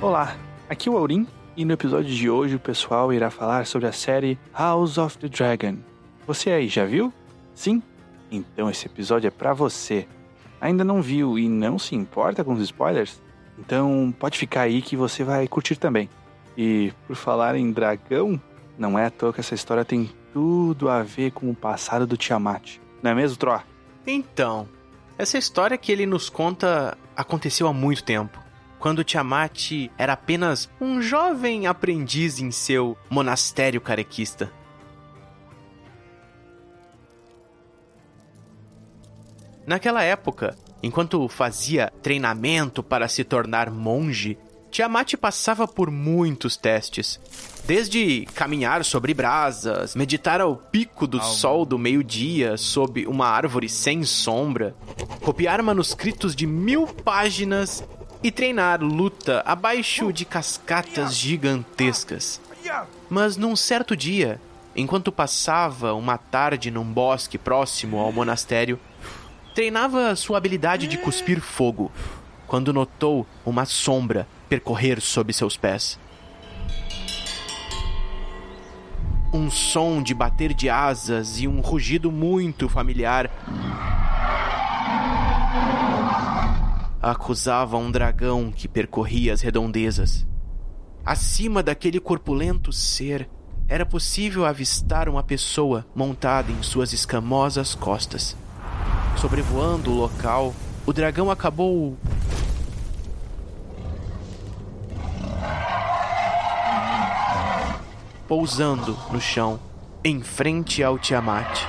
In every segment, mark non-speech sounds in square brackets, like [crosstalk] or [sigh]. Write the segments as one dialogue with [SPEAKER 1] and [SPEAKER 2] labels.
[SPEAKER 1] Olá, aqui é o Aurim e no episódio de hoje o pessoal irá falar sobre a série House of the Dragon. Você aí já viu? Sim? Então esse episódio é pra você. Ainda não viu e não se importa com os spoilers? Então pode ficar aí que você vai curtir também. E por falar em dragão, não é à toa que essa história tem tudo a ver com o passado do Tiamat. Não é mesmo, Troa?
[SPEAKER 2] Então, essa história que ele nos conta aconteceu há muito tempo, quando Tiamat era apenas um jovem aprendiz em seu monastério carequista. Naquela época, enquanto fazia treinamento para se tornar monge, Tiamat passava por muitos testes. Desde caminhar sobre brasas, meditar ao pico do sol do meio-dia sob uma árvore sem sombra, copiar manuscritos de mil páginas e treinar luta abaixo de cascatas gigantescas. Mas num certo dia, enquanto passava uma tarde num bosque próximo ao monastério, treinava sua habilidade de cuspir fogo, quando notou uma sombra percorrer sob seus pés. Um som de bater de asas e um rugido muito familiar acusava um dragão que percorria as redondezas. Acima daquele corpulento ser, era possível avistar uma pessoa montada em suas escamosas costas. Sobrevoando o local, o dragão acabou pousando no chão, em frente ao Tiamat,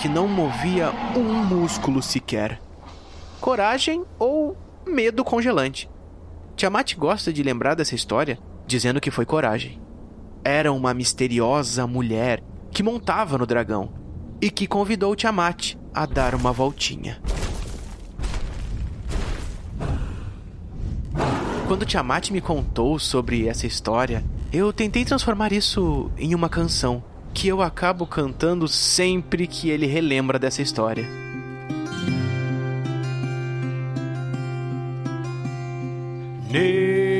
[SPEAKER 2] que não movia um músculo sequer. Coragem ou medo congelante? Tiamat gosta de lembrar dessa história, dizendo que foi coragem. Era uma misteriosa mulher que montava no dragão e que convidou Tiamat a dar uma voltinha. Quando Tiamat me contou sobre essa história, eu tentei transformar isso em uma canção que eu acabo cantando sempre que ele relembra dessa história.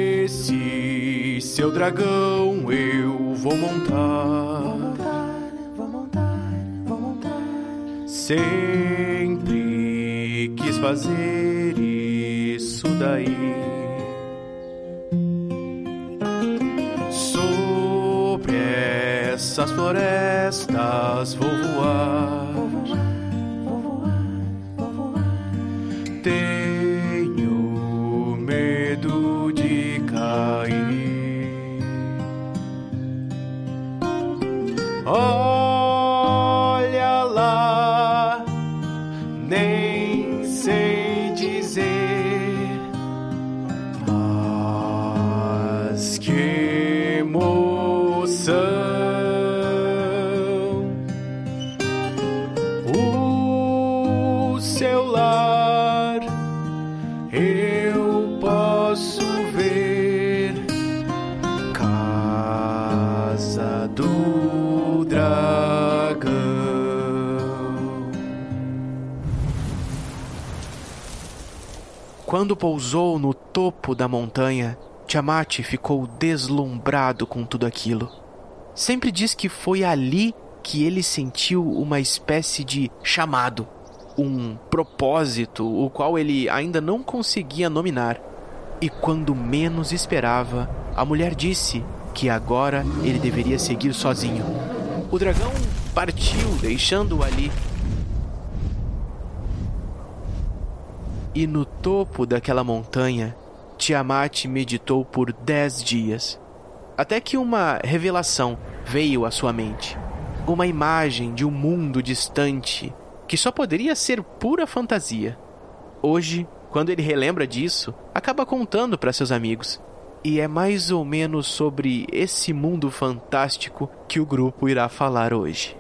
[SPEAKER 2] Nesse seu dragão eu vou montar,
[SPEAKER 3] Vou montar, vou montar.
[SPEAKER 2] sempre quis fazer isso daí. Sobre essas florestas vou
[SPEAKER 3] Vou
[SPEAKER 2] voar.
[SPEAKER 3] voar, vou voar, vou voar.
[SPEAKER 2] Tenho medo de cair. Olha lá, nem sei dizer, mas que emoção! o seu lar eu posso ver casa do dragão quando pousou no topo da montanha Tiamat ficou deslumbrado com tudo aquilo sempre diz que foi ali que ele sentiu uma espécie de chamado, um propósito, o qual ele ainda não conseguia nominar. E quando menos esperava, a mulher disse que agora ele deveria seguir sozinho. O dragão partiu, deixando-o ali. E no topo daquela montanha, Tiamat meditou por dez dias. Até que uma revelação veio à sua mente. Uma imagem de um mundo distante que só poderia ser pura fantasia. Hoje, quando ele relembra disso, acaba contando para seus amigos. E é mais ou menos sobre esse mundo fantástico que o grupo irá falar hoje.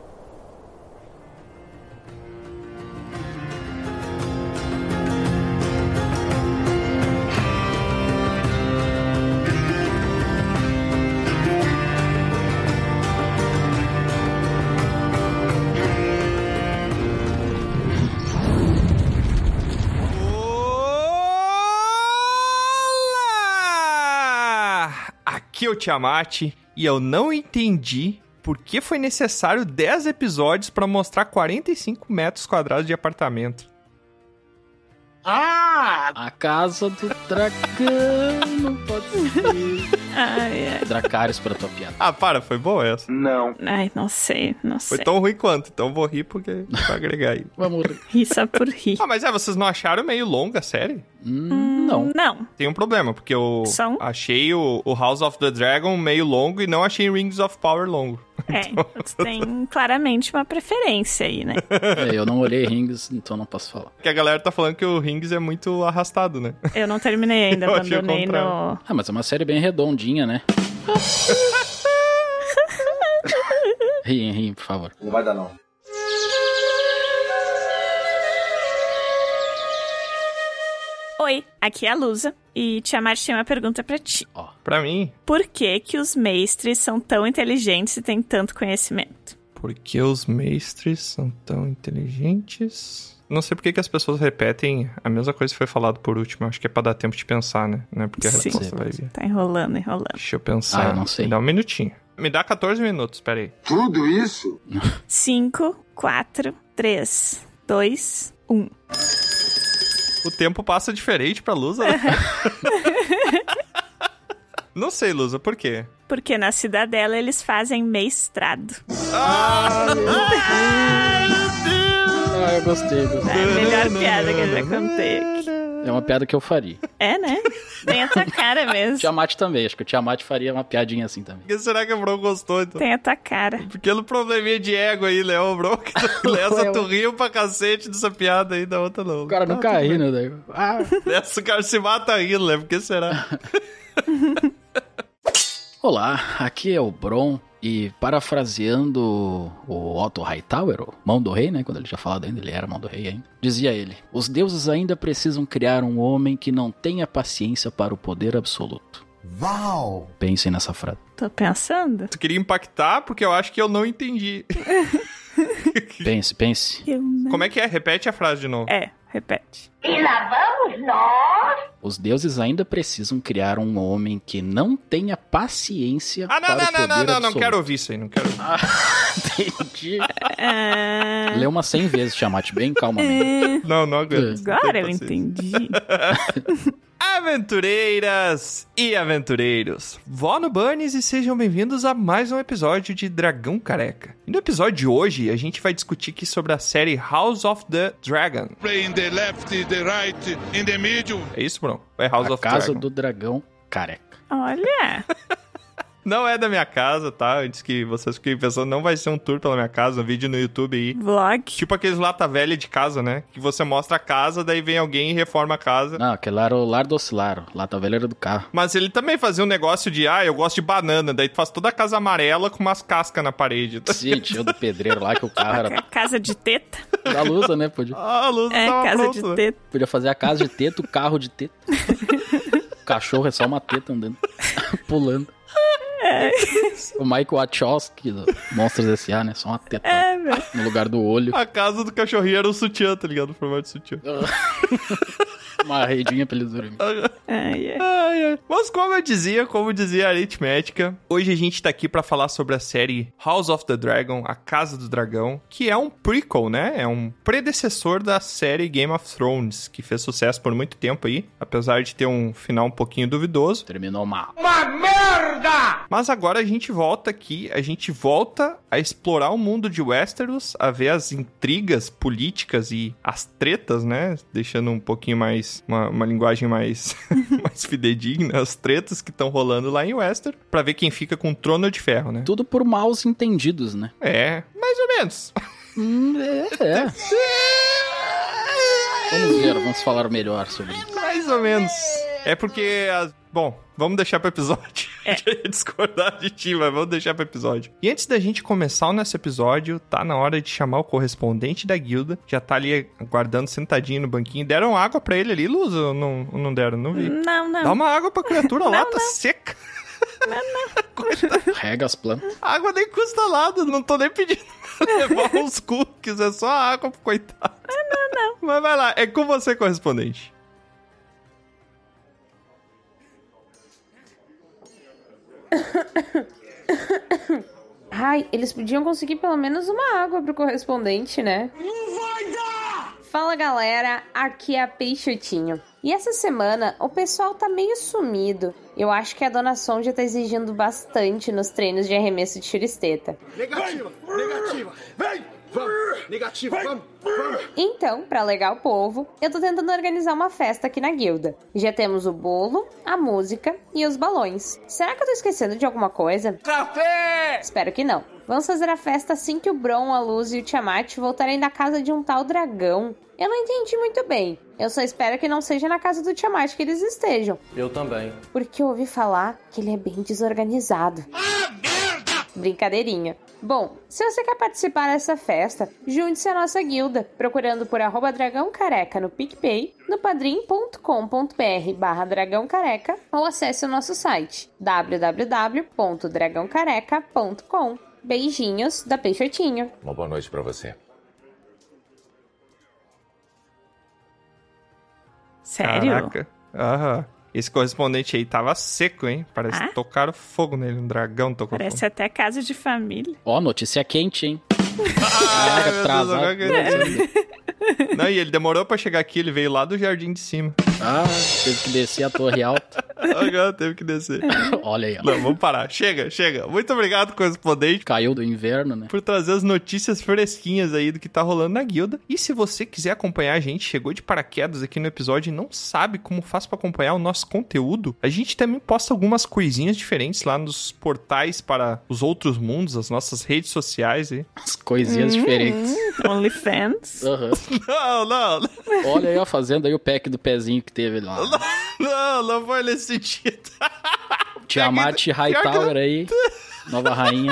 [SPEAKER 4] Olá! Aqui é o Tiamat e eu não entendi por que foi necessário 10 episódios pra mostrar 45 metros quadrados de apartamento.
[SPEAKER 5] Ah! A casa do dragão não pode ser.
[SPEAKER 6] Ai,
[SPEAKER 5] [laughs]
[SPEAKER 6] ai.
[SPEAKER 5] Dracarys pra tua piada.
[SPEAKER 4] Ah, para, foi boa essa.
[SPEAKER 1] Não.
[SPEAKER 6] Ai, não sei, não sei.
[SPEAKER 4] Foi tão ruim quanto, então vou rir porque vai agregar aí.
[SPEAKER 5] Vamos rir.
[SPEAKER 6] Ri só por rir.
[SPEAKER 4] Ah, mas é, vocês não acharam meio longa a série?
[SPEAKER 5] Hum, não.
[SPEAKER 4] [laughs]
[SPEAKER 6] Não.
[SPEAKER 4] Tem um problema, porque eu
[SPEAKER 6] São?
[SPEAKER 4] achei o, o House of the Dragon meio longo e não achei Rings of Power longo.
[SPEAKER 6] É, tu tem claramente uma preferência aí, né?
[SPEAKER 5] É, eu não olhei rings, então não posso falar.
[SPEAKER 4] Porque a galera tá falando que o Rings é muito arrastado, né? [laughs]
[SPEAKER 6] Eu não terminei ainda,
[SPEAKER 4] Eu achei o
[SPEAKER 6] abandonei no.
[SPEAKER 5] Ah, mas é uma série bem redondinha, [laughs] né? Riem, riem, por favor.
[SPEAKER 7] Não vai dar, não.
[SPEAKER 6] Oi, aqui é a Lusa e Tiamat tem uma pergunta pra ti.
[SPEAKER 4] Pra mim,
[SPEAKER 6] Por que que os mestres são tão inteligentes e têm tanto conhecimento?
[SPEAKER 4] porque os mestres são tão inteligentes. Não sei por que que as pessoas repetem a mesma coisa que foi falado por último. Eu Acho que é pra dar tempo de pensar, né? Não é porque a
[SPEAKER 6] Sim.
[SPEAKER 4] resposta vai vir.
[SPEAKER 6] Tá enrolando, enrolando.
[SPEAKER 4] Deixa eu pensar.
[SPEAKER 5] Ah, eu não sei.
[SPEAKER 4] Me dá um minutinho. Me dá 14 minutos, peraí.
[SPEAKER 7] Tudo isso?
[SPEAKER 6] 5, 4, 3, 2, 1.
[SPEAKER 4] O tempo passa diferente pra Lusa,
[SPEAKER 5] [laughs]
[SPEAKER 4] né? não sei, Lusa, por
[SPEAKER 5] [laughs]
[SPEAKER 4] quê?
[SPEAKER 6] Porque na cidadela eles fazem mestrado.
[SPEAKER 5] Ah, eu gostei,
[SPEAKER 6] É
[SPEAKER 5] gostei.
[SPEAKER 6] a melhor piada que eu já contei aqui.
[SPEAKER 5] É uma piada que eu faria.
[SPEAKER 6] É, né? Tem a tua cara mesmo.
[SPEAKER 5] Tiamat também, acho que o Tiamat faria uma piadinha assim também.
[SPEAKER 4] Por que será que o Bron gostou, então?
[SPEAKER 6] Tem a tua cara.
[SPEAKER 4] Pequeno probleminha de ego aí, Léo, bro. [laughs] que Nessa tu riu pra cacete dessa piada aí, da outra não.
[SPEAKER 5] O cara
[SPEAKER 4] Tá,
[SPEAKER 5] nunca
[SPEAKER 4] tudo
[SPEAKER 5] ri,
[SPEAKER 4] bem.
[SPEAKER 5] né? daí? Ah,
[SPEAKER 4] Nessa o cara se mata rindo, né? Por que será?
[SPEAKER 5] Olá, aqui é o Bron e parafraseando o Otto Hightower, o mão do rei, né? Quando ele já falado ainda, ele era mão do rei ainda. Dizia ele: Os deuses ainda precisam criar um homem que não tenha paciência para o poder absoluto.
[SPEAKER 7] Uau!
[SPEAKER 5] Pensem nessa frase.
[SPEAKER 6] Tô pensando?
[SPEAKER 4] Tu queria impactar porque eu acho que eu não entendi.
[SPEAKER 5] Pense, pense.
[SPEAKER 6] Eu não.
[SPEAKER 4] Como é que é? Repete a frase de novo.
[SPEAKER 6] É,
[SPEAKER 4] [laughs]
[SPEAKER 6] repete.
[SPEAKER 5] Os deuses ainda precisam criar um homem que não tenha paciência
[SPEAKER 4] Ah, não,
[SPEAKER 5] para
[SPEAKER 4] não,
[SPEAKER 5] o poder
[SPEAKER 4] não, não, não,
[SPEAKER 5] absoluto.
[SPEAKER 4] não quero ouvir isso aí, não quero. ouvir.
[SPEAKER 5] Entendi.
[SPEAKER 4] [laughs]
[SPEAKER 6] Ah,
[SPEAKER 4] é
[SPEAKER 5] Lê umas 100 vezes, Tiamat, bem né? calmamente.
[SPEAKER 6] é,
[SPEAKER 4] Não, não aguento.
[SPEAKER 6] agora eu
[SPEAKER 4] Não tenho paciência. [laughs]
[SPEAKER 6] entendi.
[SPEAKER 4] Aventureiras e aventureiros, vó no Burns e sejam bem-vindos a mais um episódio de Dragão Careca. E no episódio de hoje, a gente vai discutir aqui sobre a série House of the Dragon.
[SPEAKER 8] play in the left, in the right, in the middle.
[SPEAKER 4] É isso, Bruno? É House
[SPEAKER 5] A
[SPEAKER 4] of
[SPEAKER 5] casa
[SPEAKER 4] Dragon.
[SPEAKER 5] do dragão careca.
[SPEAKER 6] Olha,
[SPEAKER 4] Não é da minha casa, tá? Antes que vocês fiquem pensando, não vai ser um tour pela minha casa, um vídeo no YouTube aí.
[SPEAKER 6] vlog.
[SPEAKER 4] Tipo aqueles lata velha de casa, né? Que você mostra a casa, daí vem alguém e reforma a casa.
[SPEAKER 5] Não, aquele lá era o lar do oscilaro, lá tá velha era do carro.
[SPEAKER 4] Mas ele também fazia um negócio de, ah, eu gosto de banana. Daí tu faz toda a casa amarela com umas cascas na parede. [laughs]
[SPEAKER 5] Sim, tinha o do pedreiro lá que o carro era
[SPEAKER 6] A casa de teta.
[SPEAKER 5] da lusa, né? Podia,
[SPEAKER 4] Ah, a luz
[SPEAKER 6] É,
[SPEAKER 4] tava
[SPEAKER 6] casa
[SPEAKER 4] pronta.
[SPEAKER 6] de teta.
[SPEAKER 5] podia fazer a casa de teta, o carro de teta. O cachorro é só uma teta andando, [laughs] pulando. O Michael Wachowski, do Monstros S.A., né? Só uma teta
[SPEAKER 6] É, meu.
[SPEAKER 5] no lugar do olho,
[SPEAKER 4] A casa do cachorrinho era um sutiã, tá ligado? O formato de sutiã.
[SPEAKER 5] uma redinha pra ele dormir.
[SPEAKER 6] Ai, é. ai.
[SPEAKER 4] Ai, ai. Mas como eu dizia, como dizia a aritmética, hoje a gente tá aqui pra falar sobre a série House of the Dragon, A Casa do Dragão, que é um prequel, né? É um predecessor da série Game of Thrones, que fez sucesso por muito tempo aí, apesar de ter um final um pouquinho duvidoso.
[SPEAKER 5] Terminou mal.
[SPEAKER 4] Mas agora a gente volta aqui, a gente volta a explorar o mundo de Westeros, a ver as intrigas políticas e as tretas, né? Deixando um pouquinho mais, uma, uma linguagem mais, [laughs] mais fidedigna, as tretas que estão rolando lá em Westeros, pra ver quem fica com o trono de ferro, né?
[SPEAKER 5] Tudo por maus entendidos, né?
[SPEAKER 4] É, mais ou menos.
[SPEAKER 5] Hum, é, é. Vamos ver, vamos falar melhor sobre isso.
[SPEAKER 4] mais ou menos. É porque. as- Bom, vamos deixar pro episódio. [laughs] A gente ia discordar de ti, mas vamos deixar pro episódio. E antes da gente começar o nosso episódio, tá na hora de chamar o correspondente da guilda. Já tá ali aguardando sentadinho no banquinho. Deram água pra ele ali, Luz? Ou não, ou não deram? Não vi.
[SPEAKER 6] Não, não.
[SPEAKER 4] Dá uma água pra criatura lá,
[SPEAKER 6] Não,
[SPEAKER 4] tá seca.
[SPEAKER 5] Rega as plantas.
[SPEAKER 4] A água nem custa nada, não tô nem pedindo pra [laughs] levar uns cookies, é só água pro coitado. Ah, Não, não, não. Mas vai lá, é com você, correspondente.
[SPEAKER 9] Ai, eles podiam conseguir pelo menos uma água pro correspondente, né? Não vai dar! Fala galera, aqui é a Peixotinho. E essa semana o pessoal tá meio sumido. Eu acho que a dona Sonja tá exigindo bastante nos treinos de arremesso de churisteta.
[SPEAKER 10] Negativa, negativa. Vem! Vamos, negativa, vamos, vamos.
[SPEAKER 9] Então, pra alegar o povo, eu tô tentando organizar uma festa aqui na guilda. Já temos o bolo, a música e os balões. Será que eu tô esquecendo de alguma coisa?
[SPEAKER 10] Café!
[SPEAKER 9] Espero que não. Vamos fazer a festa assim que o Bron, a Luz e o Tiamat voltarem da casa de um tal dragão. Eu não entendi muito bem. Eu só espero que não seja na casa do Tiamat que eles estejam,
[SPEAKER 11] Eu também.
[SPEAKER 9] porque eu ouvi falar que ele é bem desorganizado. Brincadeirinha. Bom, se você quer participar dessa festa, junte-se à nossa guilda, procurando por arroba dragão careca no PicPay, no padrim.com.br barra dragão careca ou acesse o nosso site www.dragãocareca.com. Beijinhos da Peixotinho.
[SPEAKER 12] Uma boa noite pra você.
[SPEAKER 6] Sério?
[SPEAKER 4] Caraca. Aham. Esse correspondente aí tava seco, hein? Parece
[SPEAKER 6] Ah?
[SPEAKER 4] que tocaram fogo nele, um dragão tocou
[SPEAKER 6] Parece
[SPEAKER 4] fogo.
[SPEAKER 6] até casa de família.
[SPEAKER 5] Ó, notícia quente, hein?
[SPEAKER 4] [laughs] Ai, meu Deus,
[SPEAKER 5] atrasado.
[SPEAKER 4] agora que eu
[SPEAKER 6] [laughs]
[SPEAKER 4] entendi. Não, e ele demorou pra chegar aqui, ele veio lá do jardim de cima.
[SPEAKER 5] [laughs]
[SPEAKER 4] [laughs]
[SPEAKER 5] Ah, teve que descer a torre alta. [coughs]
[SPEAKER 4] Agora teve que descer.
[SPEAKER 5] Olha aí, ó.
[SPEAKER 4] Não, vamos parar. Chega, chega. Muito obrigado, correspondente,
[SPEAKER 5] Caiu do inverno, né?
[SPEAKER 4] por trazer as notícias fresquinhas aí do que tá rolando na guilda. E se você quiser acompanhar a gente, chegou de paraquedas aqui no episódio e não sabe como faz pra acompanhar o nosso conteúdo, a gente também posta algumas coisinhas diferentes lá nos portais para os outros mundos, as nossas redes sociais aí.
[SPEAKER 5] As
[SPEAKER 4] É
[SPEAKER 6] Uhum.
[SPEAKER 5] coisinhas diferentes.
[SPEAKER 6] Hum,
[SPEAKER 4] [laughs]
[SPEAKER 6] OnlyFans.
[SPEAKER 5] Aham.
[SPEAKER 4] Não, não, não,
[SPEAKER 5] Olha aí, ó, fazendo aí o pack do pezinho que teve lá.
[SPEAKER 4] não, não foi nesse sentido.
[SPEAKER 5] Tiamat Hightower aí,
[SPEAKER 4] [laughs]
[SPEAKER 5] nova rainha.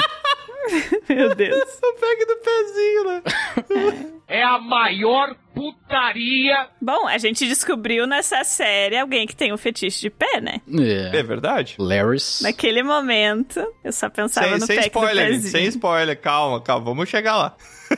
[SPEAKER 6] Meu Deus.
[SPEAKER 4] Só pega do pezinho, né?
[SPEAKER 10] É a maior putaria.
[SPEAKER 6] Bom, a gente descobriu nessa série alguém que tem um fetiche de pé, né?
[SPEAKER 4] É
[SPEAKER 5] É.
[SPEAKER 4] verdade?
[SPEAKER 5] Larrys.
[SPEAKER 6] Naquele momento, eu só pensava
[SPEAKER 4] Sem,
[SPEAKER 6] no
[SPEAKER 4] sem
[SPEAKER 6] pack do
[SPEAKER 4] spoiler, gente,
[SPEAKER 6] pezinho.
[SPEAKER 4] sem spoiler, calma, calma, vamos chegar lá. [laughs]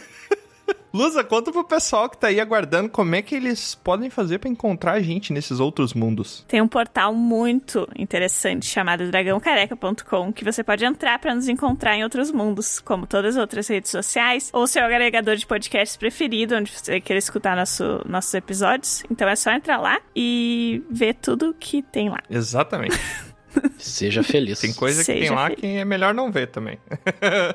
[SPEAKER 4] Lusa, conta pro pessoal que tá aí aguardando como é que eles podem fazer pra encontrar a gente nesses outros mundos.
[SPEAKER 6] Tem um portal muito interessante chamado dragãocareca.com que você pode entrar para nos encontrar em outros mundos, como todas as outras redes sociais, ou seu agregador de podcasts preferido, onde você quer escutar nosso- nossos episódios. Então é só entrar lá e ver tudo que tem lá.
[SPEAKER 4] Exatamente.
[SPEAKER 5] Seja feliz.
[SPEAKER 4] Tem coisa que tem
[SPEAKER 6] Seja
[SPEAKER 4] lá
[SPEAKER 6] feliz.
[SPEAKER 4] que é melhor não ver também. [laughs]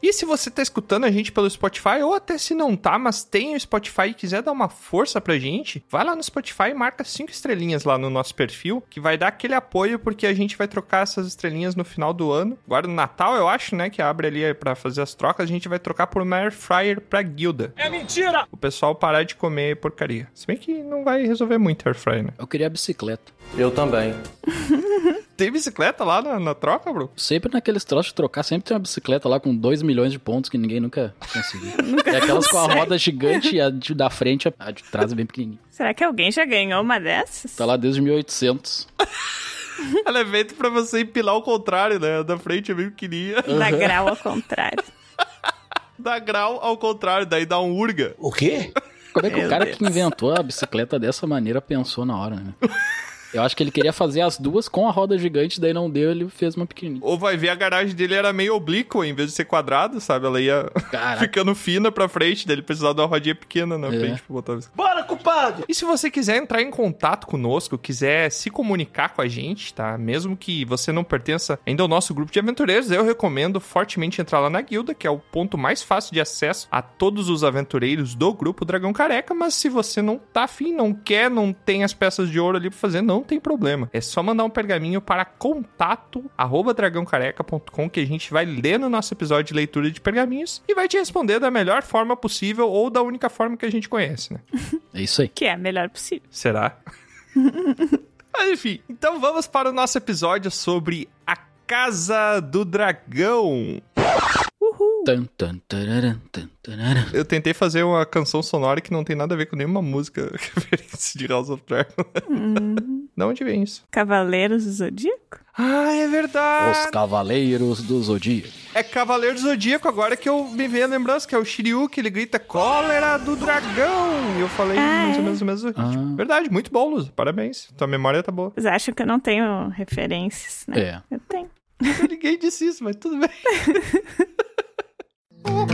[SPEAKER 4] E se você tá escutando a gente pelo Spotify, ou até se não tá, mas tem o Spotify e quiser dar uma força pra gente, vai lá no Spotify e marca cinco estrelinhas lá no nosso perfil, que vai dar aquele apoio, porque a gente vai trocar essas estrelinhas no final do ano. Agora no Natal, eu acho, né, que abre ali pra fazer as trocas, a gente vai trocar por uma Air Fryer pra guilda.
[SPEAKER 10] É mentira.
[SPEAKER 4] O pessoal parar de comer porcaria. Se bem que não vai resolver muito Air Fryer, né?
[SPEAKER 5] Eu queria a bicicleta.
[SPEAKER 11] Eu também.
[SPEAKER 4] Tem bicicleta lá na, na troca, bro?
[SPEAKER 5] Sempre naqueles troços de trocar, sempre tem uma bicicleta lá com 2 milhões de pontos que ninguém nunca conseguiu. é aquelas com a roda gigante e a de- da frente, a de trás é bem pequenininha.
[SPEAKER 6] Será que alguém já ganhou uma dessas?
[SPEAKER 5] Tá lá desde 1800.
[SPEAKER 4] Ela é feita pra você empilar o contrário, né? A Da frente é meio
[SPEAKER 5] [laughs]
[SPEAKER 4] pequenininha.
[SPEAKER 6] Da grau ao contrário.
[SPEAKER 4] Dá grau ao contrário, daí dá um urga.
[SPEAKER 11] O quê?
[SPEAKER 5] Como é que
[SPEAKER 6] Meu
[SPEAKER 5] o cara
[SPEAKER 6] Deus.
[SPEAKER 5] que inventou a bicicleta dessa maneira pensou na hora, né? Eu acho que ele queria fazer as duas com a roda gigante, daí não deu, ele fez uma pequenininha.
[SPEAKER 4] Ou vai ver a garagem dele era meio oblíqua, em vez de ser quadrado, sabe? Ela ia
[SPEAKER 5] Caraca.
[SPEAKER 4] ficando fina pra frente, daí ele precisava de uma rodinha pequena na
[SPEAKER 5] É.
[SPEAKER 4] frente pra botar a bicicleta.
[SPEAKER 10] Bora, culpado.
[SPEAKER 4] E se você quiser entrar em contato conosco, quiser se comunicar com a gente, tá? Mesmo que você não pertença ainda ao nosso grupo de aventureiros, eu recomendo fortemente entrar lá na guilda, que é o ponto mais fácil de acesso a todos os aventureiros do grupo Dragão Careca. Mas se você não tá afim, não quer, não tem as peças de ouro ali pra fazer, não tem problema. É só mandar um pergaminho para contato arroba dragãocareca.com que a gente vai ler no nosso episódio de leitura de pergaminhos e vai te responder da melhor forma possível ou da única forma que a gente conhece, né?
[SPEAKER 5] É isso aí.
[SPEAKER 6] Que é a melhor possível.
[SPEAKER 4] Será? [laughs] Mas enfim, então vamos para o nosso episódio sobre a Casa do Dragão.
[SPEAKER 5] Tan, tan, tararam, tan, tararam.
[SPEAKER 4] Eu tentei fazer uma canção sonora que não tem nada a ver com nenhuma música [laughs] referência de House of Dragon. [laughs] da onde vem isso?
[SPEAKER 6] Cavaleiros do Zodíaco?
[SPEAKER 4] Ah, é verdade!
[SPEAKER 5] Os Cavaleiros do Zodíaco.
[SPEAKER 4] É Cavaleiro do Zodíaco agora que eu me veio a lembrança, que é o Shiryu que ele grita cólera do dragão. E eu falei mais ou menos o mesmo ritmo.
[SPEAKER 5] Ah.
[SPEAKER 4] Verdade, muito bom, Luz. Parabéns. Tua memória tá boa.
[SPEAKER 6] Vocês acham que eu não tenho referências, né?
[SPEAKER 5] É.
[SPEAKER 6] Eu tenho.
[SPEAKER 4] [laughs] Ninguém disse isso, mas tudo bem. [laughs]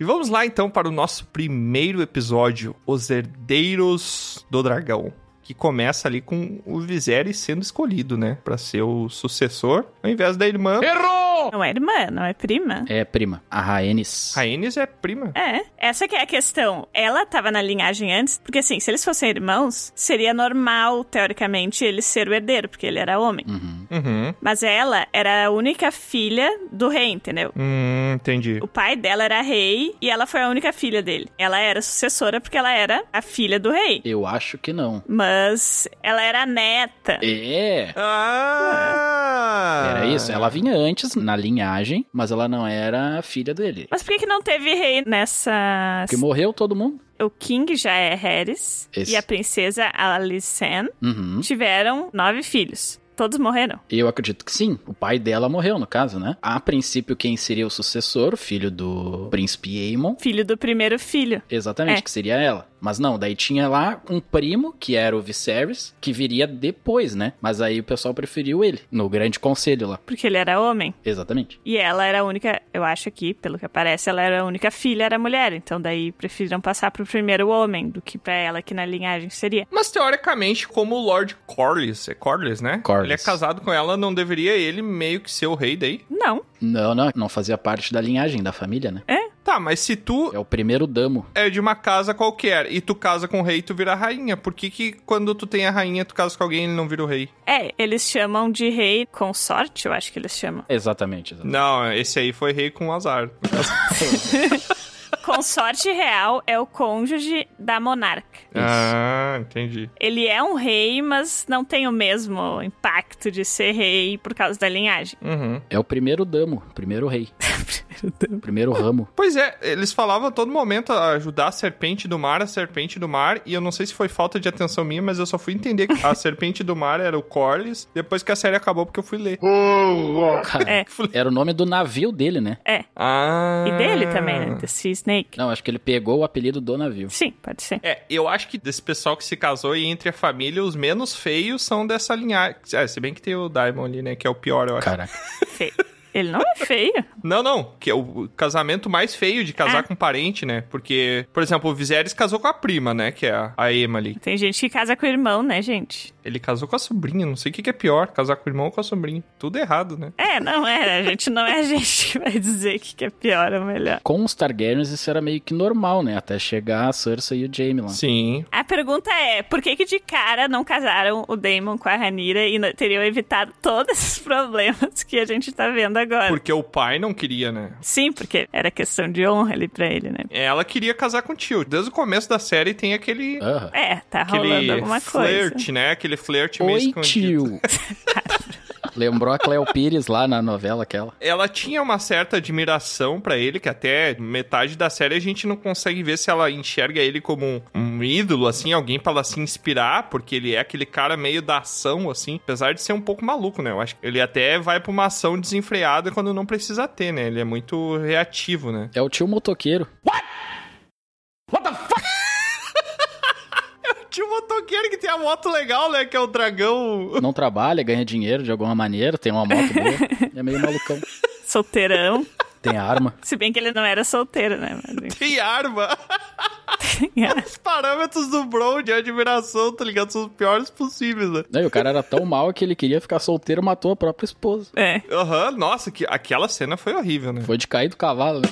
[SPEAKER 4] E vamos lá então para o nosso primeiro episódio, Os Herdeiros do Dragão. Que começa ali com o Viserys sendo escolhido, né? Pra ser o sucessor, ao invés da irmã.
[SPEAKER 2] Errou!
[SPEAKER 6] Não é irmã, não é prima.
[SPEAKER 5] É, prima. A Rhaenys.
[SPEAKER 4] Rhaenys é prima.
[SPEAKER 6] É, essa que é a questão. Ela tava na linhagem antes, porque assim, se eles fossem irmãos, seria normal, teoricamente, ele ser o herdeiro, porque ele era homem.
[SPEAKER 5] Uhum.
[SPEAKER 4] Uhum.
[SPEAKER 6] Mas ela era a única filha do rei, entendeu?
[SPEAKER 4] Hum, entendi.
[SPEAKER 6] O pai dela era rei e ela foi a única filha dele. Ela era sucessora porque ela era a filha do rei.
[SPEAKER 5] Eu acho que não.
[SPEAKER 6] Mas ela era a neta.
[SPEAKER 5] É!
[SPEAKER 4] Ah!
[SPEAKER 5] Era isso, ela vinha antes na linhagem, mas ela não era a filha dele.
[SPEAKER 6] Mas por que, que não teve rei nessa.
[SPEAKER 5] Porque morreu todo mundo.
[SPEAKER 6] O King já é Harris
[SPEAKER 5] Esse.
[SPEAKER 6] e a princesa Alicent
[SPEAKER 5] Uhum.
[SPEAKER 6] tiveram nove filhos. Todos morreram.
[SPEAKER 5] Eu acredito que sim. O pai dela morreu, no caso, né? A princípio, quem seria o sucessor, o filho do príncipe Aemon,
[SPEAKER 6] Filho do primeiro filho.
[SPEAKER 5] Exatamente,
[SPEAKER 6] É.
[SPEAKER 5] que seria ela. Mas não, daí tinha lá um primo, que era o Viserys, que viria depois, né? Mas aí o pessoal preferiu ele, no grande conselho lá.
[SPEAKER 6] Porque ele era homem.
[SPEAKER 5] Exatamente.
[SPEAKER 6] E ela era a única, eu acho aqui, pelo que aparece, ela era a única filha, era mulher. Então daí preferiram passar pro primeiro homem do que pra ela, que na linhagem seria.
[SPEAKER 4] Mas teoricamente, como o Lord Corlys, é Corlys, né?
[SPEAKER 5] Corlys.
[SPEAKER 4] Ele é casado com ela, não deveria ele meio que ser o rei daí?
[SPEAKER 6] Não.
[SPEAKER 5] Não, não, não fazia parte da linhagem da família, né?
[SPEAKER 4] Tá, mas se tu
[SPEAKER 5] É o primeiro damo.
[SPEAKER 4] é de uma casa qualquer e tu casa com o rei, tu vira rainha. Por que que quando tu tem a rainha, tu casa com alguém e ele não vira o rei?
[SPEAKER 6] É, eles chamam de rei consorte, eu acho que
[SPEAKER 5] [laughs]
[SPEAKER 6] eles chamam.
[SPEAKER 5] Exatamente, exatamente.
[SPEAKER 4] Não, esse aí foi rei com azar.
[SPEAKER 6] Consorte real é o cônjuge da monarca.
[SPEAKER 4] ah, entendi.
[SPEAKER 6] Ele é um rei, mas não tem o mesmo impacto de ser rei por causa da linhagem.
[SPEAKER 4] Uhum.
[SPEAKER 5] É o primeiro damo, primeiro
[SPEAKER 6] [laughs]
[SPEAKER 5] rei, primeiro ramo.
[SPEAKER 4] Pois é, eles falavam a todo momento a ajudar a serpente do mar, a serpente do mar, e eu não sei se foi falta de atenção minha, mas eu só fui entender que a serpente do mar era o Corlys depois que a série acabou, porque eu fui ler.
[SPEAKER 5] Cara,
[SPEAKER 6] É.
[SPEAKER 5] Era o nome do navio dele, né?
[SPEAKER 4] Ah.
[SPEAKER 6] E dele também, né? Desse Snake.
[SPEAKER 5] Não, acho que ele pegou o apelido do navio.
[SPEAKER 6] Sim, pode ser.
[SPEAKER 4] É, eu acho que desse pessoal que se casou e entre a família, os menos feios são dessa linhagem. É, se bem que tem o Daimon ali, né? Que é o pior, eu acho.
[SPEAKER 5] Caraca.
[SPEAKER 6] Feio. Ele não é feio.
[SPEAKER 4] Não, não. Que é o casamento mais feio de casar
[SPEAKER 6] Ah.
[SPEAKER 4] com parente, né? Porque, por exemplo, o Viserys casou com a prima, né? Que é a, a Emma ali.
[SPEAKER 6] Tem gente que casa com o irmão, né, gente?
[SPEAKER 4] Ele casou com a sobrinha. Não sei o que, que é pior, casar com o irmão ou com a sobrinha. Tudo errado, né?
[SPEAKER 6] É, não é. A gente não é a [laughs] gente que vai dizer que que é pior ou melhor.
[SPEAKER 5] Com os Targaryens isso era meio que normal, né? Até chegar a Cersei e o Jaime lá.
[SPEAKER 4] Sim.
[SPEAKER 6] A pergunta é, por que que de cara não casaram o Damon com a Ranira e não- teriam evitado todos esses [laughs] problemas que a gente tá vendo agora?
[SPEAKER 4] Porque o pai não queria, né?
[SPEAKER 6] Sim, porque era questão de honra ali pra ele, né?
[SPEAKER 4] Ela queria casar com o tio. Desde o começo da série tem aquele.
[SPEAKER 5] Aham.
[SPEAKER 6] É, tá rolando
[SPEAKER 4] Aquele
[SPEAKER 6] alguma coisa.
[SPEAKER 4] flerte, né? Aquele flerte meio
[SPEAKER 5] Oi,
[SPEAKER 4] escondido.
[SPEAKER 5] tio! [laughs] Lembrou a Cleo Pires lá na novela aquela?
[SPEAKER 4] ela tinha uma certa admiração pra ele, que até metade da série a gente não consegue ver se ela enxerga ele como um, um ídolo, assim, alguém pra ela se inspirar, porque ele é aquele cara meio da ação, assim, apesar de ser um pouco maluco, né? Eu acho que ele até vai pra uma ação desenfreada quando não precisa ter, né? Ele é muito reativo, né?
[SPEAKER 5] É o tio motoqueiro.
[SPEAKER 4] Tinha um motoqueiro que tem a moto legal, né? Que é o dragão. [laughs]
[SPEAKER 5] Não trabalha, ganha dinheiro de alguma maneira, tem uma moto boa. É meio malucão.
[SPEAKER 6] Solteirão.
[SPEAKER 5] Tem arma.
[SPEAKER 6] Se bem que ele não era solteiro, né? Mas, é.
[SPEAKER 4] Tem arma. [laughs] Os parâmetros do Bron de admiração, tá ligado? São os piores possíveis, né?
[SPEAKER 5] Não, e o cara era tão mal que ele queria ficar solteiro e matou a própria esposa.
[SPEAKER 6] é.
[SPEAKER 4] Aham, nossa, que, aquela cena foi horrível, né?
[SPEAKER 5] Foi de cair do cavalo, né?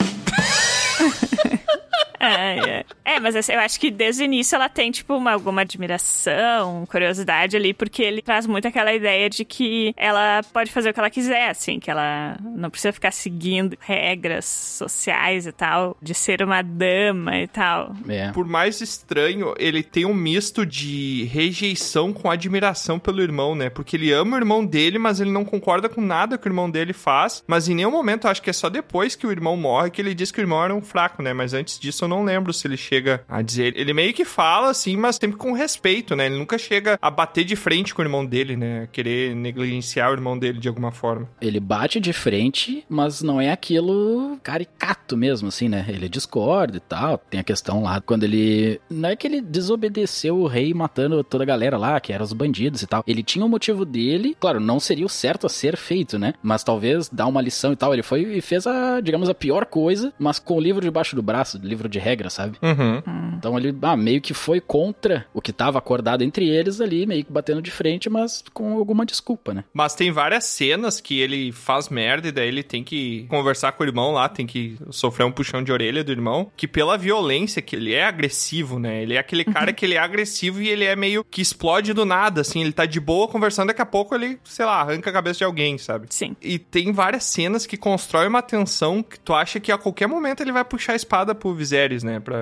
[SPEAKER 6] É, é. é, mas assim, eu acho que desde o início ela tem, tipo, uma, alguma admiração, curiosidade ali, porque ele traz muito aquela ideia de que ela pode fazer o que ela quiser, assim, que ela não precisa ficar seguindo regras sociais e tal, de ser uma dama e tal.
[SPEAKER 5] É.
[SPEAKER 4] Por mais estranho, ele tem um misto de rejeição com admiração pelo irmão, né? Porque ele ama o irmão dele, mas ele não concorda com nada que o irmão dele faz. Mas em nenhum momento, acho que é só depois que o irmão morre que ele diz que o irmão era um fraco, né? Mas antes disso eu não lembro se ele chega a dizer. Ele meio que fala, assim, mas sempre com respeito, né? Ele nunca chega a bater de frente com o irmão dele, né? Querer negligenciar o irmão dele de alguma forma.
[SPEAKER 5] Ele bate de frente, mas não é aquilo caricato mesmo, assim, né? Ele discorda e tal. Tem a questão lá quando ele. Não é que ele desobedeceu o rei matando toda a galera lá, que eram os bandidos e tal. Ele tinha o motivo dele. Claro, não seria o certo a ser feito, né? Mas talvez dar uma lição e tal. Ele foi e fez a, digamos, a pior coisa, mas com o livro debaixo do braço, livro de regra, sabe?
[SPEAKER 4] Uhum.
[SPEAKER 5] Então ele ah, meio que foi contra o que tava acordado entre eles ali, meio que batendo de frente, mas com alguma desculpa, né?
[SPEAKER 4] Mas tem várias cenas que ele faz merda e daí ele tem que conversar com o irmão lá, tem que sofrer um puxão de orelha do irmão, que pela violência que ele é agressivo, né? Ele é aquele cara que ele é agressivo e ele é meio que explode do nada, assim, ele tá de boa conversando, daqui a pouco ele, sei lá, arranca a cabeça de alguém, sabe?
[SPEAKER 6] Sim.
[SPEAKER 4] E tem várias cenas que constrói uma tensão que tu acha que a qualquer momento ele vai puxar a espada pro Viserys, né? Pra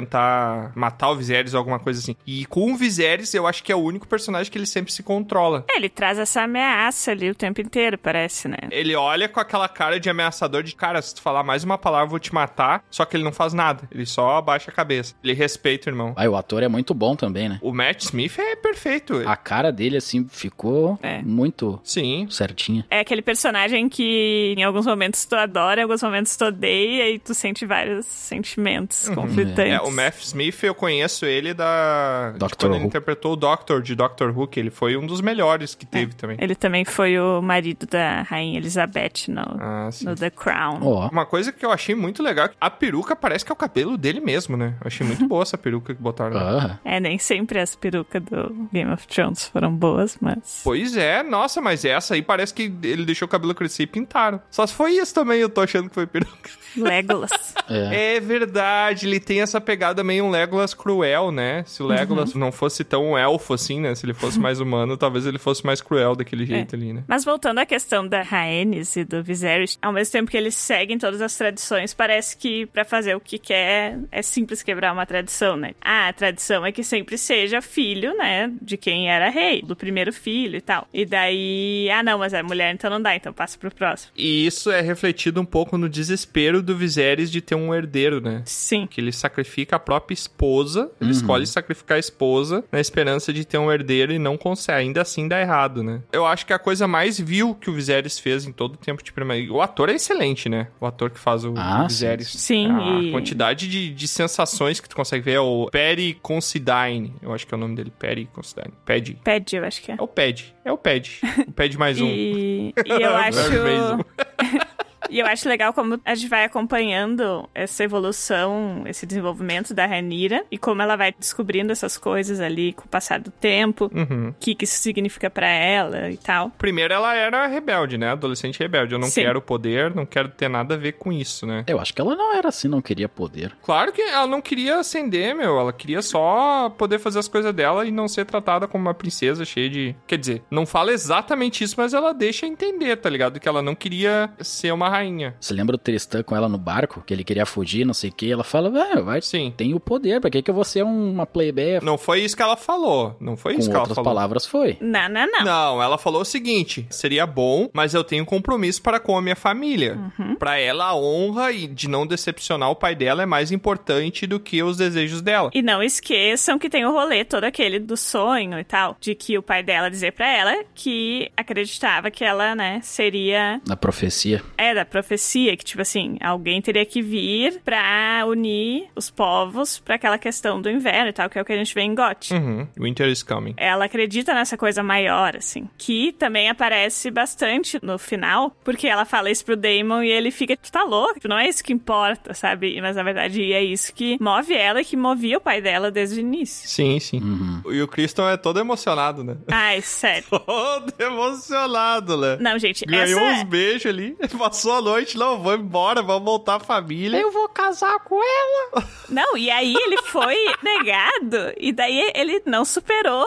[SPEAKER 4] tentar matar o Viserys ou alguma coisa assim. E com o Viserys, eu acho que é o único personagem que ele sempre se controla.
[SPEAKER 6] É, Ele traz essa ameaça ali o tempo inteiro, parece, né?
[SPEAKER 4] Ele olha com aquela cara de ameaçador de cara, se tu falar mais uma palavra, eu vou te matar. Só que ele não faz nada. Ele só abaixa a cabeça. Ele respeita o irmão.
[SPEAKER 5] Aí o ator é muito bom também, né?
[SPEAKER 4] O Matt Smith é perfeito.
[SPEAKER 5] A cara dele, assim, ficou
[SPEAKER 6] É.
[SPEAKER 5] muito
[SPEAKER 4] Sim.
[SPEAKER 5] certinha.
[SPEAKER 6] É aquele personagem que em alguns momentos tu adora, em alguns momentos tu odeia e tu sente vários sentimentos conflitantes.
[SPEAKER 4] É, o Matt Smith, eu conheço ele da. de
[SPEAKER 5] Doctor
[SPEAKER 4] quando ele
[SPEAKER 5] Who.
[SPEAKER 4] interpretou o Doctor de Doctor Who, que ele foi um dos melhores que teve também.
[SPEAKER 6] Ele também foi o marido da rainha Elizabeth no,
[SPEAKER 4] Ah, sim.
[SPEAKER 6] no The Crown.
[SPEAKER 5] Ó,
[SPEAKER 4] Uma coisa que eu achei muito legal, a peruca parece que é o cabelo dele mesmo, né? Eu achei muito boa essa peruca que botaram.
[SPEAKER 5] ah,
[SPEAKER 6] É, nem sempre as perucas do Game of Thrones foram boas, mas.
[SPEAKER 4] Pois é, nossa, mas essa aí parece que ele deixou o cabelo crescer e pintaram. Só se foi isso também, eu tô achando que foi peruca.
[SPEAKER 6] Legolas.
[SPEAKER 5] é.
[SPEAKER 4] É verdade, ele tem essa pegada meio um Legolas cruel, né? Se o Legolas não fosse tão elfo assim, né? Se ele fosse mais humano, [laughs] talvez ele fosse mais cruel daquele jeito ali, né?
[SPEAKER 6] Mas voltando à questão da Rhaenys e do Viserys, ao mesmo tempo que eles seguem todas as tradições, parece que pra fazer o que quer é simples quebrar uma tradição, né? Ah, a tradição é que sempre seja filho, né, de quem era rei, do primeiro filho e tal. E daí, ah não, mas é mulher, então não dá, então passa pro próximo.
[SPEAKER 4] E isso é refletido um pouco no desespero do Viserys de ter um herdeiro, né?
[SPEAKER 6] Sim.
[SPEAKER 4] Que ele sacrifica a própria esposa, ele escolhe sacrificar a esposa na esperança de ter um herdeiro e não consegue. Ainda assim dá errado, né? Eu acho que a coisa mais vil que o Viserys fez em todo o tempo de primeira. O ator é excelente, né? O ator que faz o
[SPEAKER 5] Ah,
[SPEAKER 4] Viserys.
[SPEAKER 6] Sim,
[SPEAKER 4] A
[SPEAKER 6] e-
[SPEAKER 4] quantidade de, de sensações que tu consegue ver é o Perry Considine. Eu acho que é o nome dele. Perry Considine. Pad.
[SPEAKER 6] Pede, eu acho que é.
[SPEAKER 4] É o Pad. É o Pad. O
[SPEAKER 6] [laughs]
[SPEAKER 4] Pad mais um.
[SPEAKER 6] E, e
[SPEAKER 4] [laughs]
[SPEAKER 6] eu
[SPEAKER 4] Parabéns,
[SPEAKER 6] acho.
[SPEAKER 4] um.
[SPEAKER 6] [laughs] E eu acho legal como a gente vai acompanhando essa evolução, esse desenvolvimento da Ranira e como ela vai descobrindo essas coisas ali com o passar do tempo, o que, que isso significa pra ela e tal.
[SPEAKER 4] Uhum. Primeiro, ela era rebelde, né? Adolescente rebelde. Eu não
[SPEAKER 6] Sim.
[SPEAKER 4] quero o poder, não quero ter nada a ver com isso, né?
[SPEAKER 5] Eu acho que ela não era assim, não queria poder.
[SPEAKER 4] Claro que ela não queria ascender, meu. Ela queria só poder fazer as coisas dela e não ser tratada como uma princesa cheia de. Quer dizer, não fala exatamente isso, mas ela deixa entender, tá ligado? Que ela não queria ser uma rainha.
[SPEAKER 5] Você lembra o Tristan com ela no barco? Que ele queria fugir, não sei o que. Ela fala, "Ah, vai,
[SPEAKER 4] Sim.
[SPEAKER 5] tem o poder, pra que, que eu vou ser uma playboy?
[SPEAKER 4] Não foi isso que ela falou. Não foi isso
[SPEAKER 5] com
[SPEAKER 4] que ela
[SPEAKER 5] outras
[SPEAKER 4] falou.
[SPEAKER 5] palavras, foi.
[SPEAKER 6] Não, não, não.
[SPEAKER 4] Não, ela falou o seguinte: seria bom, mas eu tenho compromisso para com a minha família.
[SPEAKER 6] Uhum.
[SPEAKER 4] Pra ela, a honra e de não decepcionar o pai dela é mais importante do que os desejos dela.
[SPEAKER 6] E não esqueçam que tem o rolê todo aquele do sonho e tal, de que o pai dela dizer pra ela que acreditava que ela, né, seria
[SPEAKER 5] Na profecia.
[SPEAKER 6] É, da profecia, que tipo assim, alguém teria que vir pra unir os povos pra aquela questão do inverno e tal, que é o que a gente vê em Got.
[SPEAKER 4] Uhum. Winter is coming.
[SPEAKER 6] Ela acredita nessa coisa maior, assim. Que também aparece bastante no final, porque ela fala isso pro Damon e ele fica, tu tá louco, não é isso que importa, sabe? Mas na verdade é isso que move ela e que movia o pai dela desde o início.
[SPEAKER 4] Sim, sim.
[SPEAKER 5] Uhum.
[SPEAKER 4] E o Kristen é todo emocionado, né? [laughs]
[SPEAKER 6] Ai, sério.
[SPEAKER 4] Todo emocionado, né?
[SPEAKER 6] Não, gente,
[SPEAKER 4] Ganhou uns
[SPEAKER 6] essa.
[SPEAKER 4] beijos ali, [laughs] passou a noite, não, vou embora, vamos montar a família.
[SPEAKER 5] vou casar com ela.
[SPEAKER 6] Não, e aí ele foi negado, e daí ele não superou.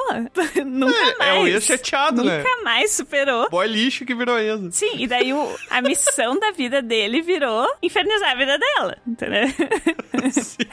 [SPEAKER 6] [laughs] Nunca
[SPEAKER 4] É,
[SPEAKER 6] mais.
[SPEAKER 4] é o ex chateado, né?
[SPEAKER 6] Nunca mais superou.
[SPEAKER 4] Boy lixo que virou ex.
[SPEAKER 6] Sim, e daí o- a missão da vida dele virou infernizar a vida dela, entendeu?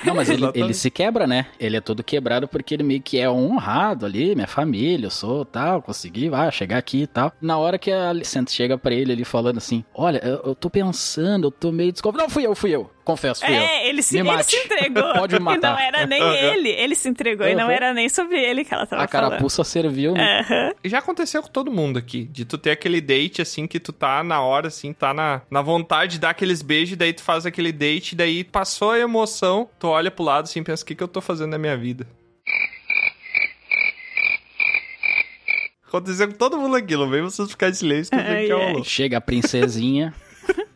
[SPEAKER 5] Não,
[SPEAKER 4] [laughs]
[SPEAKER 5] mas ele,
[SPEAKER 4] Exatamente.
[SPEAKER 5] ele se quebra, né? Ele é todo quebrado porque ele meio que é honrado ali, minha família, eu sou tal, consegui, vai, chegar aqui e tal. Na hora que a Alicente chega pra ele ali falando assim, olha, eu, eu tô pensando, eu tô meio desconfiado. Não, fui eu, fui eu. Confesso, fui eu.
[SPEAKER 6] É, ele se,
[SPEAKER 5] Me
[SPEAKER 6] ele
[SPEAKER 5] mate.
[SPEAKER 6] se entregou.
[SPEAKER 5] [laughs] Pode me
[SPEAKER 6] E não
[SPEAKER 5] matar.
[SPEAKER 6] era nem ele. Ele se entregou e não
[SPEAKER 5] Uhum.
[SPEAKER 6] era nem sobre ele que ela tava
[SPEAKER 5] A carapuça serviu, né?
[SPEAKER 6] falando. Aham.
[SPEAKER 4] Já aconteceu com todo mundo aqui, de tu ter aquele date, assim, que tu tá na hora, assim, tá na, na vontade de dar aqueles beijos, daí tu faz aquele date, daí passou a emoção, tu olha pro lado, assim, pensa, o que que eu tô fazendo na minha vida? Aconteceu com todo mundo aqui, não vem vocês ficar em silêncio, que eu sei que é
[SPEAKER 6] Ai, ai.
[SPEAKER 4] o
[SPEAKER 5] Chega a princesinha.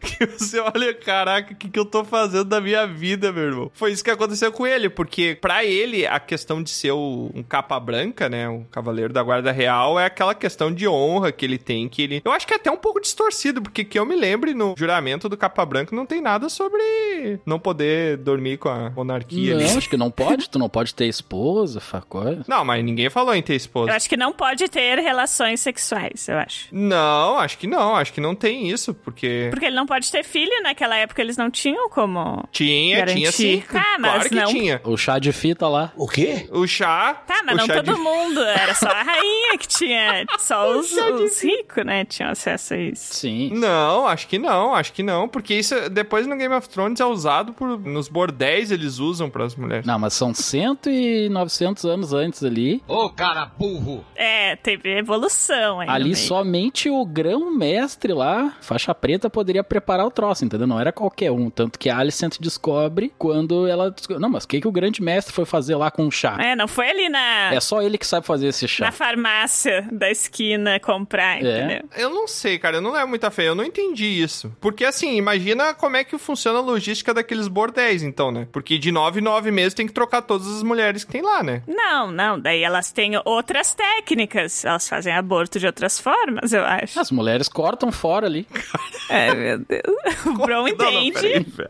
[SPEAKER 4] que você olha, caraca, o que, que eu tô fazendo da minha vida, meu irmão? Foi isso que aconteceu com ele, porque pra ele a questão de ser o- um capa branca, né, um cavaleiro da guarda real, é aquela questão de honra que ele tem, que ele... Eu acho que é até um pouco distorcido, porque que eu me lembre, no juramento do capa branca não tem nada sobre não poder dormir com a monarquia
[SPEAKER 5] não,
[SPEAKER 4] ali.
[SPEAKER 5] acho que não pode. Tu não pode ter esposa, facó.
[SPEAKER 4] Não, mas ninguém falou em ter esposa.
[SPEAKER 6] Eu acho que não pode ter relações sexuais, eu acho.
[SPEAKER 4] Não, acho que não, acho que não tem isso,
[SPEAKER 5] É.
[SPEAKER 4] porque...
[SPEAKER 6] Porque ele não pode ter filho, naquela época eles não tinham como.
[SPEAKER 4] Tinha, tinha
[SPEAKER 6] Garantir.
[SPEAKER 4] sim.
[SPEAKER 6] Ah, mas
[SPEAKER 4] claro que
[SPEAKER 6] não.
[SPEAKER 4] tinha.
[SPEAKER 5] O chá de fita lá.
[SPEAKER 10] O quê?
[SPEAKER 4] O chá...
[SPEAKER 6] Tá, mas
[SPEAKER 4] o
[SPEAKER 6] não
[SPEAKER 4] chá
[SPEAKER 6] todo
[SPEAKER 4] de-
[SPEAKER 6] mundo, era só a rainha que tinha.
[SPEAKER 5] [laughs]
[SPEAKER 6] Só os, os ricos, né? Tinham acesso a isso.
[SPEAKER 5] Sim.
[SPEAKER 4] Não, acho que não, acho que não, porque isso depois no Game of Thrones é usado por nos bordéis eles usam pras mulheres.
[SPEAKER 5] Não, mas são 100 e 900 anos antes ali.
[SPEAKER 10] Ô, cara burro!
[SPEAKER 6] É, teve evolução aí. no
[SPEAKER 5] ali
[SPEAKER 6] meio.
[SPEAKER 5] somente o grão-mestre lá, faixa preta, poderia preparar o troço, entendeu? Não era qualquer um. Tanto que a Alicent descobre quando ela... desco- Não, mas o que, que o grande mestre foi fazer lá com o chá?
[SPEAKER 6] É, não foi ali na,
[SPEAKER 5] É só ele que sabe fazer esse chá.
[SPEAKER 6] na farmácia da esquina comprar, entendeu?
[SPEAKER 4] Eu não sei, cara, eu não levo muita fé, eu não entendi isso. Porque assim, imagina como é que funciona a logística daqueles bordéis, então, né? Porque de nove em nove meses tem que trocar todas as mulheres que tem lá, né?
[SPEAKER 6] Não, não, daí elas têm outras técnicas. Elas fazem aborto de outras formas, eu acho.
[SPEAKER 5] As mulheres cortam fora ali.
[SPEAKER 6] [laughs] É, meu Deus. [laughs] O Bron
[SPEAKER 4] Não, não, peraí,
[SPEAKER 6] entende.
[SPEAKER 4] velho.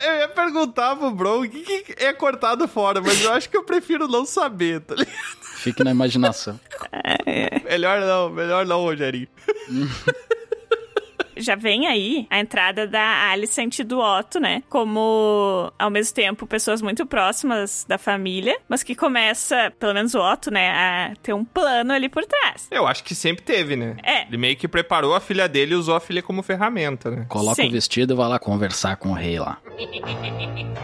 [SPEAKER 4] Eu ia perguntar pro Bro o que, que é cortado fora, mas eu acho que eu prefiro não saber, tá ligado? [laughs]
[SPEAKER 5] Fique na imaginação.
[SPEAKER 4] Melhor não, melhor não, Rogerinho.
[SPEAKER 6] Já vem aí a entrada da Alicent e do Otto, né? Como, ao mesmo tempo, pessoas muito próximas da família, mas que começa, pelo menos o Otto, né? A ter um plano ali por trás.
[SPEAKER 4] Eu acho que sempre teve, né?
[SPEAKER 6] É.
[SPEAKER 4] Ele meio que preparou a filha dele e usou a filha como ferramenta, né?
[SPEAKER 5] Coloca
[SPEAKER 6] Sim.
[SPEAKER 5] o vestido e vai lá conversar com o rei lá.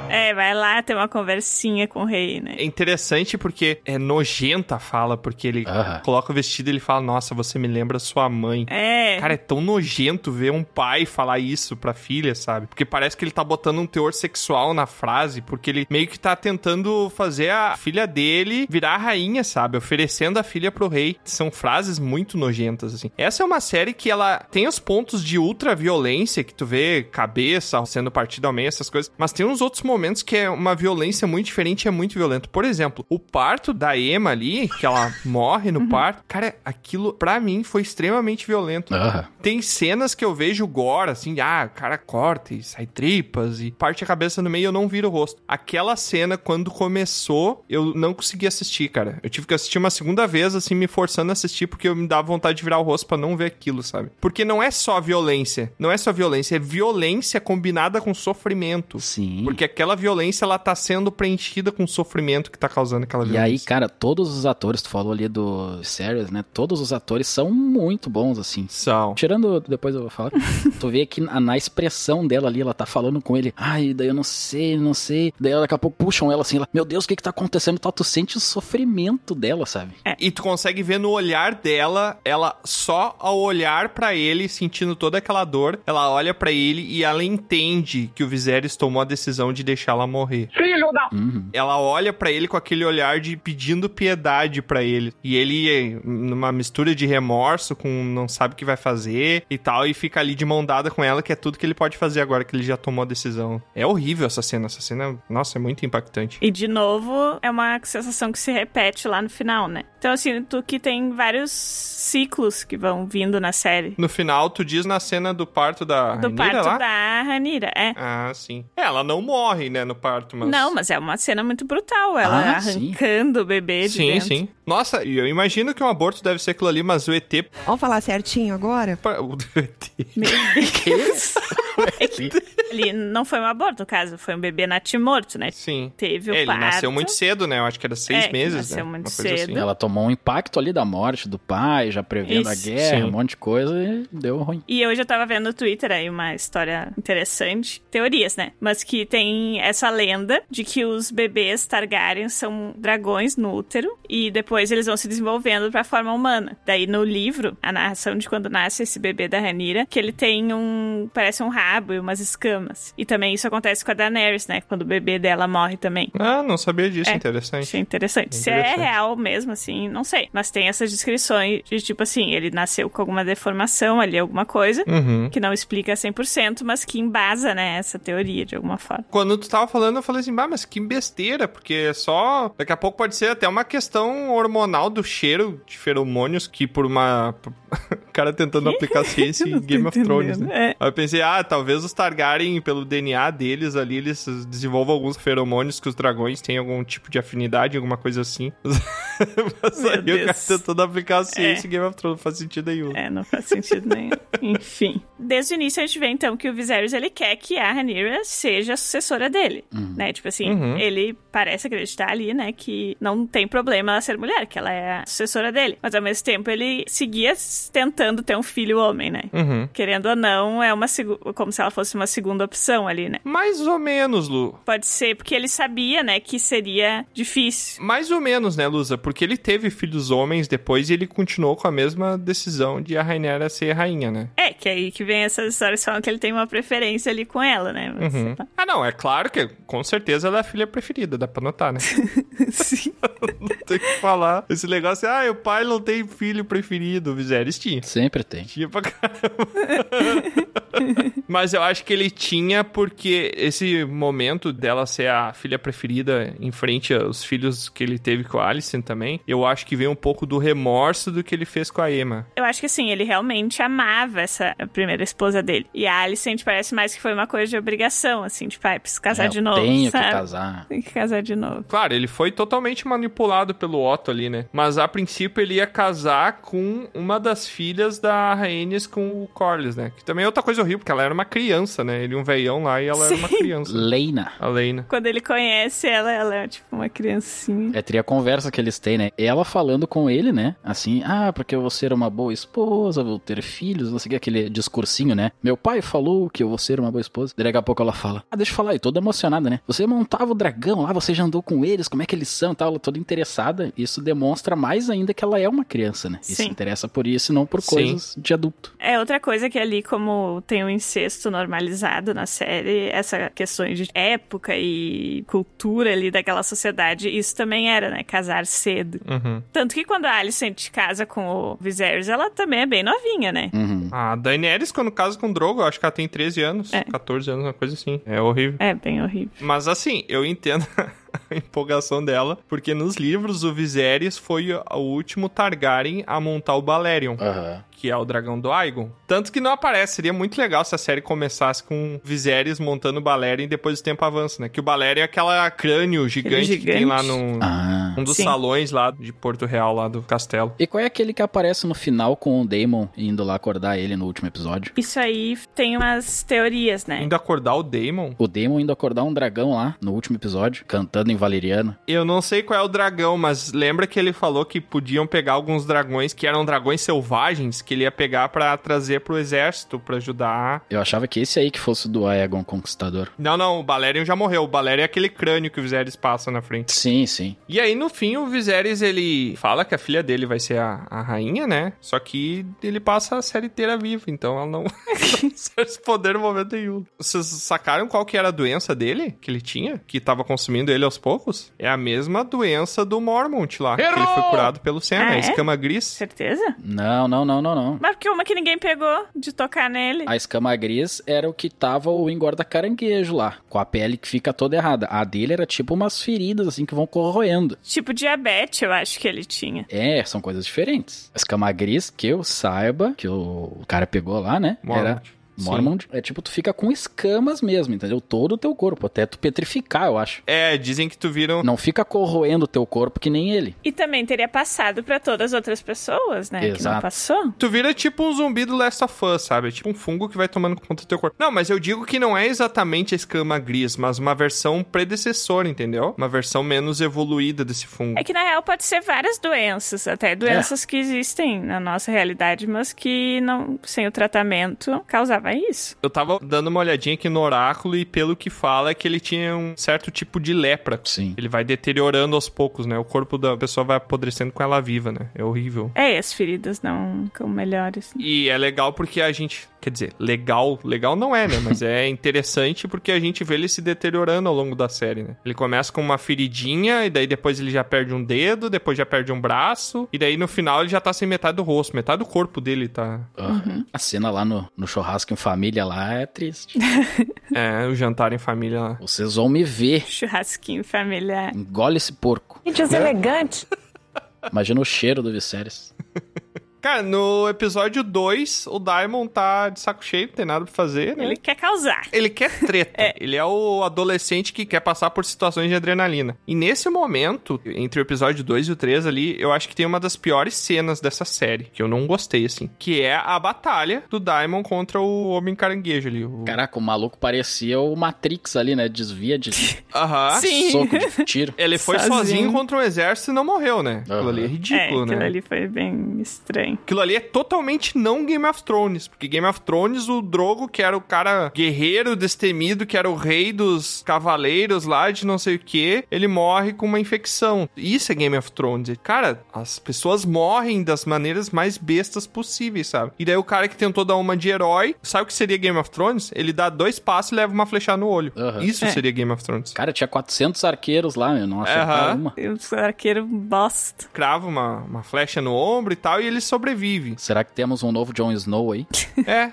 [SPEAKER 6] É, vai lá ter uma conversinha com o rei, né?
[SPEAKER 4] É interessante porque é nojenta a fala, porque ele
[SPEAKER 5] Aham.
[SPEAKER 4] coloca o vestido e ele fala, nossa, você me lembra sua mãe.
[SPEAKER 6] É.
[SPEAKER 4] Cara, é tão nojento ver um pai falar isso pra filha, sabe? Porque parece que ele tá botando um teor sexual na frase, porque ele meio que tá tentando fazer a filha dele virar a rainha, sabe? Oferecendo a filha pro rei. São frases muito nojentas, assim. Essa é uma série que ela tem os pontos de ultraviolência, que tu vê cabeça sendo partida ao meio, essas coisas, mas tem uns outros momentos que é uma violência muito diferente e é muito violento. Por exemplo, o parto da Emma ali, que ela [laughs] morre no parto, cara, aquilo pra mim foi extremamente violento.
[SPEAKER 5] Aham.
[SPEAKER 4] Tem cenas que eu vejo gore, assim, ah, o cara corta e sai tripas e parte a cabeça no meio e eu não viro o rosto. Aquela cena, quando começou, eu não consegui assistir, cara. Eu tive que assistir uma segunda vez, assim, me forçando a assistir, porque eu me dava vontade de virar o rosto pra não ver aquilo, sabe? Porque não é só violência. Não é só violência, é violência combinada com sofrimento.
[SPEAKER 5] Sim.
[SPEAKER 4] Porque aquela violência, ela tá sendo preenchida com o sofrimento que tá causando aquela
[SPEAKER 5] E aí,
[SPEAKER 4] violência.
[SPEAKER 5] cara, todos os atores, tu falou ali do Series, né? Todos os atores são muito bons, assim.
[SPEAKER 4] São.
[SPEAKER 5] Tirando, depois eu vou
[SPEAKER 6] [laughs]
[SPEAKER 5] falar. tu vê que na, na expressão dela ali, ela tá falando com ele. Ai, daí eu não sei, não sei. Daí daqui a pouco puxam ela assim, ela, meu Deus, o que que tá acontecendo? e Tal, tu sente o sofrimento dela, sabe?
[SPEAKER 4] E tu consegue ver no olhar dela, ela só ao olhar pra ele, sentindo toda aquela dor, ela olha pra ele e ela entende que o Viserys tomou a decisão de deixá-la morrer.
[SPEAKER 6] Ah.
[SPEAKER 5] Uhum.
[SPEAKER 4] Ela olha pra ele com aquele olhar de pedindo piedade pra ele. E ele, eh, numa mistura de remorso, com não sabe o que vai fazer e tal, e fica ali de mão dada com ela, que é tudo que ele pode fazer agora que ele já tomou a decisão. É horrível essa cena, essa cena, nossa, é muito impactante.
[SPEAKER 6] E de novo, é uma sensação que se repete lá no final, né? Então eu sinto que tem vários ciclos que vão vindo na série.
[SPEAKER 4] No final, tu diz na cena do parto da
[SPEAKER 6] Do
[SPEAKER 4] Rhaenyra
[SPEAKER 6] parto
[SPEAKER 4] lá?
[SPEAKER 6] da Ranira, é.
[SPEAKER 4] Ah, sim. É, Ela não morre, né, no parto, mas.
[SPEAKER 6] Não, mas é uma cena muito brutal, ela
[SPEAKER 5] Ah, sim.
[SPEAKER 6] arrancando o bebê de
[SPEAKER 4] Sim,
[SPEAKER 6] dentro. [laughs]
[SPEAKER 4] sim. Nossa, e eu imagino que um aborto deve ser aquilo ali, mas o ET. [laughs]
[SPEAKER 11] Vamos falar certinho agora?
[SPEAKER 4] pa- O ET.
[SPEAKER 6] Meu Deus. É que
[SPEAKER 4] [laughs]
[SPEAKER 6] ele não foi um aborto, no caso, foi um bebê natimorto, né?
[SPEAKER 4] Sim.
[SPEAKER 6] Teve o
[SPEAKER 4] É, ele
[SPEAKER 6] parto.
[SPEAKER 4] nasceu muito cedo, né? Eu acho que era seis
[SPEAKER 6] É, que
[SPEAKER 4] meses,
[SPEAKER 6] nasceu
[SPEAKER 4] né?
[SPEAKER 6] muito
[SPEAKER 4] Uma coisa
[SPEAKER 6] cedo.
[SPEAKER 4] assim.
[SPEAKER 5] Ela tomou um impacto ali da morte do pai, já prevendo
[SPEAKER 6] Isso.
[SPEAKER 5] a guerra,
[SPEAKER 4] Sim.
[SPEAKER 5] um monte de coisa, e deu ruim.
[SPEAKER 6] E hoje eu tava vendo no Twitter aí uma história interessante, teorias, né? Mas que tem essa lenda de que os bebês Targaryen são dragões no útero e depois eles vão se desenvolvendo pra forma humana. Daí no livro, a narração de quando nasce esse bebê da Ranira, que ele tem um, parece um rabo e umas escamas. E também isso acontece com a Daenerys, né? Quando o bebê dela morre também.
[SPEAKER 4] Ah, não sabia disso,
[SPEAKER 6] É.
[SPEAKER 4] interessante.
[SPEAKER 6] Achei interessante. Se é
[SPEAKER 4] Interessante.
[SPEAKER 6] real mesmo, assim, não sei. Mas tem essas descrições de tipo assim, ele nasceu com alguma deformação ali, alguma coisa,
[SPEAKER 4] Uhum.
[SPEAKER 6] que não explica 100%, mas que embasa, né, essa teoria de alguma forma.
[SPEAKER 4] Quando tu tava falando, eu falei assim, bah, mas que besteira, porque é só. Daqui a pouco pode ser até uma questão hormonal do cheiro de feromônios que por uma. [laughs] o cara tentando aplicar
[SPEAKER 6] [laughs]
[SPEAKER 4] ciência em Game of Thrones, né?
[SPEAKER 6] É.
[SPEAKER 4] Aí eu pensei, ah, talvez os Targaryen, pelo DNA deles ali, eles desenvolvam alguns feromônios que os dragões têm algum tipo de afinidade, alguma coisa assim. [laughs] Mas
[SPEAKER 6] Meu
[SPEAKER 4] aí o cara
[SPEAKER 6] Deus.
[SPEAKER 4] tentando aplicar a ciência
[SPEAKER 6] É.
[SPEAKER 4] em Game of Thrones, não faz sentido nenhum.
[SPEAKER 6] É, não faz sentido
[SPEAKER 4] [laughs]
[SPEAKER 6] nenhum. Enfim. Desde o início a gente vê, então, que o Viserys, ele quer que a Rhaenyra seja a sucessora dele, né? Tipo assim,
[SPEAKER 4] Uhum.
[SPEAKER 6] ele parece acreditar ali, né, que não tem problema ela ser mulher, que ela é a sucessora dele. Mas, ao mesmo tempo, ele seguia tentando ter um filho homem, né?
[SPEAKER 4] Uhum.
[SPEAKER 6] Querendo ou não, é uma segu- como se ela fosse uma segunda opção ali, né?
[SPEAKER 4] Mais ou menos, Lu.
[SPEAKER 6] Pode ser, porque ele sabia, né, que seria difícil.
[SPEAKER 4] Mais ou menos, né, Lusa? Porque ele teve filhos homens depois e ele continuou com a mesma decisão de a Rainera ser rainha, né?
[SPEAKER 6] É, que aí que vem essas histórias falando que ele tem uma preferência ali com ela, né? Mas,
[SPEAKER 4] Uhum. Ah, não, é claro que com certeza ela é a filha preferida, dá pra notar, né?
[SPEAKER 6] [laughs]
[SPEAKER 4] [laughs]
[SPEAKER 6] Sim.
[SPEAKER 4] tem que falar. Esse negócio é, ah, o pai não tem filho preferido, o Viserys tinha.
[SPEAKER 5] Sempre tem.
[SPEAKER 4] Tinha pra caramba. Mas eu acho que ele tinha porque esse momento dela ser a filha preferida em frente aos filhos que ele teve com a Alicent também, eu acho que vem um pouco do remorso do que ele fez com a Emma.
[SPEAKER 6] Eu acho que assim, ele realmente amava essa primeira esposa dele. E a Alicent parece mais que foi uma coisa de obrigação, assim, tipo, ah, preciso casar
[SPEAKER 5] É,
[SPEAKER 6] de
[SPEAKER 5] eu
[SPEAKER 6] novo.
[SPEAKER 5] Tenho
[SPEAKER 6] sabe?
[SPEAKER 5] que casar.
[SPEAKER 6] Tem que casar de novo.
[SPEAKER 4] Claro, ele foi totalmente manipulado pelo Otto ali, né? Mas a princípio ele ia casar com uma das filhas da Rhaenys com o Corlys, né? Que também é outra coisa horrível, porque ela era uma criança, né? Ele um veião lá e ela era uma criança.
[SPEAKER 5] Leina.
[SPEAKER 4] A Leina.
[SPEAKER 6] Quando ele conhece ela, ela é tipo uma criancinha.
[SPEAKER 5] É, teria a conversa que eles têm, né? Ela falando com ele, né? Assim, ah, porque eu vou ser uma boa esposa, vou ter filhos, não sei o que, aquele discursinho, né? Meu pai falou que eu vou ser uma boa esposa. Daí daqui a pouco ela fala, ah, deixa eu falar, e toda emocionada, né? Você montava o dragão lá, você já andou com eles, como é que eles são e tal, ela toda interessada. Isso demonstra mais ainda que ela é uma criança, né? E se
[SPEAKER 6] Sim.
[SPEAKER 5] interessa por isso e não por
[SPEAKER 4] Sim.
[SPEAKER 5] coisas de adulto.
[SPEAKER 6] É outra coisa que ali, como tem o incesto normalizado na série, essa questão de época e cultura ali daquela sociedade, isso também era, né? Casar cedo.
[SPEAKER 4] Uhum.
[SPEAKER 6] Tanto que quando a Alicent casa com o Viserys, ela também é bem novinha, né?
[SPEAKER 5] Uhum.
[SPEAKER 4] A Daenerys, quando casa com o Drogo, eu acho que ela tem 13 anos,
[SPEAKER 6] É.
[SPEAKER 4] 14 anos, uma coisa assim. É horrível.
[SPEAKER 6] É bem horrível.
[SPEAKER 4] Mas assim, eu entendo [laughs] a empolgação dela, porque nos livros o Viserys foi o último Targaryen a montar o Balerion.
[SPEAKER 5] Aham.
[SPEAKER 4] que é o dragão do Aegon. Tanto que não aparece, seria muito legal se a série começasse com Viserys montando o Balerion e depois o tempo avança, né? Que o Balerion é aquela crânio gigante, que
[SPEAKER 6] gigante.
[SPEAKER 4] tem lá num
[SPEAKER 5] Ah.
[SPEAKER 4] um dos
[SPEAKER 6] Sim.
[SPEAKER 4] salões lá de Porto Real, lá do castelo.
[SPEAKER 5] E qual é aquele que aparece no final com o Damon indo lá acordar ele no último episódio?
[SPEAKER 6] Isso aí tem umas teorias, né?
[SPEAKER 4] Ainda acordar o Daemon?
[SPEAKER 5] O Damon indo acordar um dragão lá no último episódio, cantando em valeriano.
[SPEAKER 4] Eu não sei qual é o dragão, mas lembra que ele falou que podiam pegar alguns dragões que eram dragões selvagens que ele ia pegar pra trazer pro exército pra ajudar.
[SPEAKER 5] Eu achava que esse aí que fosse o do Aegon Conquistador.
[SPEAKER 4] Não, não, o Balerion já morreu. O Balerion é aquele crânio que o Viserys passa na frente.
[SPEAKER 5] Sim, sim.
[SPEAKER 4] E aí, no fim, o Viserys, ele fala que a filha dele vai ser a, a rainha, né? Só que ele passa a série inteira vivo, então ela não [laughs] serve esse poder no momento nenhum. Vocês sacaram qual que era a doença dele, que ele tinha? Que tava consumindo ele aos poucos? É a mesma doença do Mormont lá, que ele foi curado pelo Senna,
[SPEAKER 6] Ah,
[SPEAKER 4] a
[SPEAKER 6] é?
[SPEAKER 4] escama gris.
[SPEAKER 6] Certeza?
[SPEAKER 5] Não, não, não, não, não.
[SPEAKER 6] Mas porque uma que ninguém pegou de tocar nele.
[SPEAKER 5] A escama gris era o que tava o engorda caranguejo lá, com a pele que fica toda errada. A dele era tipo umas feridas assim que vão corroendo.
[SPEAKER 6] Tipo diabetes, eu acho que ele tinha.
[SPEAKER 5] É, são coisas diferentes. A escama gris, que eu saiba, que o cara pegou lá, né? Era
[SPEAKER 4] Mormont.
[SPEAKER 5] Mormont é tipo, tu fica com escamas mesmo, entendeu? Todo o teu corpo, até tu petrificar, eu acho.
[SPEAKER 4] É, dizem que tu viram.
[SPEAKER 5] Não fica corroendo o teu corpo que nem ele.
[SPEAKER 6] E também teria passado pra todas as outras pessoas, né? Que não
[SPEAKER 5] Exato.
[SPEAKER 6] passou.
[SPEAKER 4] Tu vira tipo um zumbi do Last of Us, sabe? É Tipo um fungo que vai tomando conta do teu corpo. Não, mas eu digo que não é exatamente a escama gris, mas uma versão predecessora, entendeu? Uma versão menos evoluída desse fungo.
[SPEAKER 6] É que na real pode ser várias doenças, até doenças que existem na nossa realidade, mas que não, sem o tratamento, causava isso.
[SPEAKER 4] Eu tava dando uma olhadinha aqui no oráculo e pelo que fala é que ele tinha um certo tipo de lepra.
[SPEAKER 5] Sim.
[SPEAKER 4] Ele vai deteriorando aos poucos, né? O corpo da pessoa vai apodrecendo com ela viva, né? É horrível.
[SPEAKER 6] É, e as feridas não ficam melhores. né?
[SPEAKER 4] E é legal porque a gente. Quer dizer, legal. Legal não é, né? Mas é interessante porque a gente vê ele se deteriorando ao longo da série, né? Ele começa com uma feridinha, e daí depois ele já perde um dedo, depois já perde um braço, e daí no final ele já tá sem metade do rosto, metade do corpo dele tá.
[SPEAKER 5] Ah, A cena lá no, no churrasco em família lá é triste.
[SPEAKER 4] É, o jantar em família lá.
[SPEAKER 5] Vocês vão me ver.
[SPEAKER 6] Churrasquinho familiar.
[SPEAKER 5] Engole esse porco.
[SPEAKER 11] Que deselegante.
[SPEAKER 5] Imagina o cheiro do Viserys.
[SPEAKER 4] Cara, no episódio 2, o Daimon tá de saco cheio, não tem nada pra fazer, né?
[SPEAKER 6] Ele quer causar.
[SPEAKER 4] Ele quer treta. Ele é o adolescente que quer passar por situações de adrenalina. E nesse momento, entre o episódio 2 e o 3 ali, eu acho que tem uma das piores cenas dessa série, que eu não gostei, assim. Que é a batalha do Daimon contra o Homem Caranguejo ali. o-
[SPEAKER 6] É.
[SPEAKER 5] Caraca, o maluco parecia o Matrix ali, né? Desvia de
[SPEAKER 4] Aham.
[SPEAKER 6] Sim.
[SPEAKER 5] soco de tiro.
[SPEAKER 4] Ele foi sozinho.
[SPEAKER 6] Sozinho.
[SPEAKER 4] contra um exército e não morreu, né? Aquilo ali é
[SPEAKER 6] É,
[SPEAKER 4] ridículo,
[SPEAKER 6] aquilo
[SPEAKER 4] né?
[SPEAKER 6] ali foi bem estranho.
[SPEAKER 4] Aquilo ali é totalmente não Game of Thrones, porque Game of Thrones, o Drogo, que era o cara guerreiro, destemido, que era o rei dos cavaleiros lá de não sei o que, ele morre com uma infecção. Isso é Game of Thrones. Cara, as pessoas morrem das maneiras mais bestas possíveis, sabe? E daí o cara que tentou dar uma de herói, sabe o que seria Game of Thrones? Ele dá dois passos e leva uma flechada no olho.
[SPEAKER 5] Aham.
[SPEAKER 4] Isso seria Game of Thrones.
[SPEAKER 5] Cara, tinha 400 arqueiros lá, meu. Não acertaram
[SPEAKER 4] Aham.
[SPEAKER 5] uma.
[SPEAKER 6] E O um arqueiro bosta.
[SPEAKER 4] Crava uma, uma flecha no ombro e tal, e ele sobrevive.
[SPEAKER 5] [laughs] Será que temos um novo Jon Snow aí?
[SPEAKER 4] É,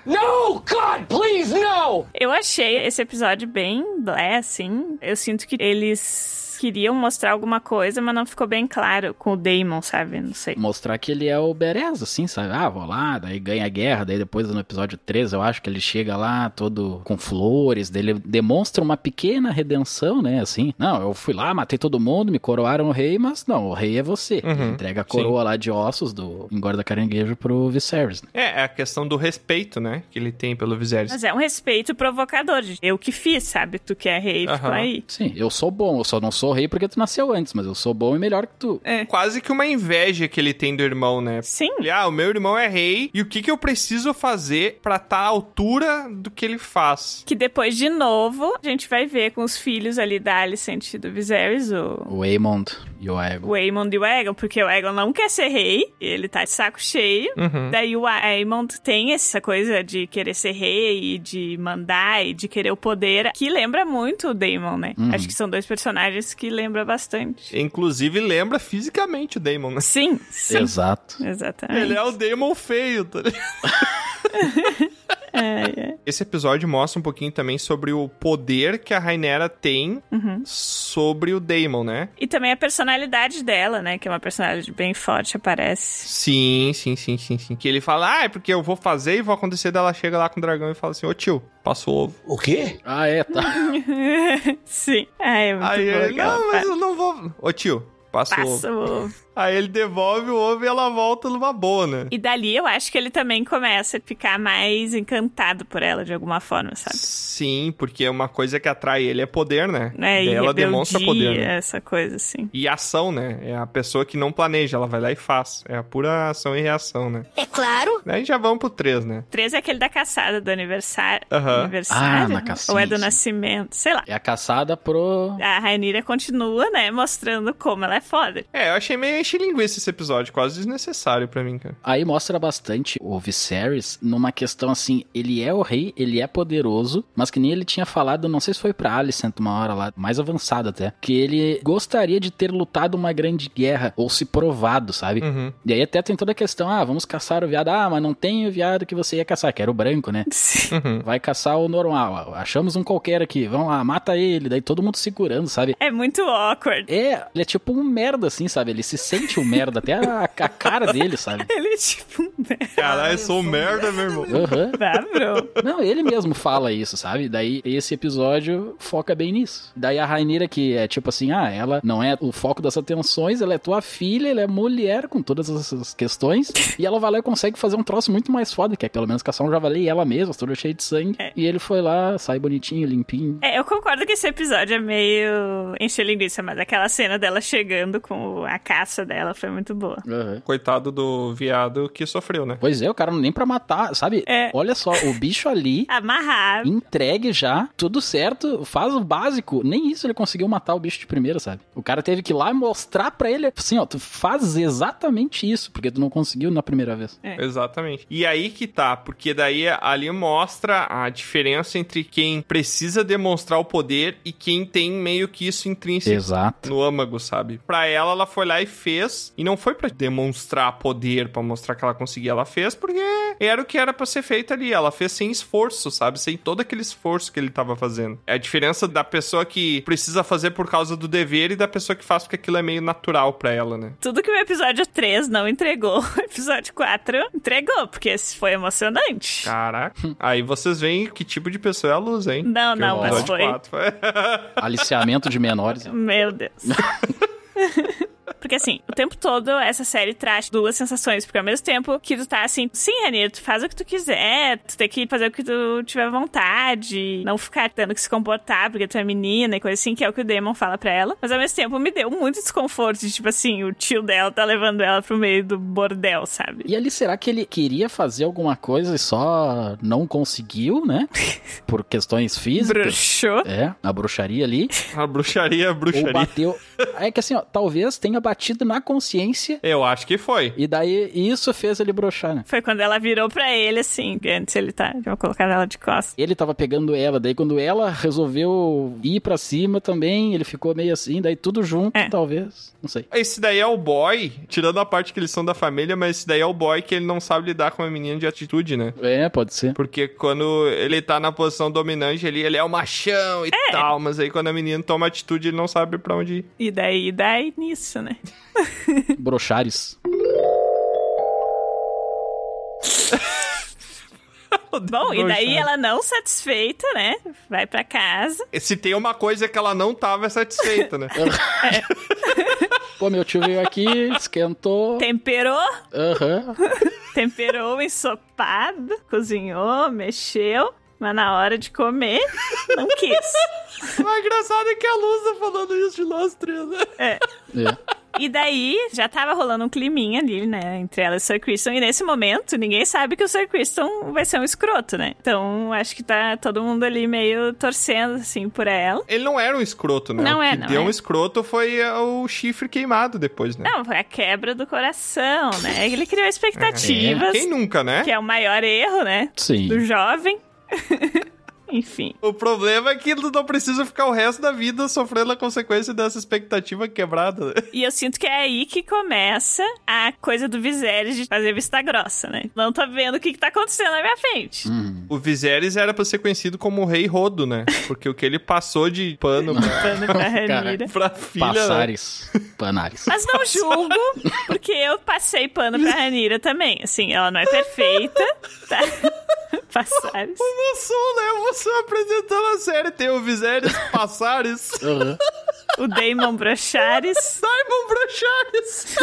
[SPEAKER 6] Eu achei esse episódio bem blé, assim. Eu sinto que eles queriam mostrar alguma coisa, mas não ficou bem claro com o Damon, sabe? Não sei.
[SPEAKER 5] Mostrar que ele é o Berez, assim, sabe? Ah, vou lá, daí ganha a guerra, daí depois no episódio 13, eu acho que ele chega lá todo com flores, daí ele demonstra uma pequena redenção, né? Assim, não, eu fui lá, matei todo mundo, me coroaram o rei, mas não, o rei é você.
[SPEAKER 4] Uhum,
[SPEAKER 5] Ele entrega a coroa lá de ossos do Engorda Caranguejo pro Viserys. né?
[SPEAKER 4] É, é a questão do respeito, né? Que ele tem pelo Viserys.
[SPEAKER 6] Mas é um respeito provocador. de Eu que fiz, sabe? Tu que é rei, ficou
[SPEAKER 4] Aham.
[SPEAKER 6] aí.
[SPEAKER 5] Sim, eu sou bom, eu só não sou rei porque tu nasceu antes, mas eu sou bom e melhor que tu.
[SPEAKER 4] É quase que uma inveja que ele tem do irmão, né?
[SPEAKER 6] Sim.
[SPEAKER 4] Ele, ah, o meu irmão é rei, e o que, que eu preciso fazer pra estar à altura do que ele faz?
[SPEAKER 6] Que depois, de novo, a gente vai ver com os filhos ali da Alicent e do Viserys, o
[SPEAKER 5] O Aemond e o Aegon.
[SPEAKER 6] o Aemond e o Aegon, porque o Aegon não quer ser rei, e ele tá de saco cheio.
[SPEAKER 4] Uhum.
[SPEAKER 6] Daí o Aemond tem essa coisa de querer ser rei, e de mandar e de querer o poder, que lembra muito o Daemon, né? Acho que são dois personagens que lembram bastante.
[SPEAKER 4] Inclusive, lembra fisicamente o Damon, né?
[SPEAKER 6] Sim, sim.
[SPEAKER 5] Exato.
[SPEAKER 6] Exatamente.
[SPEAKER 4] Ele é o Damon feio, tá ligado?
[SPEAKER 6] [laughs] É, é.
[SPEAKER 4] Esse episódio mostra um pouquinho também sobre o poder que a Rainera tem sobre o Damon, né?
[SPEAKER 6] Uhum. E também a personalidade dela, né? Que é uma personalidade bem forte, aparece. [laughs]
[SPEAKER 4] Sim, sim, sim, sim, sim. Que ele fala, ah, é porque eu vou fazer e vou acontecer. Daí ela chega lá com o dragão e fala assim, ô tio, passou ovo.
[SPEAKER 10] O quê?
[SPEAKER 5] Ah, é, tá.
[SPEAKER 6] sim. Ai, é muito
[SPEAKER 4] Aí
[SPEAKER 6] boa
[SPEAKER 4] ele,
[SPEAKER 6] aquela
[SPEAKER 4] não, mas
[SPEAKER 6] parte.
[SPEAKER 4] eu não vou. Ô tio, passa o ovo.
[SPEAKER 6] Passa o ovo.
[SPEAKER 4] Aí ele devolve o ovo e ela volta numa boa, né?
[SPEAKER 6] E dali eu acho que ele também começa a ficar mais encantado por ela de alguma forma, sabe?
[SPEAKER 4] Sim, porque é uma coisa que atrai ele é poder, né?
[SPEAKER 6] Né?
[SPEAKER 4] Daí
[SPEAKER 6] E
[SPEAKER 4] ela demonstra
[SPEAKER 6] rebeldia,
[SPEAKER 4] poder. Né?
[SPEAKER 6] Essa coisa assim.
[SPEAKER 4] E ação, né? É a pessoa que não planeja, ela vai lá e faz. É a pura ação e reação, né?
[SPEAKER 11] É claro.
[SPEAKER 4] Daí já vamos pro 3, né?
[SPEAKER 6] 13 é aquele da caçada do aniversário.
[SPEAKER 4] Aham.
[SPEAKER 6] aniversário?
[SPEAKER 5] Ah, na caçada,
[SPEAKER 6] Ou é do
[SPEAKER 5] sim.
[SPEAKER 6] nascimento, sei lá.
[SPEAKER 5] É a caçada pro.
[SPEAKER 6] A Rainira continua, né, mostrando como ela é foda. [laughs]
[SPEAKER 4] É, eu achei meio enche-linguiça esse episódio, quase desnecessário pra mim, cara.
[SPEAKER 5] Aí mostra bastante o Viserys numa questão assim, ele é o rei, ele é poderoso, mas que nem ele tinha falado, não sei se foi pra Alicent uma hora lá, mais avançada até, que ele gostaria de ter lutado uma grande guerra, ou se provado, sabe?
[SPEAKER 4] Uhum.
[SPEAKER 5] E aí até tem toda a questão, ah, vamos caçar o viado, ah, mas não tem o viado que você ia caçar, que era o branco, né?
[SPEAKER 6] Sim.
[SPEAKER 4] Uhum.
[SPEAKER 5] Vai caçar o normal, ah, achamos um qualquer aqui, vamos lá, mata ele, daí todo mundo segurando, sabe?
[SPEAKER 6] É muito awkward.
[SPEAKER 5] É, ele é tipo um merda, assim, sabe? Ele se sente o merda, até a, a cara dele, sabe?
[SPEAKER 6] Ele é tipo [laughs] um merda.
[SPEAKER 4] Caralho, eu sou merda, meu irmão.
[SPEAKER 5] Aham.
[SPEAKER 6] Tá, bro.
[SPEAKER 5] Não, ele mesmo fala isso, sabe? Daí esse episódio foca bem nisso. Daí a Rainira, que é tipo assim, ah, ela não é o foco das atenções, ela é tua filha, ela é mulher com todas essas
[SPEAKER 6] [laughs]
[SPEAKER 5] questões. e ela vai lá e consegue fazer um troço muito mais foda, que é pelo menos caçar um javali e ela mesma, toda cheia de sangue.
[SPEAKER 6] É.
[SPEAKER 5] E ele foi lá, sai bonitinho, limpinho.
[SPEAKER 6] É, eu concordo que esse episódio é meio encher linguiça, mas aquela cena dela chegando com a caça dela foi muito boa.
[SPEAKER 5] Aham.
[SPEAKER 4] Coitado do viado que sofreu, né?
[SPEAKER 5] Pois é, o cara não nem pra matar, sabe?
[SPEAKER 6] É.
[SPEAKER 5] Olha só, o bicho ali
[SPEAKER 6] Amarrar.
[SPEAKER 5] entregue já, tudo certo, faz o básico. Nem isso ele conseguiu matar o bicho de primeira, sabe? O cara teve que ir lá e mostrar pra ele, assim, ó, tu faz exatamente isso, porque tu não conseguiu na primeira vez.
[SPEAKER 6] É.
[SPEAKER 4] Exatamente. E aí que tá, porque daí ali mostra a diferença entre quem precisa demonstrar o poder e quem tem meio que isso intrínseco
[SPEAKER 5] Exato.
[SPEAKER 4] no âmago, sabe? Pra ela, ela foi lá e fez, e não foi pra demonstrar poder, pra mostrar que ela conseguia, ela fez porque era o que era pra ser feito ali, ela fez sem esforço, sabe? Sem todo aquele esforço que ele tava fazendo. É a diferença da pessoa que precisa fazer por causa do dever e da pessoa que faz porque aquilo é meio natural pra ela, né?
[SPEAKER 6] Tudo que o episódio 3 não entregou, [laughs] o episódio 4 entregou, porque esse foi emocionante.
[SPEAKER 4] Caraca. Aí vocês veem que tipo de pessoa é a luz, hein?
[SPEAKER 6] Não,
[SPEAKER 4] Que
[SPEAKER 6] não,
[SPEAKER 4] o
[SPEAKER 6] mas
[SPEAKER 4] episódio
[SPEAKER 6] foi.
[SPEAKER 4] quatro [laughs]
[SPEAKER 5] Aliciamento de menores.
[SPEAKER 6] Meu Deus. [laughs] Porque assim, o tempo todo essa série traz duas sensações, porque ao mesmo tempo que tu tá assim, sim, Renir, tu faz o que tu quiser, tu tem que fazer o que tu tiver vontade, não ficar tendo que se comportar porque tu é menina e coisa assim, que é o que o Damon fala pra ela. Mas ao mesmo tempo me deu muito desconforto de tipo assim, o tio dela tá levando ela pro meio do bordel, sabe?
[SPEAKER 5] E ali, será que ele queria fazer alguma coisa e só não conseguiu, né? Por questões físicas.
[SPEAKER 6] Bruxou.
[SPEAKER 5] É, a bruxaria ali.
[SPEAKER 4] A bruxaria, a
[SPEAKER 5] Ou
[SPEAKER 4] bruxaria.
[SPEAKER 5] bateu. É que assim, ó, talvez tenha batido na consciência.
[SPEAKER 4] Eu acho que foi.
[SPEAKER 5] E daí isso fez ele broxar, né?
[SPEAKER 6] Foi quando ela virou pra ele, assim, que antes ele tá, eu colocar ela de costas.
[SPEAKER 5] Ele tava pegando ela, daí quando ela resolveu ir pra cima também, ele ficou meio assim, daí tudo junto,
[SPEAKER 6] É.
[SPEAKER 5] talvez. Não sei.
[SPEAKER 4] Esse daí é o boy, tirando a parte que eles são da família, mas esse daí é o boy que ele não sabe lidar com uma menina de atitude, né?
[SPEAKER 5] É, pode
[SPEAKER 6] [laughs]
[SPEAKER 5] ser.
[SPEAKER 4] Porque quando ele tá na posição dominante ali, ele é o machão e
[SPEAKER 6] É.
[SPEAKER 4] tal, mas aí quando a menina toma atitude, ele não sabe pra onde ir.
[SPEAKER 6] E daí, e daí nisso, né?
[SPEAKER 5] Brochares.
[SPEAKER 6] Bom, e daí ela não satisfeita, né? Vai pra casa.
[SPEAKER 4] Se tem uma coisa é que ela não tava satisfeita,
[SPEAKER 6] [laughs]
[SPEAKER 4] né?
[SPEAKER 5] Pô, meu tio veio aqui, esquentou.
[SPEAKER 6] Temperou, [laughs]
[SPEAKER 5] Aham.
[SPEAKER 6] temperou o ensopado, cozinhou, mexeu. Mas na hora de comer, não quis.
[SPEAKER 4] o engraçado é que a Luz tá falando isso de nós três, né?
[SPEAKER 5] É.
[SPEAKER 6] E daí, já tava rolando um climinha ali, né? Entre ela e o Sir Kristen. E nesse momento, ninguém sabe que o Sir Kristen vai ser um escroto, né? Então, acho que tá todo mundo ali meio torcendo, assim, por ela.
[SPEAKER 4] Ele não era um escroto, né?
[SPEAKER 6] Não
[SPEAKER 4] o
[SPEAKER 6] é,
[SPEAKER 4] que
[SPEAKER 6] não
[SPEAKER 4] deu
[SPEAKER 6] é.
[SPEAKER 4] um escroto foi eh, o chifre queimado depois, né?
[SPEAKER 6] Não, foi a quebra do coração, né? Ele criou expectativas,
[SPEAKER 4] Quem nunca, né?
[SPEAKER 6] que é o maior erro, né?
[SPEAKER 5] Sim.
[SPEAKER 6] Do jovem. [laughs] Enfim.
[SPEAKER 4] O problema é que tu não precisa ficar o resto da vida sofrendo a consequência dessa expectativa quebrada. né?
[SPEAKER 6] E eu sinto que é aí que começa a coisa do Viserys de fazer vista grossa, né? Não tá vendo o que, que tá acontecendo na
[SPEAKER 5] [laughs]
[SPEAKER 6] minha frente.
[SPEAKER 5] Hum.
[SPEAKER 4] O Viserys era pra ser conhecido como o Rei Rodo, né? Porque o que ele passou de pano
[SPEAKER 6] [laughs]
[SPEAKER 4] pra,
[SPEAKER 6] Pano né, pra
[SPEAKER 5] Cara.
[SPEAKER 6] Ranira.
[SPEAKER 4] pra filha... né?
[SPEAKER 5] Passares. Panares.
[SPEAKER 6] Mas não julgo, porque eu passei pano pra Ranira também. Assim, ela não é perfeita. Tá? [laughs] Passares.
[SPEAKER 4] Emoção, né? Emoção apresentando a série. Tem o [laughs] Viserys Passares.
[SPEAKER 5] Aham.
[SPEAKER 6] O Damon Brochares.
[SPEAKER 4] Simon Brochares.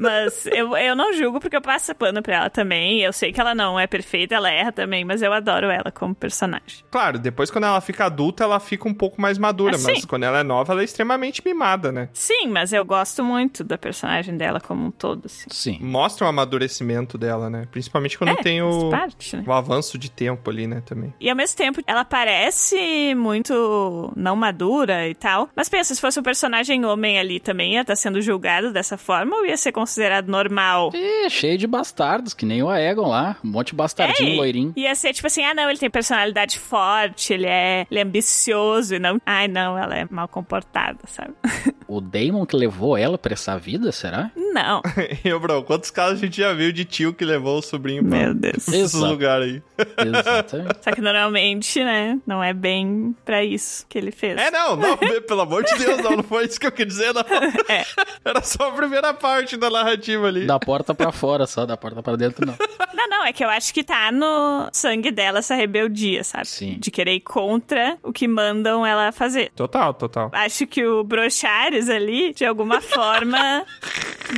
[SPEAKER 6] Mas eu, eu não julgo porque eu passo pano pra ela também. Eu sei que ela não é perfeita, ela erra também, mas eu adoro ela como personagem.
[SPEAKER 4] Claro, depois quando ela fica adulta, ela fica um pouco mais madura.
[SPEAKER 6] Ah,
[SPEAKER 4] mas
[SPEAKER 6] sim.
[SPEAKER 4] quando ela é nova, ela é extremamente mimada, né?
[SPEAKER 6] Sim, mas eu gosto muito da personagem dela como um todo, assim.
[SPEAKER 5] Sim.
[SPEAKER 4] Mostra o amadurecimento dela, né? Principalmente quando
[SPEAKER 6] É,
[SPEAKER 4] tem o...
[SPEAKER 6] faz parte, né?
[SPEAKER 4] o avanço de tempo ali, né? Também.
[SPEAKER 6] E ao mesmo tempo, ela parece muito não madura e tal. Mas pensa, se fosse um personagem homem ali também, ia estar sendo julgado dessa forma ou ia ser considerado normal?
[SPEAKER 5] E cheio de bastardos, que nem o Aegon lá. Um monte de bastardinho
[SPEAKER 6] É,
[SPEAKER 5] loirinho.
[SPEAKER 6] Ia ser tipo assim, ah não, ele tem personalidade forte, ele é, ele é ambicioso e não... Ai não, ela é mal comportada, sabe? [laughs]
[SPEAKER 5] O Damon que levou ela pra essa vida, será?
[SPEAKER 6] Não.
[SPEAKER 4] [laughs] E, ô, Brão, quantos casos a gente já viu de tio que levou o sobrinho pra
[SPEAKER 6] Meu Deus.
[SPEAKER 4] esses
[SPEAKER 5] Exato.
[SPEAKER 4] lugares aí?
[SPEAKER 5] Exatamente.
[SPEAKER 6] [laughs] Só que normalmente, né? Não é bem pra isso que ele fez.
[SPEAKER 4] É, não,
[SPEAKER 6] [laughs]
[SPEAKER 4] não, pelo amor de Deus, não, não foi isso que eu quis dizer, não.
[SPEAKER 6] É.
[SPEAKER 4] [laughs] Era só a primeira parte da narrativa ali.
[SPEAKER 5] Da porta pra fora só, da porta pra dentro não.
[SPEAKER 6] Não, não, é que eu acho que tá no sangue dela essa rebeldia, sabe?
[SPEAKER 5] Sim.
[SPEAKER 6] De querer ir contra o que mandam ela fazer.
[SPEAKER 4] Total, total.
[SPEAKER 6] Acho que o Brochares ali, de
[SPEAKER 4] [laughs]
[SPEAKER 6] alguma forma,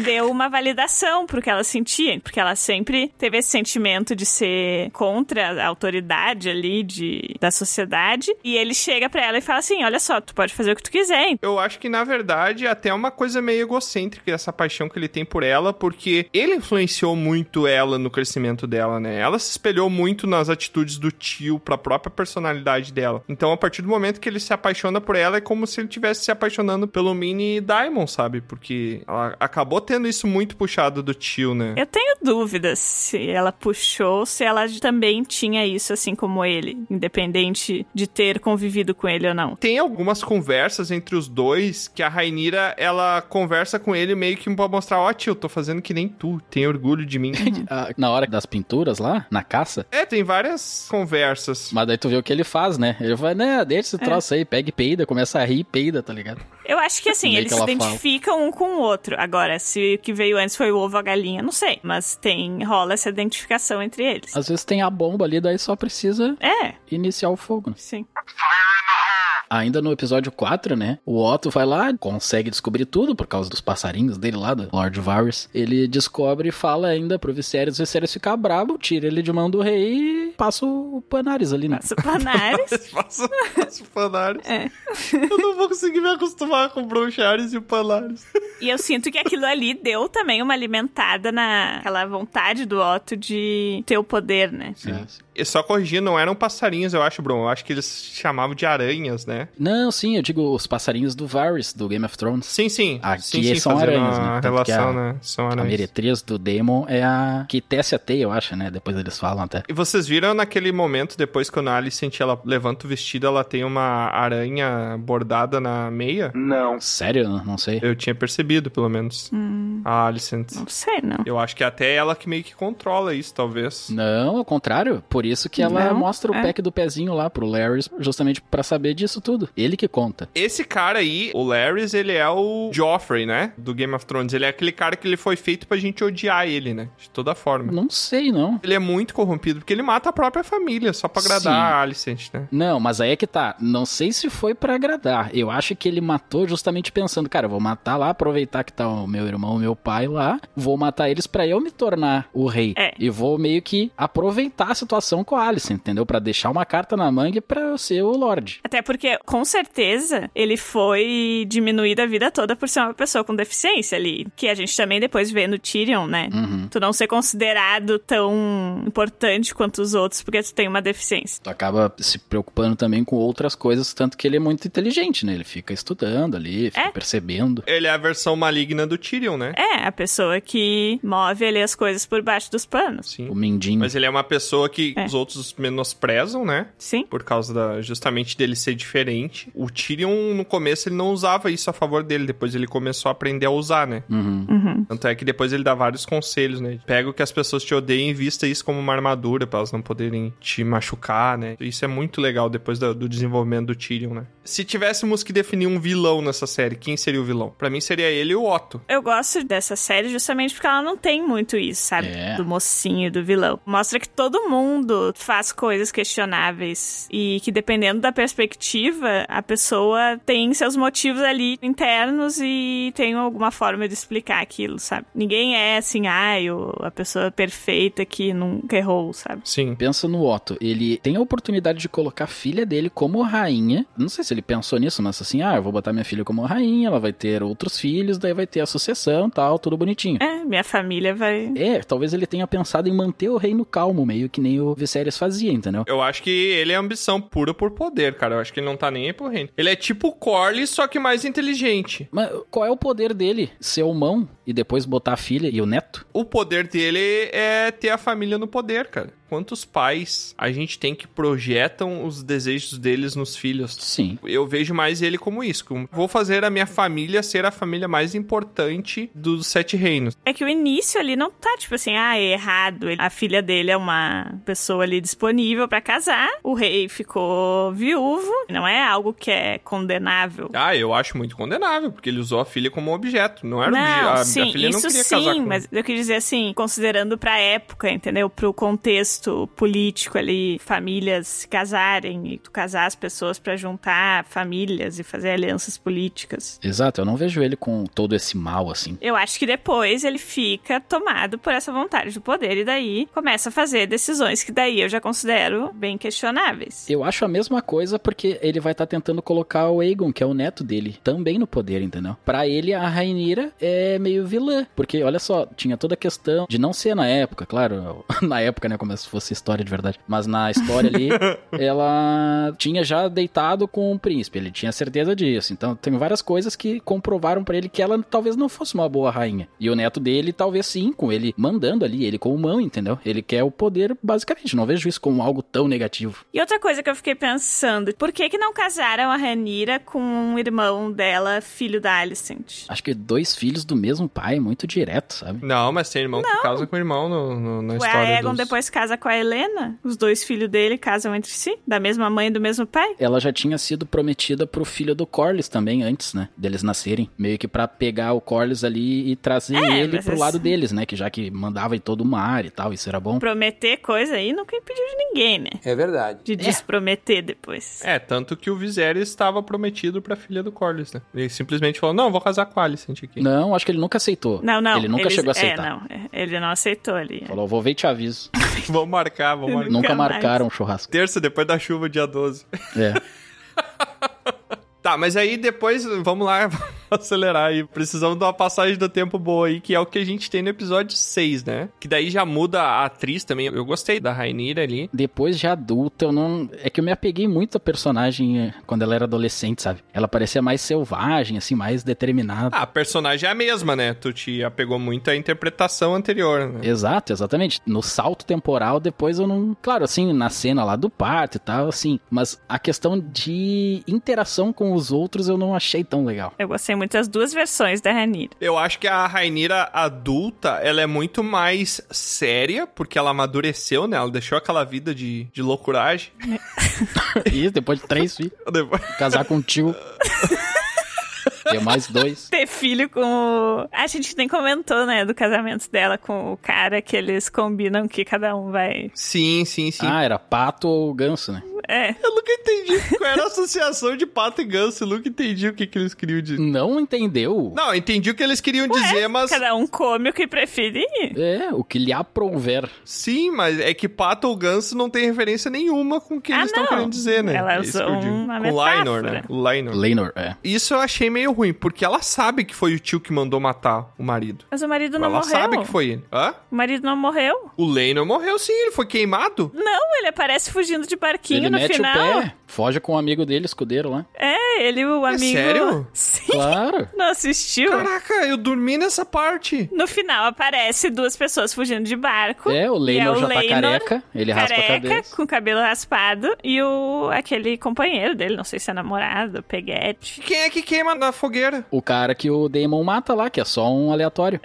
[SPEAKER 6] deu uma validação pro que ela sentia, porque ela sempre teve esse sentimento de ser contra a autoridade ali de, da sociedade. E ele chega pra ela e fala assim: Olha só, tu pode fazer o que tu quiser.
[SPEAKER 4] Eu acho que, na verdade, até é uma coisa meio egocêntrica essa paixão que ele tem por ela, porque ele influenciou muito ela no crescimento dela, né? Ela se espelhou muito nas atitudes do tio pra própria personalidade dela. Então, a partir do momento que ele se apaixona por ela, é como se ele estivesse se apaixonando pelo mini Diamond, sabe? Porque ela acabou tendo isso muito puxado do tio, né?
[SPEAKER 6] Eu tenho dúvidas se ela puxou, se ela também tinha isso, assim como ele, independente de ter convivido com ele ou não.
[SPEAKER 4] Tem algumas conversas entre os dois que a Rainira, ela conversa com ele meio que pra mostrar, ó tio, tô fazendo que nem tu, tem orgulho de mim.
[SPEAKER 5] Ah, Na hora das pinturas lá, na caça,
[SPEAKER 4] É, tem várias conversas.
[SPEAKER 5] mas daí tu vê o que ele faz, né? Ele vai, né, deixa esse troço aí, pega e peida, começa a rir e peida, tá ligado?
[SPEAKER 6] Eu acho que assim,
[SPEAKER 5] Meio
[SPEAKER 6] eles
[SPEAKER 5] que
[SPEAKER 6] se
[SPEAKER 5] ela fala.
[SPEAKER 6] identificam um com o outro. Agora, se o que veio antes foi o ovo ou a galinha, não sei. Mas tem, rola essa identificação entre eles.
[SPEAKER 5] Às vezes tem a bomba ali, daí só precisa
[SPEAKER 6] É,
[SPEAKER 5] iniciar o fogo. né?
[SPEAKER 6] sim.
[SPEAKER 5] Ainda no episódio 4, né? O Otto vai lá, consegue descobrir tudo por causa dos passarinhos dele lá, do Lord Varys. Ele descobre e fala ainda pro Viserys. O Viserys fica brabo, tira ele de mão do rei e passa o Panaris ali, né?
[SPEAKER 6] Mas o
[SPEAKER 5] [laughs]
[SPEAKER 6] Panares.
[SPEAKER 4] [laughs] Passa passa o Panares.
[SPEAKER 6] É.
[SPEAKER 4] [laughs] Eu não vou conseguir me acostumar com o Bronchares e o Panares.
[SPEAKER 6] E eu sinto que aquilo ali deu também uma alimentada naquela vontade do Otto de ter o poder, né?
[SPEAKER 5] É.
[SPEAKER 4] E só corrigindo, não eram passarinhos, eu acho, Bruno. Eu acho que eles chamavam de aranhas, né?
[SPEAKER 5] Não, sim, eu digo os passarinhos do Varys, do Game of Thrones.
[SPEAKER 4] Sim, sim.
[SPEAKER 5] Aqui
[SPEAKER 4] sim, sim,
[SPEAKER 5] são
[SPEAKER 4] fazendo
[SPEAKER 5] aranhas,
[SPEAKER 4] a
[SPEAKER 5] né? Tanto que
[SPEAKER 4] relação,
[SPEAKER 5] a-
[SPEAKER 4] né? São
[SPEAKER 5] A
[SPEAKER 4] aranhas.
[SPEAKER 5] meretriz do Daemon é a que tece a teia, eu acho, né? Depois eles falam até.
[SPEAKER 4] E vocês viram naquele momento, depois quando a Alicent ela levanta o vestido, ela tem uma aranha bordada na meia?
[SPEAKER 7] Não.
[SPEAKER 5] Sério? Não não sei.
[SPEAKER 4] Eu tinha percebido, pelo menos. A Alicent.
[SPEAKER 6] Não sei, não.
[SPEAKER 4] Eu acho que é até ela que meio que controla isso, talvez.
[SPEAKER 5] Não, ao contrário. Por isso que ela
[SPEAKER 6] Não,
[SPEAKER 5] mostra o
[SPEAKER 6] é.
[SPEAKER 5] pack do pezinho lá pro Larry, justamente pra saber disso tudo. Ele que conta.
[SPEAKER 4] Esse cara aí, o Larrys, ele é o Joffrey, né? Do Game of Thrones. Ele é aquele cara que ele foi feito pra gente odiar ele, né? De toda forma.
[SPEAKER 5] Não sei, não.
[SPEAKER 4] Ele é muito corrompido, porque ele mata a própria família, só pra agradar
[SPEAKER 5] Sim.
[SPEAKER 4] a Alicent, né?
[SPEAKER 5] Não, mas aí é que tá. Não sei se foi pra agradar. Eu acho que ele matou justamente pensando, cara, eu vou matar lá, aproveitar que tá o meu irmão, o meu pai lá, vou matar eles pra eu me tornar o rei.
[SPEAKER 6] É.
[SPEAKER 5] E vou meio que aproveitar a situação com a Alice, entendeu? Pra deixar uma carta na manga pra eu ser o Lorde.
[SPEAKER 6] Até porque, com certeza, ele foi diminuído a vida toda por ser uma pessoa com deficiência ali. Que a gente também depois vê no Tyrion, né?
[SPEAKER 5] Uhum.
[SPEAKER 6] Tu não ser considerado tão importante quanto os outros porque tu tem uma deficiência.
[SPEAKER 5] Tu acaba se preocupando também com outras coisas, tanto que ele é muito inteligente, né? Ele fica estudando ali, fica
[SPEAKER 6] É.
[SPEAKER 5] percebendo.
[SPEAKER 4] Ele é a versão maligna do Tyrion, né?
[SPEAKER 6] É, a pessoa que move ali as coisas por baixo dos panos.
[SPEAKER 4] Sim.
[SPEAKER 5] O Mindinho.
[SPEAKER 4] Mas ele é uma pessoa que
[SPEAKER 6] É.
[SPEAKER 4] os outros menosprezam, né?
[SPEAKER 6] Sim?
[SPEAKER 4] Por causa da, justamente dele ser diferente. O Tyrion, no começo, ele não usava isso a favor dele. Depois ele começou a aprender a usar, né?
[SPEAKER 5] Uhum.
[SPEAKER 6] Uhum.
[SPEAKER 4] Tanto é que depois ele dá vários conselhos, né? Pega o que as pessoas te odeiam e vista isso como uma armadura pra elas não poderem te machucar, né? Isso é muito legal depois da- do desenvolvimento do Tyrion, né? Se tivéssemos que definir um vilão nessa série, quem seria o vilão? Pra mim seria ele e o Otto.
[SPEAKER 6] Eu gosto dessa série justamente porque ela não tem muito isso, sabe?
[SPEAKER 5] É.
[SPEAKER 6] Do mocinho, e do vilão. Mostra que todo mundo faz coisas questionáveis e que dependendo da perspectiva, a pessoa tem seus motivos ali internos e tem alguma forma de explicar aquilo, sabe? Ninguém é assim, ai, o- a pessoa perfeita que nunca errou, sabe?
[SPEAKER 4] Sim.
[SPEAKER 5] Pensa no Otto, ele tem a oportunidade de colocar a filha dele como rainha. Não sei se ele pensou nisso, mas assim, ah, eu vou botar minha filha como rainha, ela vai ter outros filhos, daí vai ter a sucessão, tal, tudo bonitinho.
[SPEAKER 6] É, minha família vai.
[SPEAKER 5] É, talvez ele tenha pensado em manter o reino calmo, meio que nem o Viserys fazia, entendeu?
[SPEAKER 4] Eu acho que ele é ambição pura por poder, cara. Eu acho que ele não tá nem aí por reino. Ele é tipo o Corley, só que mais inteligente.
[SPEAKER 5] Mas qual é o poder dele? Ser o mão e depois botar a filha e o neto?
[SPEAKER 4] O poder dele é ter a família no poder, cara. quantos pais a gente tem que projetam os desejos deles nos filhos.
[SPEAKER 5] Sim.
[SPEAKER 4] Eu vejo mais ele como isso. Como vou fazer a minha família ser a família mais importante dos sete reinos.
[SPEAKER 6] É que o início ali não tá, tipo assim, ah, é errado. Ele- A filha dele é uma pessoa ali disponível pra casar. O rei ficou viúvo. Não é algo que é condenável.
[SPEAKER 4] Ah, eu acho muito condenável, porque ele usou a filha como objeto. Não era objeto.
[SPEAKER 6] Não,
[SPEAKER 4] A, a
[SPEAKER 6] sim,
[SPEAKER 4] filha não
[SPEAKER 6] isso
[SPEAKER 4] queria
[SPEAKER 6] sim,
[SPEAKER 4] casar com
[SPEAKER 6] mas eu quis dizer assim, considerando pra época, entendeu? Pro contexto político ali, famílias se casarem e tu casar as pessoas pra juntar famílias e fazer alianças políticas.
[SPEAKER 5] Exato, eu não vejo ele com todo esse mal assim.
[SPEAKER 6] Eu acho que depois ele fica tomado por essa vontade do poder e daí começa a fazer decisões que daí eu já considero bem questionáveis.
[SPEAKER 5] Eu acho a mesma coisa porque ele vai estar tentando colocar o Aegon, que é o neto dele, também no poder, entendeu? Pra ele, a Rainira é meio vilã. Porque, olha só, tinha toda a questão de não ser na época, claro, [laughs] na época, né? Como se fosse história de verdade. Mas na história ali, ela tinha já deitado com o príncipe, ele tinha certeza disso. Então, tem várias coisas que comprovaram pra ele que ela talvez não fosse uma boa rainha. E o neto dele, talvez sim, com ele mandando ali, ele com mão, entendeu? Ele quer o poder, basicamente. Não vejo isso como algo tão negativo.
[SPEAKER 6] E outra coisa que eu fiquei pensando, por que que não casaram a Ranira com um irmão dela, filho da Alicent?
[SPEAKER 5] Acho que dois filhos do mesmo pai, muito direto, sabe?
[SPEAKER 4] Não, mas tem irmão que casa com irmão no, no- na
[SPEAKER 6] Ué, a
[SPEAKER 4] história
[SPEAKER 6] Egon
[SPEAKER 4] dos...
[SPEAKER 6] depois casa com a Helena? Os dois filhos dele casam entre si? Da mesma mãe e do mesmo pai?
[SPEAKER 5] Ela já tinha sido prometida pro filho do Corlys também antes, né? Deles nascerem. Meio que pra pegar o Corlys ali e trazer
[SPEAKER 6] É,
[SPEAKER 5] ele
[SPEAKER 6] mas
[SPEAKER 5] pro
[SPEAKER 6] esse-
[SPEAKER 5] lado deles, né? Que já que mandava em todo o mar e tal, isso era bom.
[SPEAKER 6] Prometer coisa aí nunca impediu de ninguém, né?
[SPEAKER 7] É verdade.
[SPEAKER 6] De desprometer depois.
[SPEAKER 4] É, tanto que o Viserys estava prometido pra filha do Corlys, né? Ele simplesmente falou, não, vou casar com a Alicent aqui.
[SPEAKER 5] Não, acho que ele nunca aceitou.
[SPEAKER 6] Não, não.
[SPEAKER 5] Ele nunca
[SPEAKER 6] eles-
[SPEAKER 5] chegou a
[SPEAKER 6] É,
[SPEAKER 5] aceitar.
[SPEAKER 6] não. é, Ele não aceitou ali.
[SPEAKER 5] Falou, vou ver e te
[SPEAKER 6] [laughs]
[SPEAKER 5] aviso.
[SPEAKER 4] [laughs] vamos marcar, vamos marcar.
[SPEAKER 5] nunca
[SPEAKER 6] mais.
[SPEAKER 5] marcaram o churrasco.
[SPEAKER 4] Terça, depois da chuva, dia 12.
[SPEAKER 5] É.
[SPEAKER 4] Tá, mas aí depois, vamos lá, [laughs] vamos acelerar aí. Precisamos de uma passagem do tempo boa aí, que é o que a gente tem no episódio 6, né? Que daí já muda a atriz também. Eu gostei da Rainira ali.
[SPEAKER 5] Depois de adulta, eu não. É que eu me apeguei muito à personagem eh, quando ela era adolescente, sabe? Ela parecia mais selvagem, assim, mais determinada.
[SPEAKER 4] Ah, a personagem é a mesma, né? Tu te apegou muito à interpretação anterior, né?
[SPEAKER 5] Exato, exatamente. No salto temporal, depois eu não. Claro, assim, na cena lá do parto e tal, assim. Mas a questão de interação com os outros eu não achei tão
[SPEAKER 6] [laughs]
[SPEAKER 5] legal.
[SPEAKER 6] Eu gostei muito das duas versões da Ranira.
[SPEAKER 4] Eu acho que a Rainira adulta, ela é muito mais séria, porque ela amadureceu, né? Ela deixou aquela vida de, de loucuragem. [laughs]
[SPEAKER 5] Isso, depois de três filhos,
[SPEAKER 4] Depois-
[SPEAKER 5] casar com um
[SPEAKER 6] [laughs]
[SPEAKER 5] tio. Ter mais dois.
[SPEAKER 6] Ter filho com o... A gente nem comentou, né, do casamento dela com o cara que eles combinam que cada um vai...
[SPEAKER 4] Sim, sim, sim.
[SPEAKER 5] Ah, era pato ou ganso, né?
[SPEAKER 6] É,
[SPEAKER 4] Eu nunca entendi qual era a associação de pato e ganso. Eu nunca entendi o que, que eles queriam dizer.
[SPEAKER 5] Não entendeu?
[SPEAKER 4] Não, eu entendi o que eles queriam dizer, mas.
[SPEAKER 6] cada um come o que prefere.
[SPEAKER 5] É, o que lhe aprouver.
[SPEAKER 4] Sim, mas é que pato ou ganso não tem referência nenhuma com o que
[SPEAKER 6] Ah,
[SPEAKER 4] eles estão
[SPEAKER 6] não.
[SPEAKER 4] querendo dizer, né?
[SPEAKER 6] Ela
[SPEAKER 4] É isso que
[SPEAKER 6] usou
[SPEAKER 4] eu digo.
[SPEAKER 6] uma
[SPEAKER 4] Com Lainor,
[SPEAKER 6] metáfora.
[SPEAKER 4] né? O Lainor.
[SPEAKER 5] Lenor, é.
[SPEAKER 4] Isso eu achei meio ruim, porque ela sabe que foi o tio que mandou matar o marido.
[SPEAKER 6] Mas o marido não
[SPEAKER 4] Ela
[SPEAKER 6] morreu.
[SPEAKER 4] sabe que foi ele. Hã?
[SPEAKER 6] O marido não morreu.
[SPEAKER 4] O Lainor morreu sim, ele foi queimado.
[SPEAKER 6] Não, ele aparece fugindo de barquinho
[SPEAKER 5] Ele
[SPEAKER 6] no
[SPEAKER 5] mete
[SPEAKER 6] final.
[SPEAKER 5] o pé, foge com um amigo dele, escudeiro
[SPEAKER 6] [laughs]
[SPEAKER 5] lá.
[SPEAKER 6] É, ele e o
[SPEAKER 4] É
[SPEAKER 6] amigo...
[SPEAKER 4] sério?
[SPEAKER 6] [laughs] Sim,
[SPEAKER 5] Claro.
[SPEAKER 6] não assistiu.
[SPEAKER 4] Caraca, eu dormi nessa parte.
[SPEAKER 6] No final aparece duas pessoas fugindo de barco.
[SPEAKER 5] É, o Lenor
[SPEAKER 6] E é o
[SPEAKER 5] já tá
[SPEAKER 6] Lainor,
[SPEAKER 5] careca, ele raspa a
[SPEAKER 6] careca,
[SPEAKER 5] cabeça.
[SPEAKER 6] com o cabelo raspado, e o aquele companheiro dele, não sei se é namorado, peguete.
[SPEAKER 4] Quem é que queima na fogueira?
[SPEAKER 5] O cara que o Daemon mata lá, que é só um aleatório.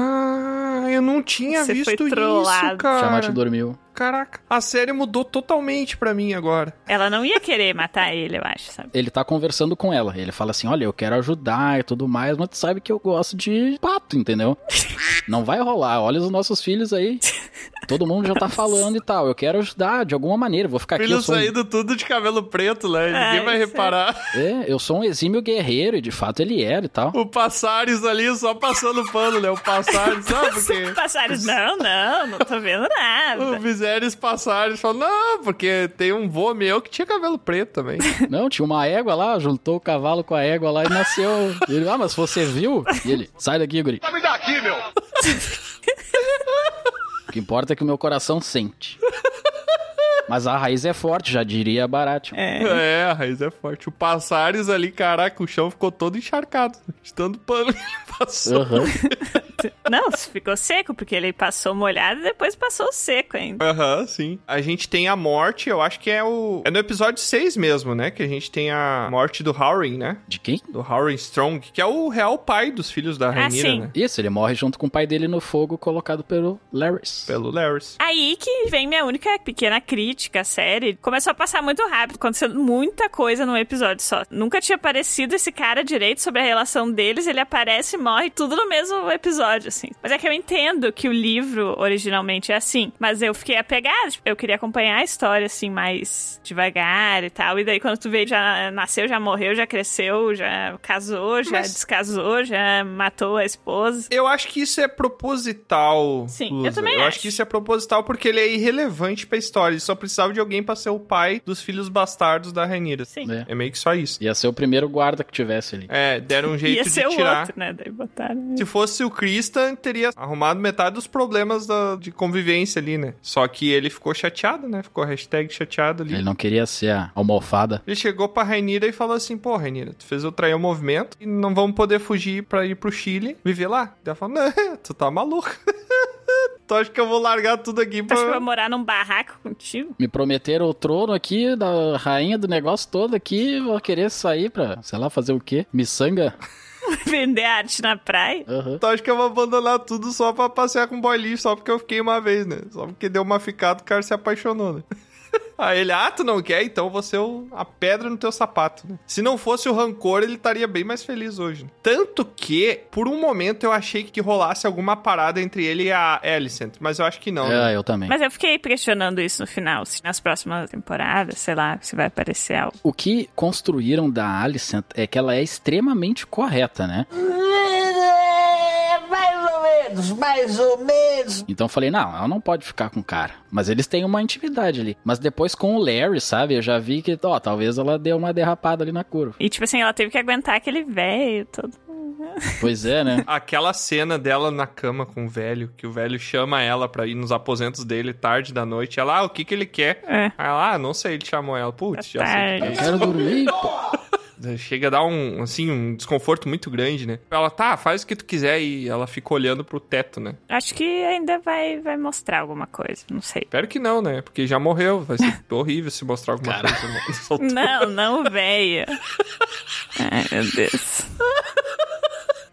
[SPEAKER 4] Ah, eu não tinha
[SPEAKER 6] Você foi
[SPEAKER 4] visto isso,
[SPEAKER 6] trollado.
[SPEAKER 5] Chamate
[SPEAKER 4] cara.
[SPEAKER 5] dormiu.
[SPEAKER 4] Caraca, a série mudou totalmente pra mim agora.
[SPEAKER 6] Ela não ia querer matar ele, eu acho, sabe?
[SPEAKER 5] Ele tá conversando com ela. Ele fala assim: Olha, eu quero ajudar e tudo mais, mas tu sabe que eu gosto de pato, entendeu? Não vai rolar. Olha os nossos filhos aí. Todo mundo já tá falando e tal. Eu quero ajudar de alguma maneira. eu Vou ficar aqui. Eu
[SPEAKER 4] Filho
[SPEAKER 5] sou, um...
[SPEAKER 4] saindo tudo de cabelo preto, né? Ninguém
[SPEAKER 6] Ai,
[SPEAKER 4] vai
[SPEAKER 6] sério.
[SPEAKER 4] reparar.
[SPEAKER 5] é, eu sou um exímio guerreiro e de fato ele era e tal.
[SPEAKER 4] O Passares ali só passando pano, né? O Passares, sabe por quê?
[SPEAKER 6] Passares, não, não, não tô vendo
[SPEAKER 4] O [laughs] Uh.
[SPEAKER 6] nada.
[SPEAKER 4] Viserys Passares falou, não, porque tem um vô meu que tinha cabelo preto também.
[SPEAKER 5] Não, tinha uma égua lá, juntou o cavalo com a égua lá e nasceu. E ele, ah, mas você viu? E ele, sai daqui, guri.
[SPEAKER 10] Me dá aqui, meu!
[SPEAKER 5] O que importa é que o meu coração sente. Mas a raiz é forte, já diria Barate.
[SPEAKER 4] É, a raiz é forte. O [laughs] Passares ali, caraca, o chão ficou todo encharcado. De tanto pano que ele passou.
[SPEAKER 5] Aham.
[SPEAKER 6] Não, ficou seco, porque ele passou molhado e depois passou seco ainda.
[SPEAKER 4] Aham, sim. A gente tem a morte, eu acho que é o. É no episódio 6 mesmo, né? Que a gente tem a morte do Howling, né?
[SPEAKER 5] De quem?
[SPEAKER 4] Do Howling Strong, que é o real pai dos filhos da Rainira,
[SPEAKER 6] Ah, sim.
[SPEAKER 4] né?
[SPEAKER 5] Isso, ele morre junto com o pai dele no fogo colocado pelo Larrys.
[SPEAKER 4] Pelo Larrys.
[SPEAKER 6] Aí que vem minha única pequena crítica à série. Começou a passar muito rápido, acontecendo muita coisa num episódio só. Nunca tinha aparecido esse cara direito sobre a relação deles, ele aparece e morre tudo no mesmo episódio, assim. Mas é que eu entendo que o livro originalmente é assim, mas eu fiquei apegada, tipo, eu queria acompanhar a história, assim, mais devagar e tal. E daí quando tu vê, já nasceu, já morreu, já cresceu, já casou, já
[SPEAKER 4] Mas-
[SPEAKER 6] descasou, já matou a esposa.
[SPEAKER 4] Eu acho que isso é proposital.
[SPEAKER 6] Sim,
[SPEAKER 4] Lusa.
[SPEAKER 6] eu também
[SPEAKER 4] Eu acho
[SPEAKER 6] acho.
[SPEAKER 4] que isso é proposital porque ele é irrelevante pra história. Ele só precisava de alguém pra ser o pai dos filhos bastardos da Rainira.
[SPEAKER 6] Sim.
[SPEAKER 5] É.
[SPEAKER 4] É meio que só isso.
[SPEAKER 5] Ia ser o primeiro guarda que tivesse ali.
[SPEAKER 4] É, deram um
[SPEAKER 6] [laughs] Ia
[SPEAKER 4] jeito
[SPEAKER 6] ser
[SPEAKER 4] de
[SPEAKER 6] o
[SPEAKER 4] tirar.
[SPEAKER 6] outro, né? Daí botaram.
[SPEAKER 4] Se fosse o Christian, teria arrumado metade dos problemas da- de convivência ali, né? Só que ele ficou chateado, né? Ficou hashtag chateado ali.
[SPEAKER 5] Ele não queria ser a almofada.
[SPEAKER 4] Ele chegou pra Rainira e falou assim: Pô, Rainira, tu fez eu trair o movimento e não vamos poder fugir pra ir pro Chile viver lá. Ela falou: Não, [laughs] tu tá maluco. tu acha que eu vou largar tudo aqui
[SPEAKER 6] Tu acha que Tá tipo, eu
[SPEAKER 4] pra.
[SPEAKER 6] vou morar num barraco contigo?
[SPEAKER 5] Me prometeram o trono aqui, da rainha do negócio todo aqui, vou querer sair pra, sei lá, fazer o quê? Miçanga?
[SPEAKER 6] Vender arte na praia?
[SPEAKER 5] Aham.
[SPEAKER 4] Tu acha que eu vou abandonar tudo só pra passear com o boy lixo, só porque eu fiquei uma vez, né? Só porque deu uma ficada, o cara se apaixonou, né? [laughs] Aí ele, ah, tu não quer? Então você é o- a pedra no teu sapato, né? Se não fosse o rancor, ele estaria bem mais feliz hoje. né? Tanto que, por um momento, eu achei que rolasse alguma parada entre ele e a Alicent, mas eu acho que não. né?
[SPEAKER 5] É, eu também.
[SPEAKER 6] Mas eu fiquei questionando isso no final, se nas próximas temporadas, sei lá, se vai aparecer algo.
[SPEAKER 5] O que construíram da Alicent é que ela é extremamente correta, né?
[SPEAKER 3] Mais ou menos, mais ou menos.
[SPEAKER 5] Então eu falei, não, ela não pode ficar com o cara. Mas eles têm uma intimidade ali. Mas depois com o Larry, sabe? Eu já vi que, ó, talvez ela deu uma derrapada ali na curva.
[SPEAKER 6] E tipo assim, ela teve que aguentar aquele velho todo.
[SPEAKER 5] Pois
[SPEAKER 4] [laughs]
[SPEAKER 5] é, né?
[SPEAKER 4] Aquela cena dela na cama com o velho, que o velho chama ela pra ir nos aposentos dele tarde da noite. Ela, ah, o que que ele quer?
[SPEAKER 6] É.
[SPEAKER 4] Aí ela, ah, não sei, ele chamou ela. Putz, já sei. é.
[SPEAKER 5] Eu
[SPEAKER 6] Tarde.
[SPEAKER 5] quero dormir, pô.
[SPEAKER 4] Chega a dar um, assim, um desconforto muito grande, né? Ela, tá, faz o que tu quiser e ela fica olhando pro teto, né?
[SPEAKER 6] Acho que ainda vai, vai mostrar alguma coisa, não sei.
[SPEAKER 4] Espero que não, né? Porque já morreu, vai ser [laughs] horrível se mostrar alguma coisa. né? Soltou.
[SPEAKER 6] Não, não, velho. Ai, meu Deus.
[SPEAKER 4] [laughs]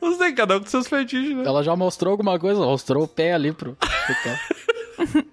[SPEAKER 4] Não sei, cada um com seus fetiches, né?
[SPEAKER 5] Ela já mostrou alguma coisa, mostrou o pé ali pro, pro cara.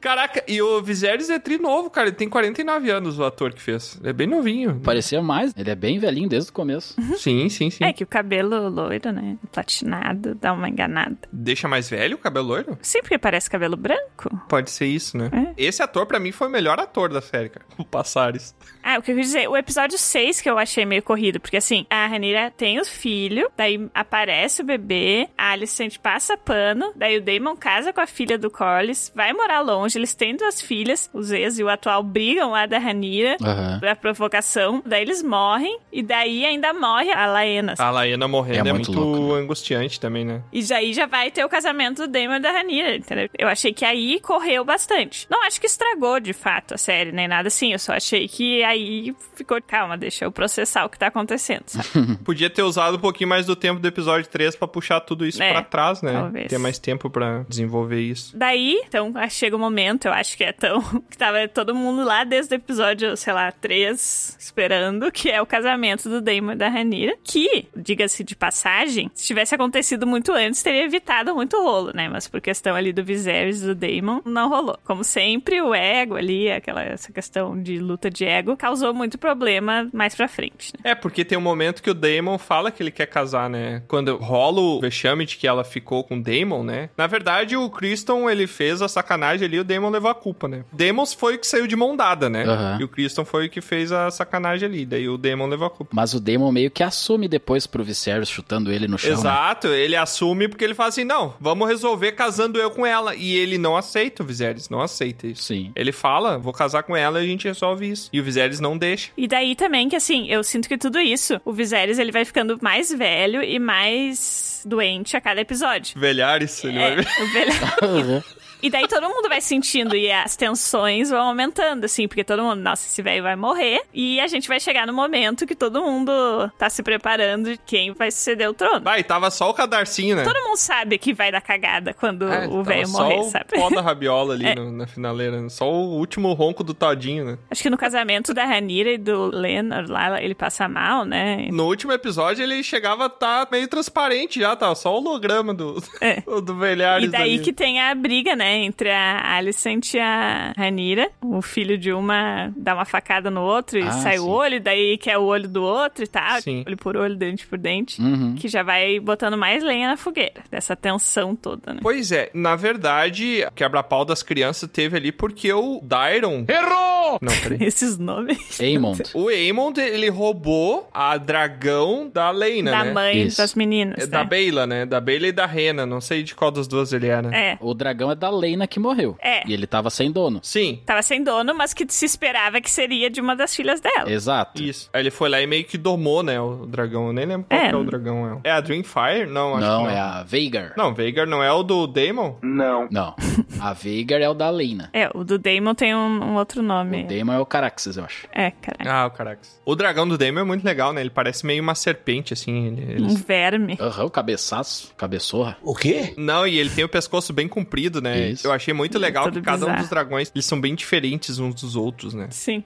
[SPEAKER 4] Caraca, e o Viserys é tri novo, cara. Ele tem 49 anos, o ator que fez. Ele é bem novinho.
[SPEAKER 5] Parecia mais, ele é bem velhinho desde o começo.
[SPEAKER 4] Sim, sim, sim.
[SPEAKER 6] É que o cabelo loiro, né? Platinado, dá uma enganada.
[SPEAKER 4] Deixa mais velho o cabelo loiro?
[SPEAKER 6] Sim, porque parece cabelo branco.
[SPEAKER 4] Pode ser isso, né?
[SPEAKER 6] É.
[SPEAKER 4] Esse ator, pra mim, foi o melhor ator da série, cara. O [laughs] Passares.
[SPEAKER 6] Ah, o que eu quis dizer, o episódio 6 que eu achei meio corrido, porque assim, a Ranira tem o filho, daí aparece o bebê, a Alicent passa pano, daí o Damon casa com a filha do Corlys, vai morar longe, eles têm duas filhas, os ex e o atual brigam lá da Ranira.
[SPEAKER 5] Aham.
[SPEAKER 6] Da provocação, daí eles morrem, e daí ainda morre a Laena.
[SPEAKER 4] A Laena morrendo é,
[SPEAKER 5] É
[SPEAKER 4] muito,
[SPEAKER 5] muito louco,
[SPEAKER 4] angustiante também, né?
[SPEAKER 6] E daí já vai ter o casamento do Damon e da Ranira, entendeu? Eu achei que aí correu bastante. Não acho que estragou de fato a série, nem nada assim, eu só achei que aí ficou, calma, deixa eu processar o que tá acontecendo, sabe?
[SPEAKER 5] Uhum.
[SPEAKER 4] Podia ter usado um pouquinho mais do tempo do episódio 3 pra puxar tudo isso
[SPEAKER 6] É,
[SPEAKER 4] pra trás, né?
[SPEAKER 6] talvez.
[SPEAKER 4] Ter mais tempo pra desenvolver isso.
[SPEAKER 6] Daí, então, ah, chega o momento, eu acho que é tão. [laughs] que tava todo mundo lá desde o episódio, sei lá, 3, esperando, que é o casamento do Damon e da Ranira. Que, diga-se de passagem, se tivesse acontecido muito antes, teria evitado muito rolo, né? Mas por questão ali do Viserys e do Damon, não rolou. Como sempre, o ego ali, aquela essa questão de luta de ego, causou muito problema mais pra frente, né?
[SPEAKER 4] É, porque tem um momento que o Damon fala que ele quer casar, né? Quando rola o vexame de que ela ficou com o Damon, né? Na verdade, o Criston, ele fez a sacanagem ali e o Damon levou a culpa, né? O Damon foi o que saiu de mão dada, né?
[SPEAKER 5] Aham.
[SPEAKER 4] E o Criston foi o que fez a sacanagem ali. Daí o Damon levou a culpa.
[SPEAKER 5] Mas o Damon meio que assume depois pro Viserys chutando ele no chão. né?
[SPEAKER 4] Exato, ele assume porque ele fala assim: não, vamos resolver casando eu com ela. E ele não aceita o Viserys, não aceita isso.
[SPEAKER 5] Sim.
[SPEAKER 4] Ele fala, vou casar com ela e a gente resolve isso. E o Viserys não deixa.
[SPEAKER 6] E daí também que assim, eu sinto que tudo isso, o Viserys ele vai ficando mais velho e mais doente a cada episódio.
[SPEAKER 4] Velhares, ele
[SPEAKER 6] É,
[SPEAKER 4] vai ver.
[SPEAKER 6] [laughs] o velho-
[SPEAKER 5] Aham.
[SPEAKER 6] E daí todo mundo vai sentindo e as tensões vão aumentando, assim, porque todo mundo, nossa, esse velho vai morrer. E a gente vai chegar no momento que todo mundo tá se preparando de quem vai suceder o trono.
[SPEAKER 4] Vai, tava só o cadarcinho, né?
[SPEAKER 6] Todo mundo sabe que vai dar cagada quando
[SPEAKER 4] É,
[SPEAKER 6] o
[SPEAKER 4] tava
[SPEAKER 6] velho
[SPEAKER 4] só
[SPEAKER 6] morrer,
[SPEAKER 4] o
[SPEAKER 6] sabe?
[SPEAKER 4] pó da rabiola ali
[SPEAKER 6] [laughs] É.
[SPEAKER 4] no- na finaleira. né? Só o último ronco do todinho, né?
[SPEAKER 6] Acho que no casamento da Ranira e do Leonard lá, ele passa mal, né?
[SPEAKER 4] No último episódio ele chegava a tá meio transparente já, tá? Só o holograma do,
[SPEAKER 6] É.
[SPEAKER 4] [laughs] do velhares
[SPEAKER 6] E daí
[SPEAKER 4] ali.
[SPEAKER 6] que tem a briga, né, entre a Alicent e a Ranira. O filho de uma dá uma facada no outro e
[SPEAKER 5] Ah,
[SPEAKER 6] sai o
[SPEAKER 5] sim.
[SPEAKER 6] olho, daí quer o olho do outro e tal.
[SPEAKER 4] Sim.
[SPEAKER 6] Olho por olho, dente por dente.
[SPEAKER 5] Uhum.
[SPEAKER 6] Que já vai botando mais lenha na fogueira, dessa tensão toda, né? [laughs]
[SPEAKER 4] Pois é, na verdade, quebra-pau das crianças teve ali porque o Dairon...
[SPEAKER 8] Errou!
[SPEAKER 4] Não, peraí.
[SPEAKER 6] Esses nomes
[SPEAKER 5] Eamond.
[SPEAKER 4] O Aemond, ele roubou a dragão da Leina,
[SPEAKER 6] da
[SPEAKER 4] né?
[SPEAKER 6] mãe
[SPEAKER 5] Isso.
[SPEAKER 6] das meninas,
[SPEAKER 4] É Da
[SPEAKER 6] né?
[SPEAKER 4] Beila, né? Da Beila e da Rena. Não sei de qual das duas ele né? era.
[SPEAKER 6] É.
[SPEAKER 5] O dragão é da Leina que morreu.
[SPEAKER 6] É.
[SPEAKER 5] E ele tava sem dono.
[SPEAKER 4] Sim,
[SPEAKER 6] Tava sem dono, mas que se esperava que seria de uma das filhas dela.
[SPEAKER 5] Exato.
[SPEAKER 4] isso. Aí ele foi lá e meio que domou, né? O dragão. Eu nem lembro qual
[SPEAKER 6] É.
[SPEAKER 4] que é o dragão. É, é a Dreamfire? Não, acho
[SPEAKER 5] não,
[SPEAKER 4] que não.
[SPEAKER 5] é a Veigar.
[SPEAKER 4] Não, Veigar não é o do Daemon?
[SPEAKER 1] Não.
[SPEAKER 5] Não. A Veigar é o da Leina.
[SPEAKER 6] É, o do Damon tem um, um outro nome.
[SPEAKER 5] O Daemon é o Caraxes, eu acho.
[SPEAKER 6] É, caraca.
[SPEAKER 4] Ah, o Carax. O dragão do Daemon é muito legal, né? Ele parece meio uma serpente, assim. ele-
[SPEAKER 6] Um
[SPEAKER 4] ele-
[SPEAKER 6] verme.
[SPEAKER 5] Aham, o cabeçaço. Cabeçorra.
[SPEAKER 10] O quê?
[SPEAKER 4] Não, e ele tem o pescoço bem comprido, né?
[SPEAKER 5] Isso.
[SPEAKER 4] Eu achei muito legal
[SPEAKER 6] todo
[SPEAKER 4] que cada um
[SPEAKER 6] É bizarro.
[SPEAKER 4] dos dragões, eles são bem diferentes uns dos outros, né?
[SPEAKER 6] Sim.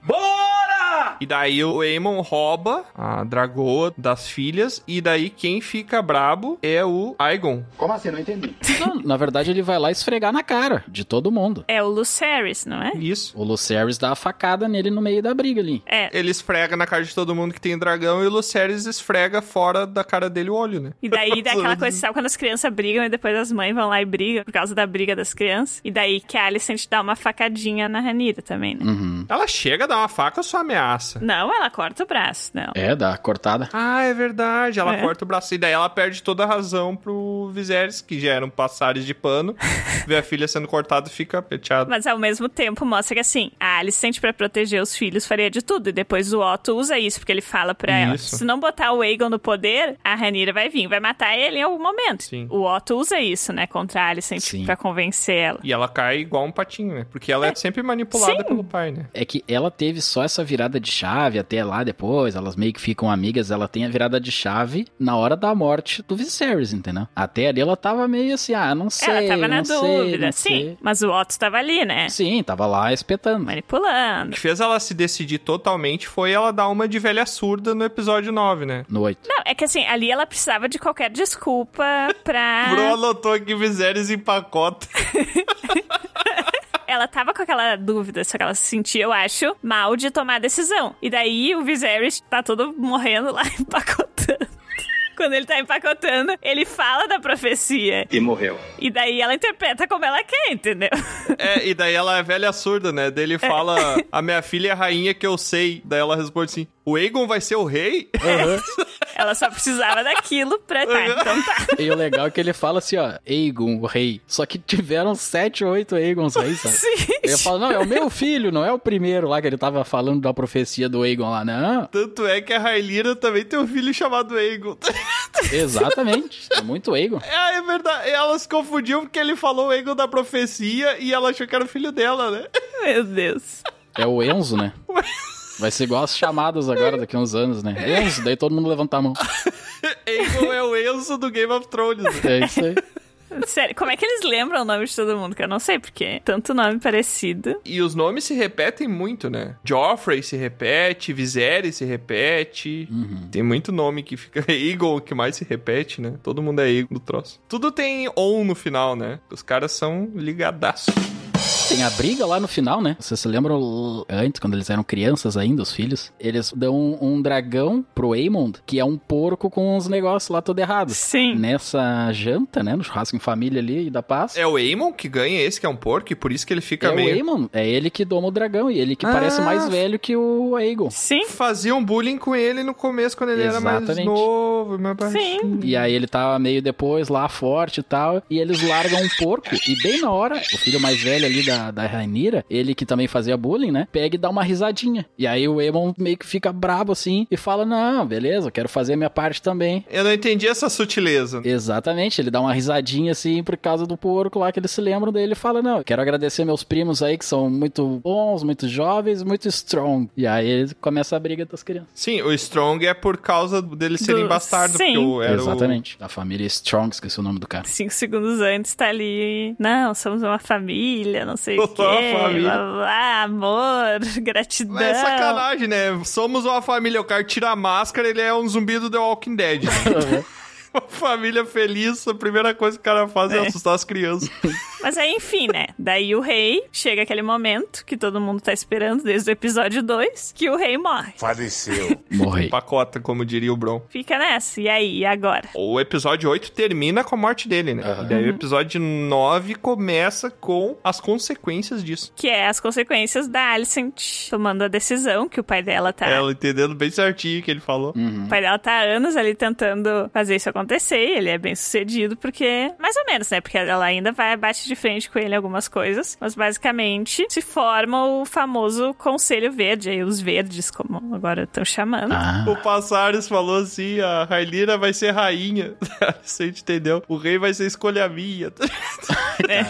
[SPEAKER 4] E daí o Aemon rouba a dragoa das filhas, e daí quem fica brabo é o Aegon.
[SPEAKER 7] Como assim? Não entendi.
[SPEAKER 5] Não, na verdade, ele vai lá esfregar na cara de todo mundo.
[SPEAKER 6] É o Lucerys, não é?
[SPEAKER 4] Isso.
[SPEAKER 5] O Lucerys dá a facada nele no meio da briga ali.
[SPEAKER 6] É.
[SPEAKER 4] Ele esfrega na cara de todo mundo que tem dragão e o Lucerys esfrega fora da cara dele o olho, né?
[SPEAKER 6] E daí dá aquela coisa, sabe quando as crianças brigam e depois as mães vão lá e brigam por causa da briga das crianças? E daí que a Alicent dá uma facadinha na Ranira também, né?
[SPEAKER 5] Uhum.
[SPEAKER 4] Ela chega a dar uma faca, só ameaça.
[SPEAKER 6] Não, ela corta o braço, não.
[SPEAKER 5] É, dá a cortada.
[SPEAKER 4] Ah, é verdade. Ela
[SPEAKER 6] É.
[SPEAKER 4] corta o braço e daí ela perde toda a razão pro Viserys, que já eram passares de
[SPEAKER 6] [laughs]
[SPEAKER 4] pano. Vê a filha sendo cortada e fica peteada.
[SPEAKER 6] Mas ao mesmo tempo mostra que assim, a Alicent pra proteger os filhos faria de tudo. E depois o Otto usa isso, porque ele fala pra ela:
[SPEAKER 4] Isso.
[SPEAKER 6] se não botar o Aegon no poder, a Ranira vai vir, vai matar ele em algum momento.
[SPEAKER 4] Sim.
[SPEAKER 6] O Otto usa isso, né, contra a Alicent
[SPEAKER 5] Sim.
[SPEAKER 6] pra convencer ela.
[SPEAKER 4] E ela cai igual um patinho, né? Porque ela é sempre manipulada
[SPEAKER 6] Sim.
[SPEAKER 4] pelo pai, né?
[SPEAKER 5] É que ela teve só essa virada de chave até lá depois, elas meio que ficam amigas, ela tem a virada de chave na hora da morte do Viserys, entendeu? Até ali ela tava meio assim, ah, não sei,
[SPEAKER 6] ela tava na
[SPEAKER 5] não sei,
[SPEAKER 6] dúvida,
[SPEAKER 5] não
[SPEAKER 6] sim.
[SPEAKER 5] sei.
[SPEAKER 6] Mas o Otto tava ali, né?
[SPEAKER 5] Sim, tava lá espetando.
[SPEAKER 4] O
[SPEAKER 6] Manipulando.
[SPEAKER 4] que fez ela se decidir totalmente foi ela dar uma de velha surda no episódio 9, né?
[SPEAKER 5] No
[SPEAKER 6] [laughs]
[SPEAKER 5] 8.
[SPEAKER 6] Não, é que assim, ali ela precisava de qualquer desculpa [laughs] pra.
[SPEAKER 4] Bro anotou que Viserys empacota.
[SPEAKER 6] Ela tava com aquela dúvida, só que ela se sentia, eu acho, mal de tomar a decisão. E daí o Viserys tá todo morrendo lá, [laughs] empacotando. Quando ele tá empacotando, ele fala da profecia.
[SPEAKER 1] E morreu.
[SPEAKER 6] E daí ela interpreta como ela quer, entendeu? [laughs]
[SPEAKER 4] É, e daí ela é velha surda, né? Daí ele fala, a minha filha é a rainha que eu sei. Daí ela responde assim, o Aegon vai ser o rei?
[SPEAKER 6] Ela só precisava daquilo pra. Tá, então tá.
[SPEAKER 5] E o legal é que ele fala assim, ó, Aegon, o rei. Só que tiveram 7, 8 Aegons aí, sabe?
[SPEAKER 6] Sim.
[SPEAKER 5] Eu falo, não, é o meu filho, não é o primeiro lá que ele tava falando da profecia do Aegon lá, não.
[SPEAKER 4] Tanto é que a Raelira também tem um filho chamado Aegon. [laughs]
[SPEAKER 5] Exatamente. É muito Aegon.
[SPEAKER 4] É, é verdade. Elas se confundiam porque ele falou o Aegon da profecia e ela achou que era o filho dela, né?
[SPEAKER 6] [laughs] Meu Deus.
[SPEAKER 5] É o
[SPEAKER 4] [laughs]
[SPEAKER 5] Enzo, né? Vai ser igual as chamadas agora daqui a uns anos, né? Enzo, daí todo mundo levanta a mão.
[SPEAKER 4] Aegon é o Enzo do Game of Thrones. né?
[SPEAKER 5] É isso aí.
[SPEAKER 6] Sério, como é que eles lembram o nome de todo mundo? Que eu não sei porque. é Tanto nome parecido.
[SPEAKER 4] E os nomes se repetem muito, né? Joffrey se repete, Viserys se repete.
[SPEAKER 5] Uhum.
[SPEAKER 4] Tem muito nome que fica. [laughs] Eagle que mais se repete, né? Todo mundo é Eagle do troço. Tudo tem on no final, né? Os caras são ligadaços.
[SPEAKER 5] Tem a briga lá no final, né? Vocês se lembram l- antes, quando eles eram crianças ainda, os filhos? Eles dão um, um dragão pro Aemond, que é um porco com uns negócios lá todo errado.
[SPEAKER 6] Sim.
[SPEAKER 5] Nessa janta, né? No churrasco em família ali e da paz.
[SPEAKER 4] É o Aemon que ganha esse, que é um porco, e por isso que ele fica
[SPEAKER 5] É o
[SPEAKER 4] meio.
[SPEAKER 5] Aemon, é ele que doma o dragão e ele que
[SPEAKER 4] Ah.
[SPEAKER 5] parece mais velho que o Aegon.
[SPEAKER 6] Sim.
[SPEAKER 4] um Faziam bullying com ele no começo, quando ele era mais
[SPEAKER 5] Exatamente.
[SPEAKER 4] novo. novo, mais baixinho.
[SPEAKER 5] E aí ele tá meio depois lá forte e tal. E eles largam um porco. E bem na hora, o filho mais velho ali da, da Rainira, ele que também fazia bullying, né? Pega e dá uma risadinha. E aí o Eamon meio que fica brabo assim e fala: Não, beleza, eu quero fazer a minha parte também.
[SPEAKER 4] Eu não entendi essa sutileza.
[SPEAKER 5] Exatamente, ele dá uma risadinha assim por causa do porco lá que eles se lembram dele e fala: Não, eu quero agradecer meus primos aí que são muito bons, muito jovens, muito strong. E aí começa a briga das crianças.
[SPEAKER 4] Sim, o Strong é por causa deles serem
[SPEAKER 6] Do-
[SPEAKER 4] bastardo,
[SPEAKER 6] sim.
[SPEAKER 4] porque o era o-
[SPEAKER 5] Exatamente. Da família Strong, esqueci o nome do cara.
[SPEAKER 6] Cinco segundos antes tá ali. Não, somos uma família, não sei o
[SPEAKER 4] Somos [laughs]
[SPEAKER 6] quê.
[SPEAKER 4] uma família.
[SPEAKER 6] blá, blá, blá, amor, [laughs] gratidão.
[SPEAKER 4] Mas é sacanagem, né? Somos uma família, o cara tira a máscara, ele é um zumbi do The Walking Dead. uma família feliz, a primeira coisa que o cara faz é, assustar as crianças.
[SPEAKER 6] Mas aí, enfim, né? Daí o rei chega aquele momento que todo mundo tá esperando desde o episódio 2, que o rei morre.
[SPEAKER 8] Faleceu.
[SPEAKER 4] [laughs]
[SPEAKER 5] Morri.
[SPEAKER 4] Pacota, como diria o Bron.
[SPEAKER 6] Fica nessa. E aí, e agora?
[SPEAKER 4] O episódio 8 termina com a morte dele, né? E daí o episódio 9 começa com as consequências disso.
[SPEAKER 6] Que é as consequências da Alicent tomando a decisão que o pai dela tá.
[SPEAKER 4] Ela entendendo bem certinho o que ele falou.
[SPEAKER 5] Uhum.
[SPEAKER 6] O pai dela tá há anos ali tentando fazer isso acontecer, e ele é bem sucedido, porque. Mais ou menos, né? Porque ela ainda vai bate de frente com ele em algumas coisas. Mas basicamente se forma o famoso Conselho Verde, aí os verdes, como agora estão chamando.
[SPEAKER 5] Ah.
[SPEAKER 4] O Passares falou assim: a Railira vai ser rainha. [laughs] Você entendeu? O rei vai ser escolha minha. [laughs]
[SPEAKER 6] né?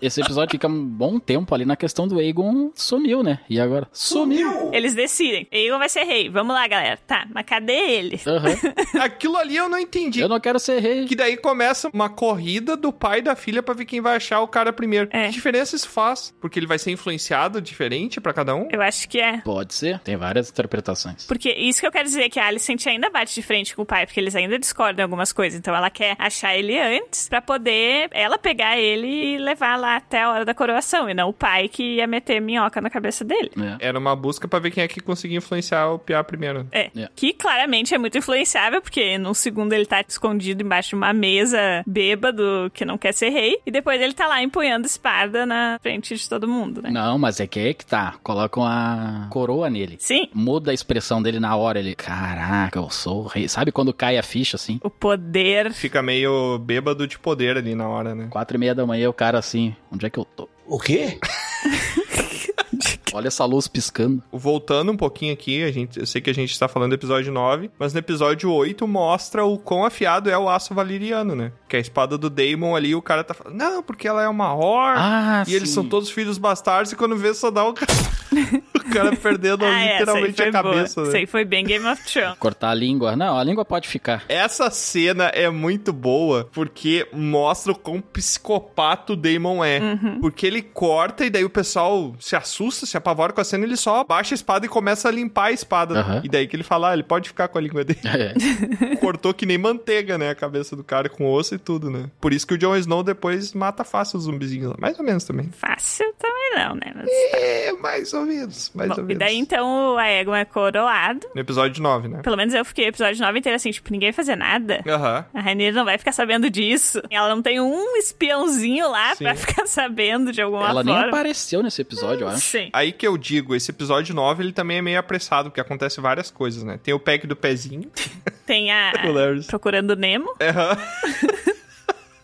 [SPEAKER 5] Esse episódio fica um bom tempo ali na questão do Aegon sumiu, né? E agora? Sumiu!
[SPEAKER 6] Eles decidem. Egon vai ser rei. Vamos lá, galera. Tá, mas cadê ele?
[SPEAKER 5] Aham.
[SPEAKER 4] Aquilo ali eu não entendi.
[SPEAKER 5] Eu não quero ser rei.
[SPEAKER 4] Que daí começa uma corrida do pai e da filha pra ver quem vai achar o cara primeiro.
[SPEAKER 6] É.
[SPEAKER 4] Que diferença isso faz? Porque ele vai ser influenciado diferente pra cada um?
[SPEAKER 6] Eu acho que é.
[SPEAKER 5] Pode ser. Tem várias interpretações.
[SPEAKER 6] Porque isso que eu quero dizer é que a Alicent ainda bate de frente com o pai, porque eles ainda discordam em algumas coisas. Então ela quer achar ele antes pra poder ela pegar ele e levar lá até a hora da coroação, e não o pai que ia meter minhoca na cabeça dele.
[SPEAKER 5] É.
[SPEAKER 4] Era uma busca pra ver quem é que conseguia influenciar o Piá primeiro.
[SPEAKER 6] É.
[SPEAKER 5] É.
[SPEAKER 6] Que claramente é muito influenciável, porque num segundo ele tá escondido embaixo de uma mesa bêbado que não quer ser rei, e depois ele tá lá empunhando espada na frente de todo mundo, né?
[SPEAKER 5] Não, mas é que é que tá. Colocam a coroa nele.
[SPEAKER 6] Sim.
[SPEAKER 5] Muda a expressão dele na hora. Ele, caraca, eu sou o rei. Sabe quando cai a ficha assim?
[SPEAKER 6] O poder
[SPEAKER 4] Fica meio bêbado de poder ali na hora, né?
[SPEAKER 5] Quatro e meia da manhã, o cara assim, onde é que eu tô?
[SPEAKER 10] [laughs] O quê?
[SPEAKER 5] Olha essa luz piscando.
[SPEAKER 4] Voltando um pouquinho aqui, a gente, eu sei que a gente tá falando do episódio 9, mas no episódio 8 mostra o quão afiado é o aço valiriano, né? Que a espada do Daemon ali, o cara tá falando, não, porque ela é uma horda.
[SPEAKER 5] Ah,
[SPEAKER 4] E eles
[SPEAKER 5] sim.
[SPEAKER 4] são todos filhos bastardos e quando vê só dá o cara, [laughs] o cara perdendo
[SPEAKER 6] [laughs] Ah, é,
[SPEAKER 4] literalmente
[SPEAKER 6] essa aí
[SPEAKER 4] a
[SPEAKER 6] foi boa.
[SPEAKER 4] cabeça.
[SPEAKER 6] Isso
[SPEAKER 4] né?
[SPEAKER 6] aí foi bem Game of Thrones.
[SPEAKER 5] Cortar a língua. Não, a língua pode ficar. [laughs]
[SPEAKER 4] Essa cena é muito boa porque mostra o quão psicopata o Damon é.
[SPEAKER 6] Uhum.
[SPEAKER 4] Porque ele corta e daí o pessoal se assusta, se apavora com a cena, ele só baixa a espada e começa a limpar a espada.
[SPEAKER 5] Aham.
[SPEAKER 4] E daí que ele fala, ah, ele pode ficar com a língua dele. [laughs]
[SPEAKER 5] É.
[SPEAKER 4] Cortou que nem manteiga, né? A cabeça do cara com osso e tudo, né? Por isso que o Jon Snow depois mata fácil os zumbizinhos lá. Mais ou menos também.
[SPEAKER 6] Fácil também não, né? Mas-
[SPEAKER 4] É, mais ou menos. Mais ou
[SPEAKER 6] Bom, e
[SPEAKER 4] menos.
[SPEAKER 6] daí então o Aegon é coroado.
[SPEAKER 4] No episódio 9, né?
[SPEAKER 6] Pelo menos eu fiquei o episódio 9 inteiro assim, tipo, ninguém vai fazer nada.
[SPEAKER 4] Aham.
[SPEAKER 6] A Rainha não vai ficar sabendo disso. Ela não tem um espiãozinho lá
[SPEAKER 4] Sim.
[SPEAKER 6] pra [laughs] ficar sabendo de alguma
[SPEAKER 5] Ela nem
[SPEAKER 6] forma.
[SPEAKER 5] apareceu nesse episódio, eu acho.
[SPEAKER 6] Sim.
[SPEAKER 4] Aí que eu digo, esse episódio 9 ele também é meio apressado, porque acontece várias coisas, né? Tem o pack do pezinho.
[SPEAKER 6] Tem a
[SPEAKER 4] O Larry.
[SPEAKER 6] Procurando Nemo.
[SPEAKER 4] [laughs]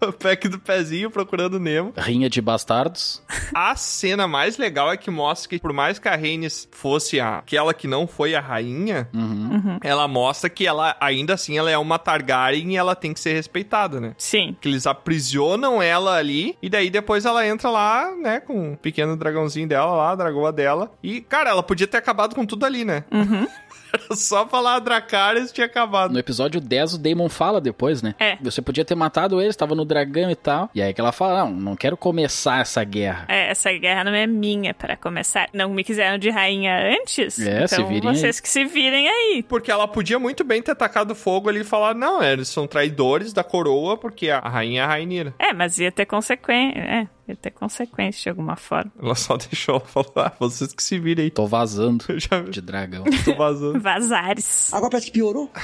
[SPEAKER 4] o pack do pezinho procurando Nemo.
[SPEAKER 5] Rinha de bastardos.
[SPEAKER 4] A cena mais legal é que mostra que, por mais que a Rhaenys fosse a- aquela que não foi a rainha,
[SPEAKER 5] Uhum.
[SPEAKER 4] ela mostra que ela, ainda assim, ela é uma Targaryen e ela tem que ser respeitada, né?
[SPEAKER 6] Sim.
[SPEAKER 4] Que eles aprisionam ela ali, e daí depois ela entra lá, né, com o pequeno dragãozinho dela lá, a dragoa dela. E, cara, ela podia ter acabado com tudo ali, né? [laughs] Era Só falar a Dracarys tinha acabado.
[SPEAKER 5] No episódio 10, o Damon fala depois, né?
[SPEAKER 6] É.
[SPEAKER 5] Você podia ter matado eles, tava no dragão e tal. E aí que ela fala: Não, não quero começar essa guerra.
[SPEAKER 6] É, essa guerra não é minha para começar. Não me quiseram de rainha antes?
[SPEAKER 5] É, se
[SPEAKER 6] então
[SPEAKER 5] virem aí.
[SPEAKER 6] vocês que se virem aí.
[SPEAKER 4] Porque ela podia muito bem ter atacado fogo ali e falar, não, eles são traidores da coroa, porque a rainha é a Rainira.
[SPEAKER 6] É, mas ia ter consequência. É, ia ter consequência de alguma forma.
[SPEAKER 4] Ela só [laughs] deixou ela falar, ah, vocês que se virem aí. [laughs]
[SPEAKER 5] Tô vazando
[SPEAKER 4] Eu já
[SPEAKER 5] de dragão. [laughs]
[SPEAKER 4] tô vazando.
[SPEAKER 6] Vazares.
[SPEAKER 10] Agora parece que piorou.
[SPEAKER 4] [laughs]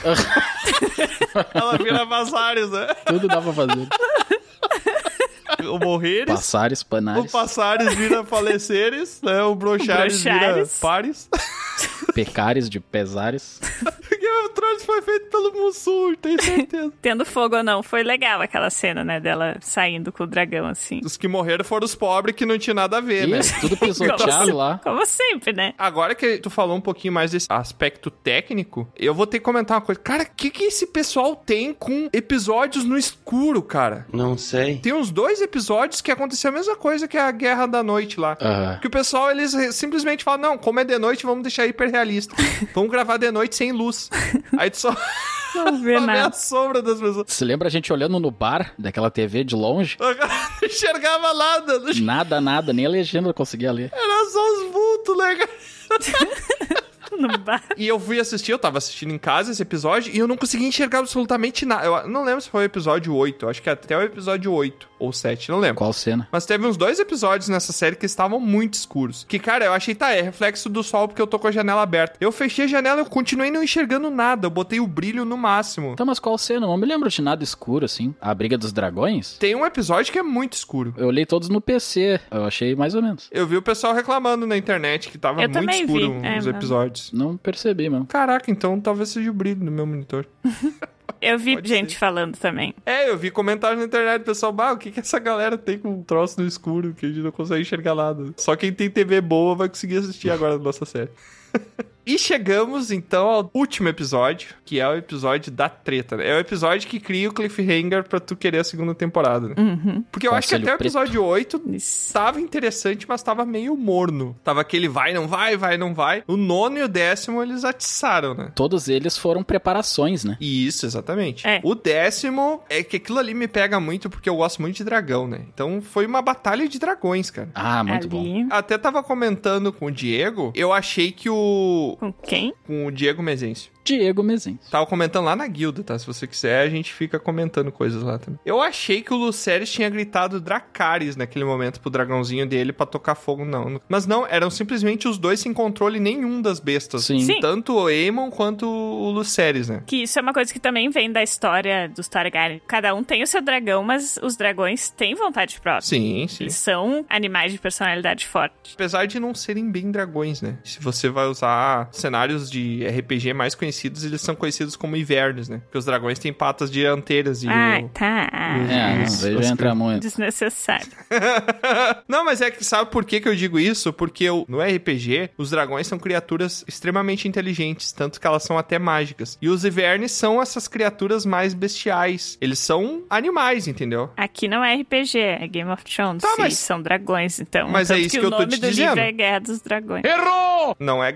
[SPEAKER 4] ela vira Vazares, né?
[SPEAKER 5] Tudo dá pra fazer.
[SPEAKER 4] [laughs] O Morreres,
[SPEAKER 5] Passar, espanar,
[SPEAKER 4] o Passares vira Faleceres, né? O Brochares,
[SPEAKER 6] Brochares.
[SPEAKER 4] vira Pares.
[SPEAKER 5] pecares de pesares.
[SPEAKER 4] Game of Thrones foi feito pelo Mussum, tenho certeza.
[SPEAKER 6] Tendo fogo ou não, foi legal aquela cena, né? Dela saindo com o dragão assim.
[SPEAKER 4] [laughs] Os que morreram foram os pobres que não tinha nada a
[SPEAKER 6] É,
[SPEAKER 4] ver, né?
[SPEAKER 5] Isso,
[SPEAKER 6] [laughs]
[SPEAKER 5] tudo pisoteado
[SPEAKER 6] Como
[SPEAKER 5] lá.
[SPEAKER 6] Como sempre, né?
[SPEAKER 4] Agora que tu falou um pouquinho mais desse aspecto técnico, eu vou ter que comentar uma coisa. Cara, o que, que esse pessoal tem com episódios no escuro, cara?
[SPEAKER 11] Não sei.
[SPEAKER 4] Tem uns dois episódios que aconteceu a mesma coisa que a Guerra da Noite lá.
[SPEAKER 5] Aham.
[SPEAKER 4] Que o pessoal, eles re- simplesmente falam, não, como é de noite, vamos deixar hiperrealista. vamos gravar de noite sem [laughs] luz. Aí tu só
[SPEAKER 6] [laughs] Não vê
[SPEAKER 4] só vê a
[SPEAKER 6] nada.
[SPEAKER 4] sombra das pessoas.
[SPEAKER 5] Se lembra a gente olhando no bar daquela TV de longe?
[SPEAKER 4] Não [laughs] enxergava nada, não
[SPEAKER 5] Nada, nada, nem a legenda eu conseguia ler.
[SPEAKER 4] era só os vultos, né, cara?
[SPEAKER 6] No bar.
[SPEAKER 4] E eu fui assistir, eu tava assistindo em casa esse episódio e eu não conseguia enxergar absolutamente nada. Eu não lembro se foi o episódio 8, eu acho que é até o episódio 8 ou 7, não lembro.
[SPEAKER 5] Qual cena?
[SPEAKER 4] Mas teve uns dois episódios nessa série que estavam muito escuros. Que, cara, eu achei, tá, é reflexo do sol porque eu tô com a janela aberta. Eu fechei a janela, eu continuei não enxergando nada, eu botei o brilho no máximo.
[SPEAKER 5] Tá, mas qual cena? Eu não me lembro de nada escuro, assim. A Briga dos Dragões?
[SPEAKER 4] Tem um episódio que é muito escuro.
[SPEAKER 5] Eu olhei todos no PC. Eu achei mais ou menos.
[SPEAKER 4] Eu vi o pessoal reclamando na internet que tava
[SPEAKER 6] Eu
[SPEAKER 4] muito
[SPEAKER 6] também
[SPEAKER 4] escuro
[SPEAKER 6] vi, é,
[SPEAKER 4] os
[SPEAKER 6] mano.
[SPEAKER 4] episódios.
[SPEAKER 5] Não percebi, mano.
[SPEAKER 4] Caraca, então talvez seja o brilho do meu monitor.
[SPEAKER 6] Eu vi
[SPEAKER 4] Pode
[SPEAKER 6] gente
[SPEAKER 4] ser.
[SPEAKER 6] falando também.
[SPEAKER 4] É, eu vi comentários na internet, pessoal, bah, o que, que essa galera tem com um troço no escuro que a gente não consegue enxergar nada. Só quem tem TV boa vai conseguir assistir agora a nossa série. [laughs] e chegamos, então, ao último episódio, que é o episódio da treta. né? É o episódio que cria o cliffhanger pra tu querer a segunda temporada, né?
[SPEAKER 6] Uhum.
[SPEAKER 4] Porque eu acho que
[SPEAKER 5] Conselho
[SPEAKER 4] até o
[SPEAKER 5] preto.
[SPEAKER 4] episódio 8
[SPEAKER 6] Isso.
[SPEAKER 4] tava interessante, mas tava meio morno. Tava aquele vai, não vai, vai, não vai. O nono e o décimo eles atiçaram, né?
[SPEAKER 5] Todos eles foram preparações, né?
[SPEAKER 4] Isso, exatamente.
[SPEAKER 6] É.
[SPEAKER 4] O décimo é que aquilo ali me pega muito porque eu gosto muito de dragão, né? Então foi uma batalha de dragões, cara.
[SPEAKER 5] Ah, muito bom.
[SPEAKER 6] Ali.
[SPEAKER 4] Até tava comentando com o Diego, eu achei que o.
[SPEAKER 6] Com quem?
[SPEAKER 4] com o Diego Mezencio.
[SPEAKER 5] Diego Mezencio.
[SPEAKER 4] Tava comentando lá na guilda, tá? Se você quiser, a gente fica comentando coisas lá também. Eu achei que o Luceres tinha gritado Dracaris naquele momento pro dragãozinho dele pra tocar fogo, não. Mas não, eram simplesmente os dois sem controle nenhum das bestas.
[SPEAKER 5] Sim.
[SPEAKER 6] Sim.
[SPEAKER 4] Tanto o Aemon quanto o Luceres, né?
[SPEAKER 6] Que isso é uma coisa que também vem da história dos Targaryen. Cada um tem o seu dragão, mas os dragões têm vontade própria.
[SPEAKER 4] Sim, sim.
[SPEAKER 6] Eles são animais de personalidade forte.
[SPEAKER 4] Apesar de não serem bem dragões, né? Se você vai usar cenários de RPG mais conhecidos, eles são conhecidos como invernos, né? Porque os dragões têm patas dianteiras e
[SPEAKER 6] Ah,
[SPEAKER 4] o...
[SPEAKER 6] tá.
[SPEAKER 5] É, não
[SPEAKER 4] Isso,
[SPEAKER 5] vejo
[SPEAKER 4] as
[SPEAKER 5] entrar muito.
[SPEAKER 6] Desnecessário.
[SPEAKER 4] [laughs] não, mas é que sabe por que, que eu digo isso? Porque eu- no RPG, os dragões são criaturas extremamente inteligentes, tanto que elas são até mágicas. E os invernos são essas criaturas mais bestiais. Eles são animais, entendeu?
[SPEAKER 6] Aqui não é RPG, é Game of Thrones.
[SPEAKER 4] Tá,
[SPEAKER 6] e
[SPEAKER 4] mas-
[SPEAKER 6] são dragões, então.
[SPEAKER 4] Mas é
[SPEAKER 6] Tanto
[SPEAKER 4] isso
[SPEAKER 6] que,
[SPEAKER 4] que eu
[SPEAKER 6] o
[SPEAKER 4] tô
[SPEAKER 6] nome
[SPEAKER 4] te
[SPEAKER 6] do
[SPEAKER 4] dizendo.
[SPEAKER 6] livro é Guerra dos Dragões.
[SPEAKER 8] Errou!
[SPEAKER 4] Não [laughs]
[SPEAKER 6] [laughs]
[SPEAKER 4] é...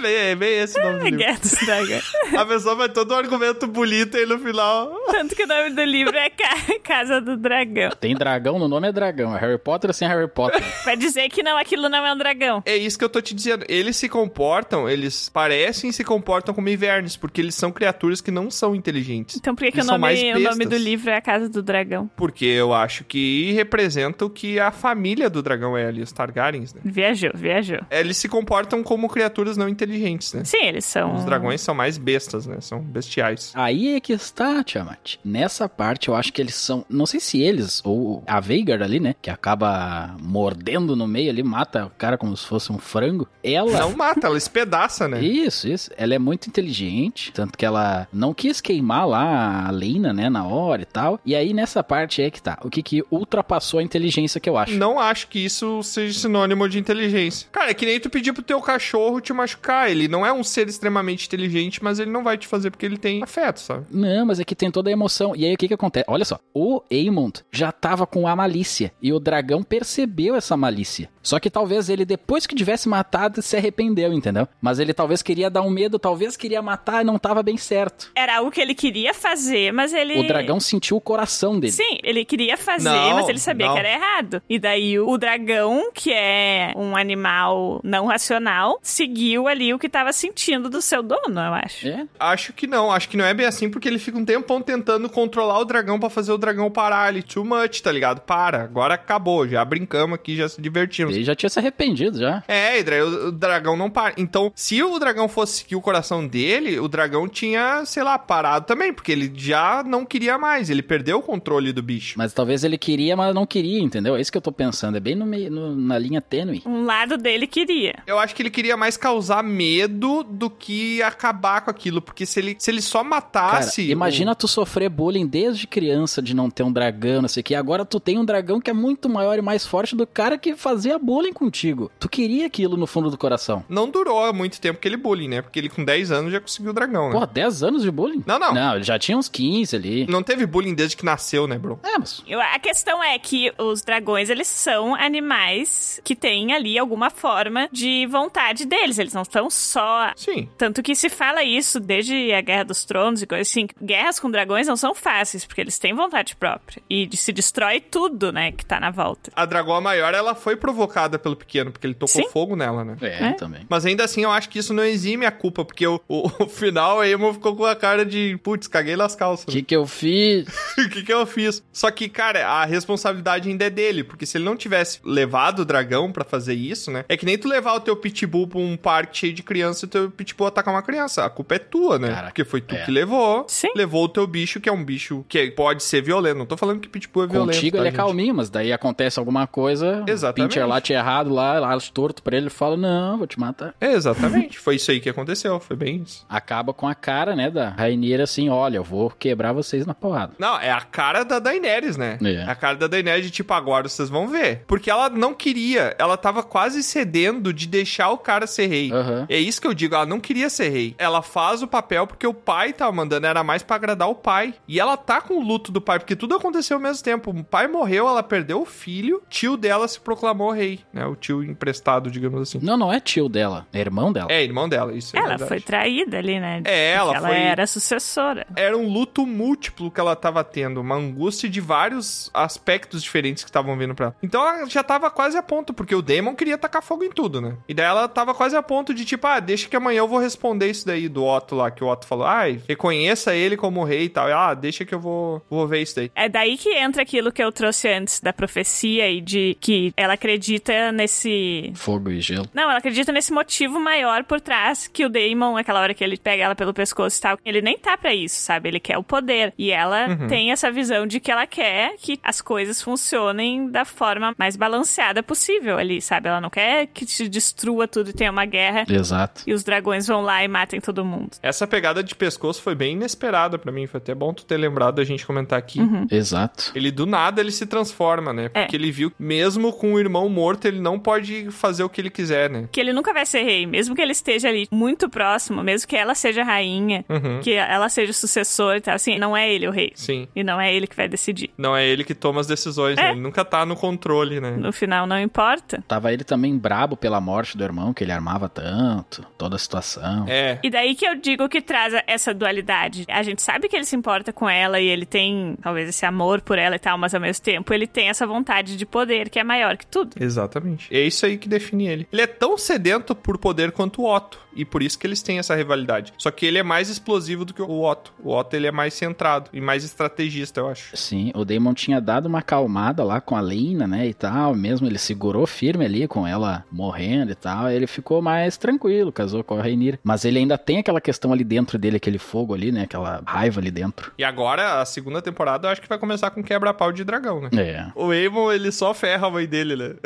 [SPEAKER 4] Bem, é bem esse o nome do
[SPEAKER 6] É
[SPEAKER 4] livro.
[SPEAKER 6] [laughs] Guerra dos Dragões.
[SPEAKER 4] A pessoa vai todo um argumento bonito e no final...
[SPEAKER 6] Tanto que o nome do livro é Ca- Casa do Dragão.
[SPEAKER 5] Tem dragão no nome é dragão. É Harry Potter sem Harry Potter.
[SPEAKER 6] [laughs] Vai dizer que não, aquilo não é um dragão.
[SPEAKER 4] É isso que eu tô te dizendo. Eles se comportam, eles parecem e se comportam como invernos, porque eles são criaturas que não são inteligentes.
[SPEAKER 6] Então por que, que o,
[SPEAKER 4] Eles são mais
[SPEAKER 6] nome, o nome do
[SPEAKER 4] bestas.
[SPEAKER 6] livro é A Casa do Dragão?
[SPEAKER 4] Porque eu acho que representa o que a família do dragão é ali, os Targaryens, né?
[SPEAKER 6] Viajou, viajou.
[SPEAKER 4] Eles se comportam como criaturas não inteligentes, né?
[SPEAKER 6] Sim, eles são.
[SPEAKER 4] Os dragões são mais bestas, né? São bestiais.
[SPEAKER 5] Aí é que está, Tiamat. Nessa parte eu acho que eles são. Não sei se eles, ou a Veigar ali, né? Que acaba mordendo no meio ali, mata o cara como se fosse um frango. Ela.
[SPEAKER 4] Não mata, ela espedaça, né?
[SPEAKER 5] Isso, isso. Ela é muito inteligente, tanto que ela não quis queimar lá a Lena, né, na hora e tal. E aí nessa parte é que tá. O que que ultrapassou a inteligência que eu acho.
[SPEAKER 4] Não acho que isso seja sinônimo de inteligência. Cara, é que nem tu pedir pro teu cachorro te machucar. Ele não é um ser extremamente inteligente, mas ele não vai te fazer porque ele tem afeto, sabe?
[SPEAKER 5] Não, mas é que tem toda a emoção. E aí o que que acontece? Olha só, o Aemond já tava com a malícia e o dragão percebeu essa malícia. Só que talvez ele depois que tivesse matado se arrependeu, entendeu? Mas ele talvez queria dar um medo, talvez queria matar e não tava bem certo.
[SPEAKER 6] Era algo que ele queria fazer, mas ele.
[SPEAKER 5] O dragão sentiu o coração dele.
[SPEAKER 6] Sim, ele queria fazer,
[SPEAKER 4] Não,
[SPEAKER 6] mas ele sabia
[SPEAKER 4] não.
[SPEAKER 6] que era errado. E daí o dragão, que é um animal não racional, seguiu ali o que tava sentindo do seu dono, eu acho.
[SPEAKER 5] É?
[SPEAKER 4] Acho que não, acho que não é bem assim, porque ele fica um tempão tentando controlar o dragão pra fazer o dragão parar ali. Too much, tá ligado? Para, agora acabou, já brincamos aqui, já se divertimos.
[SPEAKER 5] ele já tinha se arrependido já.
[SPEAKER 4] É, Hydra, o, o dragão não para. Então, se o dragão fosse seguir o coração dele, o dragão tinha, sei lá, parado também, porque ele já não queria mais, ele perdeu o controle do bicho.
[SPEAKER 5] Mas talvez ele queria, mas não queria, entendeu? É isso que eu tô pensando. É bem no meio, no- na linha tênue.
[SPEAKER 6] Um lado dele queria.
[SPEAKER 4] Eu acho que ele queria mais causar medo do que acabar com aquilo, porque se ele, se ele só
[SPEAKER 5] Cara,
[SPEAKER 4] matasse. Ah, o-
[SPEAKER 5] imagina tu sofrer bullying desde criança de não ter um dragão, não sei o que. Agora tu tem um dragão que é muito maior e mais forte do cara que fazia bullying contigo. Tu queria aquilo no fundo do coração.
[SPEAKER 4] Não durou muito tempo aquele bullying, né? Porque ele com 10 anos já conseguiu o dragão, né?
[SPEAKER 5] Porra, 10 anos de bullying?
[SPEAKER 4] Não, não.
[SPEAKER 5] Não, ele já tinha uns 15 ali.
[SPEAKER 4] Não teve bullying desde que nasceu, né, bro?
[SPEAKER 5] É, mas
[SPEAKER 6] Eu- A questão é que os dragões, eles são animais que têm ali alguma forma de vontade deles. Eles não estão só
[SPEAKER 4] Sim.
[SPEAKER 6] Tanto que se fala isso desde a Guerra dos Tronos e coisas assim. Guerras com dragões não são fáceis, porque eles têm vontade própria. E de- se destrói tudo, né, que tá na volta.
[SPEAKER 4] A dragoa maior, ela foi provocada pelo pequeno, porque ele tocou
[SPEAKER 6] Sim.
[SPEAKER 4] fogo nela, né?
[SPEAKER 5] É,
[SPEAKER 6] É?
[SPEAKER 5] também.
[SPEAKER 4] Mas ainda assim, eu acho que isso não exime a culpa, porque o, o, o [laughs] final, a Emo ficou com a cara de, putz, caguei nas
[SPEAKER 5] O
[SPEAKER 4] calças. né?
[SPEAKER 5] que que eu fiz?
[SPEAKER 4] [laughs] o que, que eu fiz? Só que, cara, a responsabilidade ainda é dele, porque se ele não tivesse levado o dragão pra fazer isso, né? É que nem tu levar o teu pitbull pra um parque cheio de criança e o teu pitbull atacar uma criança. A culpa é tua, né?
[SPEAKER 5] Cara,
[SPEAKER 4] porque foi tu
[SPEAKER 5] é.
[SPEAKER 4] que levou.
[SPEAKER 6] Sim.
[SPEAKER 4] Levou o teu bicho, que é um bicho que pode ser violento. Não tô falando que pitbull é violento.
[SPEAKER 5] Contigo
[SPEAKER 4] tá,
[SPEAKER 5] ele é
[SPEAKER 4] gente?
[SPEAKER 5] calminho, mas daí acontece alguma coisa,
[SPEAKER 4] Exatamente.
[SPEAKER 5] o Pincher late errado lá, late torto pra ele, ele fala, não, vou te matar.
[SPEAKER 4] É, exatamente. foi isso aí que aconteceu. Foi bem isso.
[SPEAKER 5] Acaba com a cara, né, da Raineira assim, olha, eu vou quebrar vocês na porrada.
[SPEAKER 4] Não, é a cara da Daenerys, né?
[SPEAKER 5] É.
[SPEAKER 4] A cara da Daenerys de tipo, agora vocês vão ver. Porque ela não queria, ela tava quase cedendo de deixar o cara ser rei.
[SPEAKER 5] Aham.
[SPEAKER 4] É isso que eu digo, ela não queria ser rei. Ela faz o papel porque o pai tava mandando, era mais pra agradar o pai. E ela tá com o luto do pai, porque tudo aconteceu ao mesmo tempo. O pai morreu, ela perdeu o filho, tio dela se proclamou rei, né? O tio emprestado, digamos assim.
[SPEAKER 5] Não, não é tio dela, é irmão dela.
[SPEAKER 4] É, irmão dela, isso é
[SPEAKER 6] ela
[SPEAKER 4] verdade.
[SPEAKER 6] foi traída ali, né?
[SPEAKER 4] É, ela
[SPEAKER 6] Porque
[SPEAKER 4] foi-
[SPEAKER 6] Ela era sucessora.
[SPEAKER 4] era um luto múltiplo que ela tava tendo, uma angústia de vários aspectos diferentes que estavam vindo pra ela. Então ela já tava quase a ponto, porque o Damon queria tacar fogo em tudo, né? E daí ela tava quase a ponto de tipo, ah, deixa que amanhã eu vou responder isso daí do Otto lá, que o Otto falou, ai, reconheça ele como rei e tal. E, ah, deixa que eu vou, vou ver isso daí.
[SPEAKER 6] É daí que entra aquilo que eu trouxe antes da profecia e de que ela acredita nesse.
[SPEAKER 5] Fogo e gelo.
[SPEAKER 6] Não, ela acredita nesse motivo maior por trás que o Damon, aquela hora que ele pega ela pelo pescoço e tal, ele nem tá pra isso, sabe? Ele quer o poder. E ela tem essa visão de que ela quer que as coisas funcionem da forma mais balanceada possível ali, sabe? Ela não quer que se destrua tudo e tenha uma guerra
[SPEAKER 5] Exato.
[SPEAKER 6] e os dragões vão lá e matem todo mundo.
[SPEAKER 4] Essa pegada de pescoço foi bem inesperada pra mim, foi até bom tu ter lembrado da gente comentar aqui.
[SPEAKER 5] Exato.
[SPEAKER 4] Ele do nada ele se transforma, né?
[SPEAKER 6] Uhum. É.
[SPEAKER 4] Porque ele viu que mesmo com o irmão morto, ele não pode fazer o que ele quiser, né?
[SPEAKER 6] Que ele nunca vai ser rei, mesmo que ele esteja ali muito próximo, mesmo que ela seja rainha,
[SPEAKER 4] Uhum.
[SPEAKER 6] que ela seja o sucessor e tal, assim, não é ele o rei.
[SPEAKER 4] Sim.
[SPEAKER 6] E não é ele que vai decidir.
[SPEAKER 4] Não é ele que toma as decisões, né? Ele nunca tá no controle, né?
[SPEAKER 6] No final, não importa.
[SPEAKER 5] Tava ele também brabo pela morte do irmão, que ele armava tanto, toda a situação.
[SPEAKER 4] É.
[SPEAKER 6] E daí que eu digo que traz a- essa dualidade. A gente sabe que ele se importa com ela e ele tem, talvez, esse amor por ela e tal, mas ao mesmo tempo ele tem essa vontade de poder que é maior que tudo.
[SPEAKER 4] Exatamente. É isso aí que define ele. Ele é tão sedento por poder quanto o Otto. E por isso que eles têm essa rivalidade. Só que ele é mais explosivo do que o Otto. O Otto ele é mais centrado e mais estrategista, eu acho.
[SPEAKER 5] Sim, o Damon tinha dado uma acalmada lá com a Lina, né, e tal, mesmo ele segurou firme ali com ela morrendo e tal, ele ficou mais tranquilo, casou com a Rainir. Mas ele ainda tem aquela questão ali dentro dele, aquele fogo ali, né, aquela raiva ali dentro.
[SPEAKER 4] E agora, a segunda temporada, eu acho que vai começar com quebra-pau de dragão, né?
[SPEAKER 5] É. [laughs]
[SPEAKER 4] O Eamon, ele só ferra a mãe dele, né?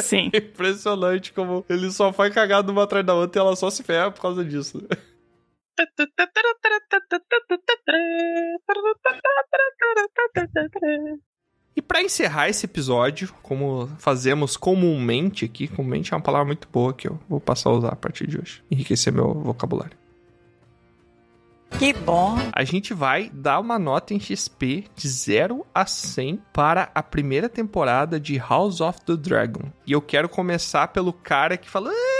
[SPEAKER 6] Sim.
[SPEAKER 4] [laughs] Impressionante como ele só foi cagado uma atrás da outra e ela só se ferra por causa disso. E pra encerrar esse episódio, como fazemos comumente aqui, comumente é uma palavra muito boa que eu vou passar a usar a partir de hoje, enriquecer meu vocabulário.
[SPEAKER 3] Que bom.
[SPEAKER 4] A gente vai dar uma nota em XP de 0 a 100 para a primeira temporada de House of the Dragon. E eu quero começar pelo cara que falou. "Ah,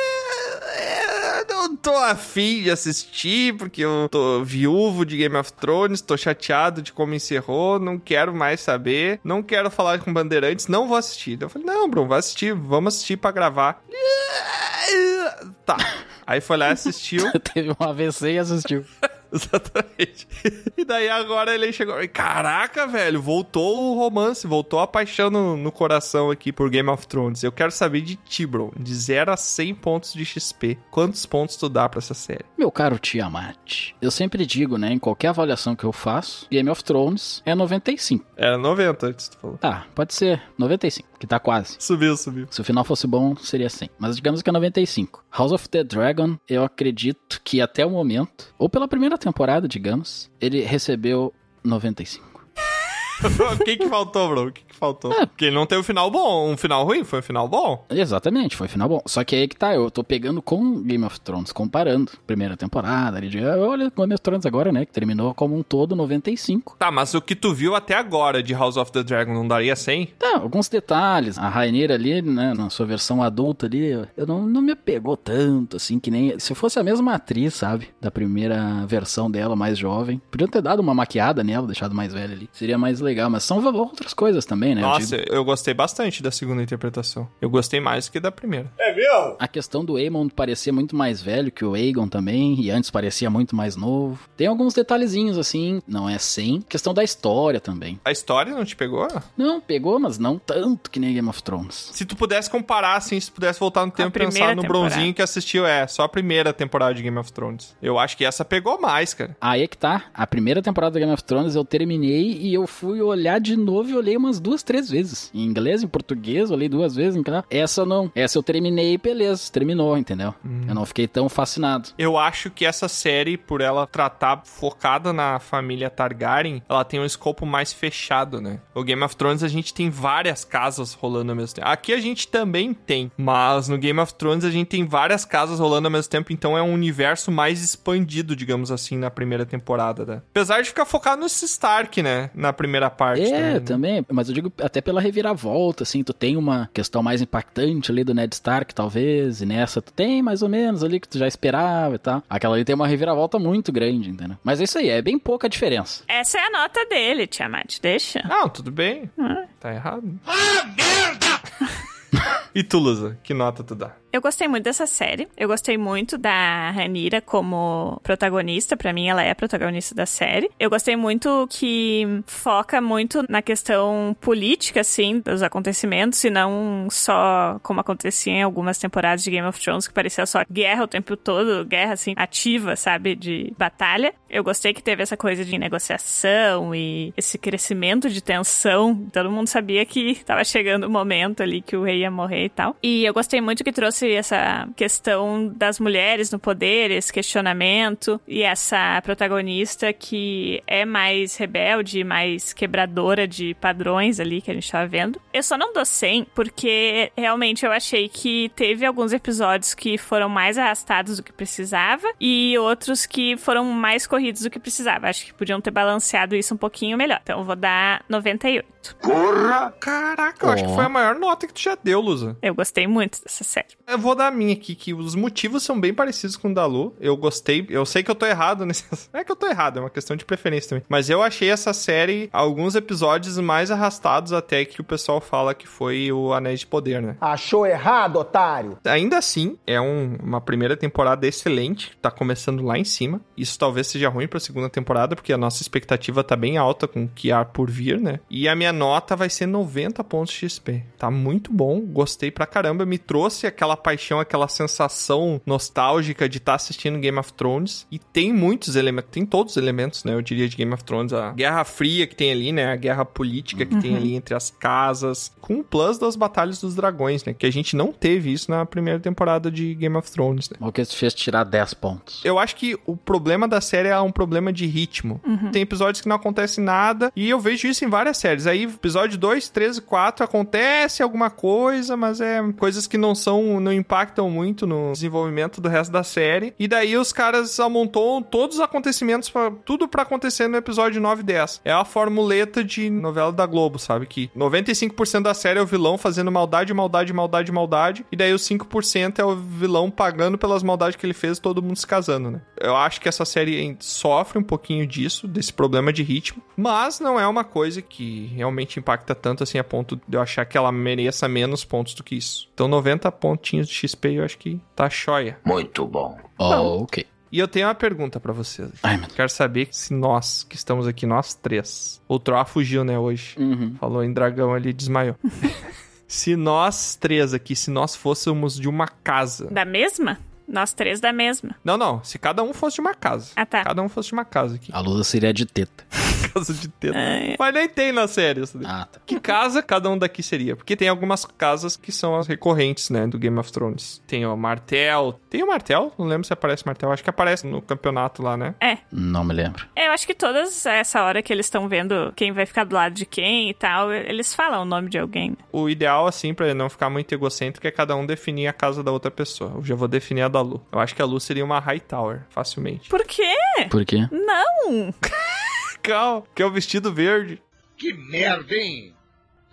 [SPEAKER 4] Não tô afim de assistir, porque eu tô viúvo de Game of Thrones, tô chateado de como encerrou, não quero mais saber, não quero falar com bandeirantes, não vou assistir. Daí Eu falei, não, Bruno, vai assistir, vamos assistir pra gravar. [laughs] Tá. Aí foi lá e assistiu.
[SPEAKER 5] Teve um AVC e assistiu.
[SPEAKER 4] [laughs] Exatamente. E daí agora ele chegou. Caraca, velho, voltou o romance, voltou a paixão no, no coração aqui por Game of Thrones. Eu quero saber de Tibron, de 0 a 100 pontos de XP. Quantos pontos tu dá pra essa série?
[SPEAKER 5] Meu caro Tiamat, eu sempre digo, né, em qualquer avaliação que eu faço, Game of Thrones é 95.
[SPEAKER 4] Era 90 antes, tu falou.
[SPEAKER 5] Tá, pode ser 95, que tá quase.
[SPEAKER 4] Subiu, subiu. [laughs]
[SPEAKER 5] Se o final fosse bom, seria 100. Mas digamos que é 95. House of the Dragon, eu acredito que até o momento, ou pela primeira temporada, digamos, ele recebeu 95.
[SPEAKER 4] o que que faltou, bro? O que que faltou?
[SPEAKER 5] É.
[SPEAKER 4] Porque não teve um final bom, um final ruim, foi um final bom.
[SPEAKER 5] Exatamente, foi final bom. Só que aí que tá, eu tô pegando com Game of Thrones, comparando. Primeira temporada, ali de. Olha, Game of Thrones agora, né? Que terminou como um todo 95.
[SPEAKER 4] Tá, mas o que tu viu até agora de House of the Dragon não daria 100?
[SPEAKER 5] Tá, alguns detalhes. A Rainira ali, né, na sua versão adulta ali, eu não, não me apegou tanto, assim, que nem. Se fosse a mesma atriz, sabe? Da primeira versão dela, mais jovem. Podiam ter dado uma maquiada nela, deixado mais velha ali. Seria mais legal, mas são outras coisas também, né? Eu digo-
[SPEAKER 4] Nossa, eu gostei bastante da segunda interpretação. Eu gostei mais que da primeira.
[SPEAKER 10] É
[SPEAKER 5] A questão do Aemon parecia muito mais velho que o Aegon também, e antes parecia muito mais novo. Tem alguns detalhezinhos assim, não é 100. Questão da história também.
[SPEAKER 4] A história não te pegou?
[SPEAKER 5] Não, pegou, mas não tanto que nem Game of Thrones.
[SPEAKER 4] Se tu pudesse comparar, assim, se tu pudesse voltar no tempo e
[SPEAKER 6] primeira
[SPEAKER 4] pensar no
[SPEAKER 6] temporada.
[SPEAKER 4] bronzinho que assistiu, é, só a primeira temporada de Game of Thrones. Eu acho que essa pegou mais, cara.
[SPEAKER 5] Aí é que tá. A primeira temporada do Game of Thrones eu terminei e eu fui olhar de novo e olhei umas duas, três vezes. Em inglês, em português, olhei duas vezes. Em... cada- Essa não. Essa eu terminei e beleza, terminou, entendeu? Eu não fiquei tão fascinado.
[SPEAKER 4] Eu acho que essa série, por ela tratar focada na família Targaryen, ela tem um escopo mais fechado, né? O Game of Thrones a gente tem várias casas rolando ao mesmo tempo. Aqui a gente também tem, mas no Game of Thrones a gente tem várias casas rolando ao mesmo tempo, então é um universo mais expandido, digamos assim, na primeira temporada, né? Apesar de ficar focado no Stark, né? Na primeira parte.
[SPEAKER 5] É,
[SPEAKER 4] né?
[SPEAKER 5] também, mas eu digo até pela reviravolta, assim, tu tem uma questão mais impactante ali do Ned Stark, talvez, e nessa tu tem mais ou menos ali que tu já esperava e tal. Aquela ali tem uma reviravolta muito grande, entendeu? Mas é isso aí, é bem pouca diferença.
[SPEAKER 6] Essa é a nota dele, Tiamat. Deixa.
[SPEAKER 4] Não, tudo bem. Tá errado. Ah, merda! [laughs] e tu, Lusa, que nota tu dá?
[SPEAKER 6] Eu gostei muito dessa série. Eu gostei muito da Ranira como protagonista. Pra mim, ela é a protagonista da série. Eu gostei muito que foca muito na questão política, assim, dos acontecimentos, e não só como acontecia em algumas temporadas de Game of Thrones, que parecia só guerra o tempo todo, guerra, assim, ativa, sabe, de batalha. Eu gostei que teve essa coisa de negociação e esse crescimento de tensão. Todo mundo sabia que tava chegando o momento ali que o rei ia morrer e tal. E eu gostei muito que trouxe essa questão das mulheres no poder, esse questionamento e essa protagonista que é mais rebelde, mais quebradora de padrões ali que a gente tava vendo. Eu só não dou 100 porque realmente eu achei que teve alguns episódios que foram mais arrastados do que precisava e outros que foram mais corridos do que precisava. Acho que podiam ter balanceado isso um pouquinho melhor. Então eu vou dar 98.
[SPEAKER 7] Porra!
[SPEAKER 4] Caraca, eu acho que
[SPEAKER 5] Ó.
[SPEAKER 4] foi a maior nota que tu já deu, Lusa.
[SPEAKER 6] Eu gostei muito dessa série.
[SPEAKER 4] Eu vou dar a minha aqui, que os motivos são bem parecidos com o da Lu. Eu gostei, eu sei que eu tô errado [laughs] nesse. Não é que eu tô errado, é uma questão de preferência também. Mas eu achei essa série alguns episódios mais arrastados até que o pessoal fala que foi o Anéis de Poder, né?
[SPEAKER 10] Achou errado, otário.
[SPEAKER 4] Ainda assim, é um- uma primeira temporada excelente, tá começando lá em cima. Isso talvez seja ruim pra segunda temporada, porque a nossa expectativa tá bem alta com o que há por vir, né? E a minha nota vai ser 90 pontos XP. Tá muito bom, gostei pra caramba, me trouxe aquela paixão, aquela sensação nostálgica de estar assistindo Game of Thrones. E tem muitos elementos, tem todos os elementos, né? Eu diria de Game of Thrones, a Guerra Fria que tem ali, né? A guerra política que tem ali entre as casas, com o plus das batalhas dos dragões, né? Que a gente não teve isso na primeira temporada de Game of Thrones, né?
[SPEAKER 5] O que isso fez tirar 10 pontos.
[SPEAKER 4] Eu acho que o problema da série é um problema de ritmo. Tem episódios que não acontece nada, e eu vejo isso em várias séries. Aí, episódio 2, 3 e 4 acontece alguma coisa, mas é coisas que não são, não impactam muito no desenvolvimento do resto da série. E daí os caras amontoam todos os acontecimentos, pra, tudo pra acontecer no episódio 9 e 10. É a formuleta de novela da Globo, sabe? Que 95% da série é o vilão fazendo maldade, maldade, maldade, maldade. E daí os 5% é o vilão pagando pelas maldades que ele fez, todo mundo se casando, né? Eu acho que essa série em- sofre um pouquinho disso, desse problema de ritmo. Mas não é uma coisa que realmente impacta tanto assim a ponto de eu achar que ela mereça menos pontos do que isso. Então 90 pontinhos de XP eu acho que tá choia.
[SPEAKER 7] Muito bom.
[SPEAKER 5] Oh, ok.
[SPEAKER 4] E eu tenho uma pergunta pra vocês.
[SPEAKER 5] Ai, meu Deus.
[SPEAKER 4] Quero saber se nós, que estamos aqui, nós três. O Troá fugiu, né, hoje.
[SPEAKER 5] Uhum.
[SPEAKER 4] Falou em dragão ali, [laughs] desmaiou. se nós três aqui, se nós fôssemos de uma casa.
[SPEAKER 6] Da mesma? Nós três da mesma.
[SPEAKER 4] Não, não. Se cada um fosse de uma casa.
[SPEAKER 6] Ah, tá.
[SPEAKER 4] Cada um fosse de uma casa [laughs] aqui.
[SPEAKER 5] A luta seria de teta.
[SPEAKER 4] casa de teta.
[SPEAKER 6] É.
[SPEAKER 4] Mas nem tem na série isso daí.
[SPEAKER 5] Ah, tá.
[SPEAKER 4] Que casa cada um daqui seria? Porque tem algumas casas que são as recorrentes, né, do Game of Thrones. Tem o martel. Tem o martel? Não lembro se aparece martel. Acho que aparece no campeonato lá, né?
[SPEAKER 5] Não me lembro.
[SPEAKER 6] É, Eu acho que todas essa hora que eles estão vendo quem vai ficar do lado de quem e tal, eles falam o nome de alguém.
[SPEAKER 4] O ideal, assim, pra não ficar muito egocêntrico, é cada um definir a casa da outra pessoa. Eu já vou definir a da Lu. Eu acho que a Lu seria uma high tower, facilmente.
[SPEAKER 6] Por quê?
[SPEAKER 5] Por quê?
[SPEAKER 6] Não!
[SPEAKER 4] Cal, que é o vestido verde.
[SPEAKER 10] Que merda, hein?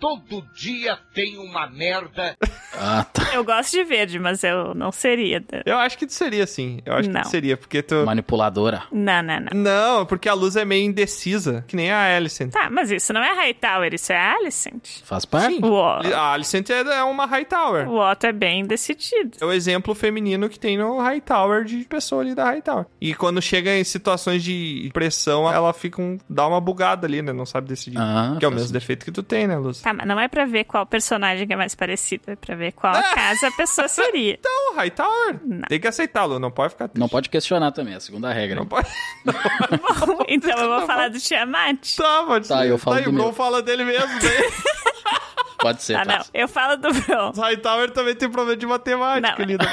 [SPEAKER 10] Todo dia tem uma merda.
[SPEAKER 5] Ah, tá.
[SPEAKER 6] Eu gosto de verde, mas eu não seria. da-
[SPEAKER 4] Eu acho que tu seria, sim. Eu acho
[SPEAKER 6] Não.
[SPEAKER 4] que tu seria, porque tu...
[SPEAKER 5] [laughs] Manipuladora.
[SPEAKER 6] Não, não, não.
[SPEAKER 4] Não, porque a luz é meio indecisa, que nem a Alicent.
[SPEAKER 6] Tá, mas isso não é Hightower, isso é Alicent.
[SPEAKER 5] Faz parte?
[SPEAKER 4] Sim.
[SPEAKER 6] O
[SPEAKER 4] A Alicent é é uma high tower.
[SPEAKER 6] O Otto é bem decidido.
[SPEAKER 4] É o exemplo feminino que tem no Hightower de pessoa ali da Hightower. E quando chega em situações de pressão, ela fica um, dá uma bugada ali, né? Não sabe decidir.
[SPEAKER 5] Ah,
[SPEAKER 4] que é o
[SPEAKER 5] faz
[SPEAKER 4] mesmo defeito que tu tem, né, Luz?
[SPEAKER 6] Tá, mas não é pra ver qual personagem que é mais parecido, é pra ver qual
[SPEAKER 4] Ah!
[SPEAKER 6] casa a pessoa
[SPEAKER 4] [laughs]
[SPEAKER 6] seria.
[SPEAKER 4] Então, Hightower, tem que aceitá-lo, não pode ficar triste.
[SPEAKER 5] Não pode questionar também, é a segunda regra.
[SPEAKER 4] Não pode. [laughs]
[SPEAKER 6] Bom, então eu vou falar do Tiamat.
[SPEAKER 4] Tá, pode
[SPEAKER 5] Tá,
[SPEAKER 4] ser.
[SPEAKER 5] eu falo
[SPEAKER 4] Tá, e o
[SPEAKER 5] do meu.
[SPEAKER 4] Bron fala dele mesmo,
[SPEAKER 5] [laughs]
[SPEAKER 4] né?
[SPEAKER 5] Pode ser,
[SPEAKER 6] Ah, não.
[SPEAKER 5] tá?
[SPEAKER 6] Eu falo do Bron.
[SPEAKER 4] Os Hightower também tem problema de matemática,
[SPEAKER 6] Não. [laughs]
[SPEAKER 4] linda.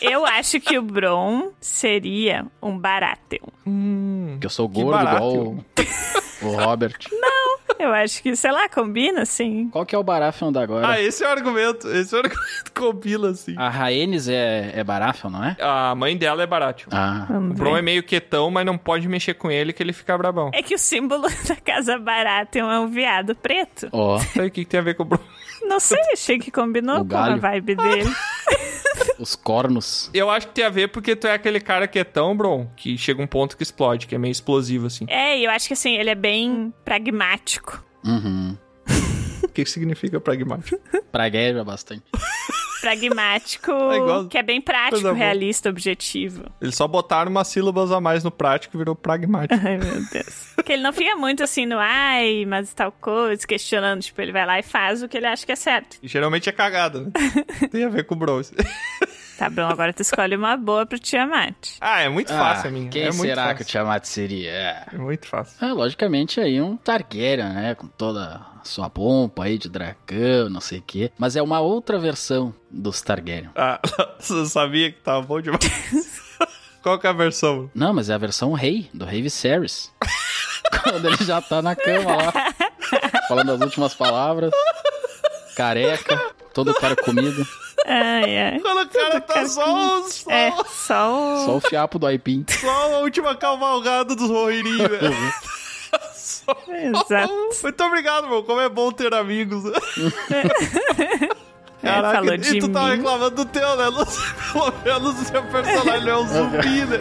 [SPEAKER 6] Eu acho que o Bron seria um Baratheon.
[SPEAKER 4] hum,
[SPEAKER 5] Porque eu sou
[SPEAKER 4] Que
[SPEAKER 5] gordo
[SPEAKER 4] barato.
[SPEAKER 5] igual o...
[SPEAKER 4] [laughs]
[SPEAKER 5] o Robert.
[SPEAKER 6] Eu acho que, sei lá, combina, assim.
[SPEAKER 5] Qual que é o Baratheon da agora?
[SPEAKER 4] Ah, esse é o argumento. Esse é o argumento. Compila, assim.
[SPEAKER 5] A Rhaenys é, é Baratheon, não é?
[SPEAKER 4] A mãe dela é Baratheon.
[SPEAKER 5] Ah,
[SPEAKER 4] O Bron é meio quietão, mas não pode mexer com ele que ele fica brabão.
[SPEAKER 6] É que o símbolo [laughs] da casa Baratheon é um veado preto.
[SPEAKER 5] ó.
[SPEAKER 4] Sabe o que, que tem a ver com o Bron?
[SPEAKER 6] Não sei, achei que
[SPEAKER 5] O
[SPEAKER 6] combinou com a
[SPEAKER 5] galho.
[SPEAKER 6] vibe dele.
[SPEAKER 5] Os cornos.
[SPEAKER 4] Eu acho que tem a ver porque tu é aquele cara quietão, Bron, que chega um ponto que explode, que é meio explosivo, assim.
[SPEAKER 6] É, e eu acho que, assim, ele é bem pragmático.
[SPEAKER 5] Uhum.
[SPEAKER 4] O que, que significa pragmático?
[SPEAKER 5] Pragueja bastante.
[SPEAKER 6] Pragmático,
[SPEAKER 4] É igual-
[SPEAKER 6] que é bem prático,
[SPEAKER 4] Coisa boa.
[SPEAKER 6] realista, objetivo. [laughs]
[SPEAKER 4] Eles só botaram umas sílabas a mais no prático e virou pragmático.
[SPEAKER 6] Ai, meu Deus. que ele não fica muito assim no ai, mas tal coisa, questionando. Tipo, ele vai lá e faz o que ele acha que é certo.
[SPEAKER 4] E geralmente é cagada,
[SPEAKER 6] [laughs]
[SPEAKER 4] né? tem a ver com o Bron.
[SPEAKER 6] Tá bom, agora tu escolhe uma boa pro Tiamat.
[SPEAKER 4] Ah, é muito fácil
[SPEAKER 5] Ah,
[SPEAKER 4] a minha.
[SPEAKER 5] Quem
[SPEAKER 4] é muito
[SPEAKER 5] será que
[SPEAKER 4] fácil.
[SPEAKER 5] o Tiamat seria? É.
[SPEAKER 4] É muito fácil.
[SPEAKER 5] Ah, logicamente aí um Targaryen, né? Com toda a sua pompa aí de dragão, não sei o quê. Mas é uma outra versão dos Targaryen.
[SPEAKER 4] Ah, [laughs] você sabia que tava bom demais?
[SPEAKER 6] [laughs]
[SPEAKER 4] Qual que é a versão?
[SPEAKER 5] Não, mas é a versão rei, do Rei Viserys. [laughs] Quando ele já tá na cama lá, falando as últimas palavras. Careca, todo para comida,
[SPEAKER 6] Ai, ai.
[SPEAKER 4] Quando o cara tá só, o- só,
[SPEAKER 6] É, só o...
[SPEAKER 5] só o fiapo do aipim.
[SPEAKER 4] só a última cavalgada dos roirinhos, né? Só- um.
[SPEAKER 6] Exato.
[SPEAKER 4] [laughs] Muito obrigado, meu. Como é bom ter amigos.
[SPEAKER 6] É, falou
[SPEAKER 4] e
[SPEAKER 6] de
[SPEAKER 4] tu tá tava
[SPEAKER 6] mim.
[SPEAKER 4] reclamando do teu, né, Luz? [laughs] Pelo menos o seu personagem não é um zumbi, né?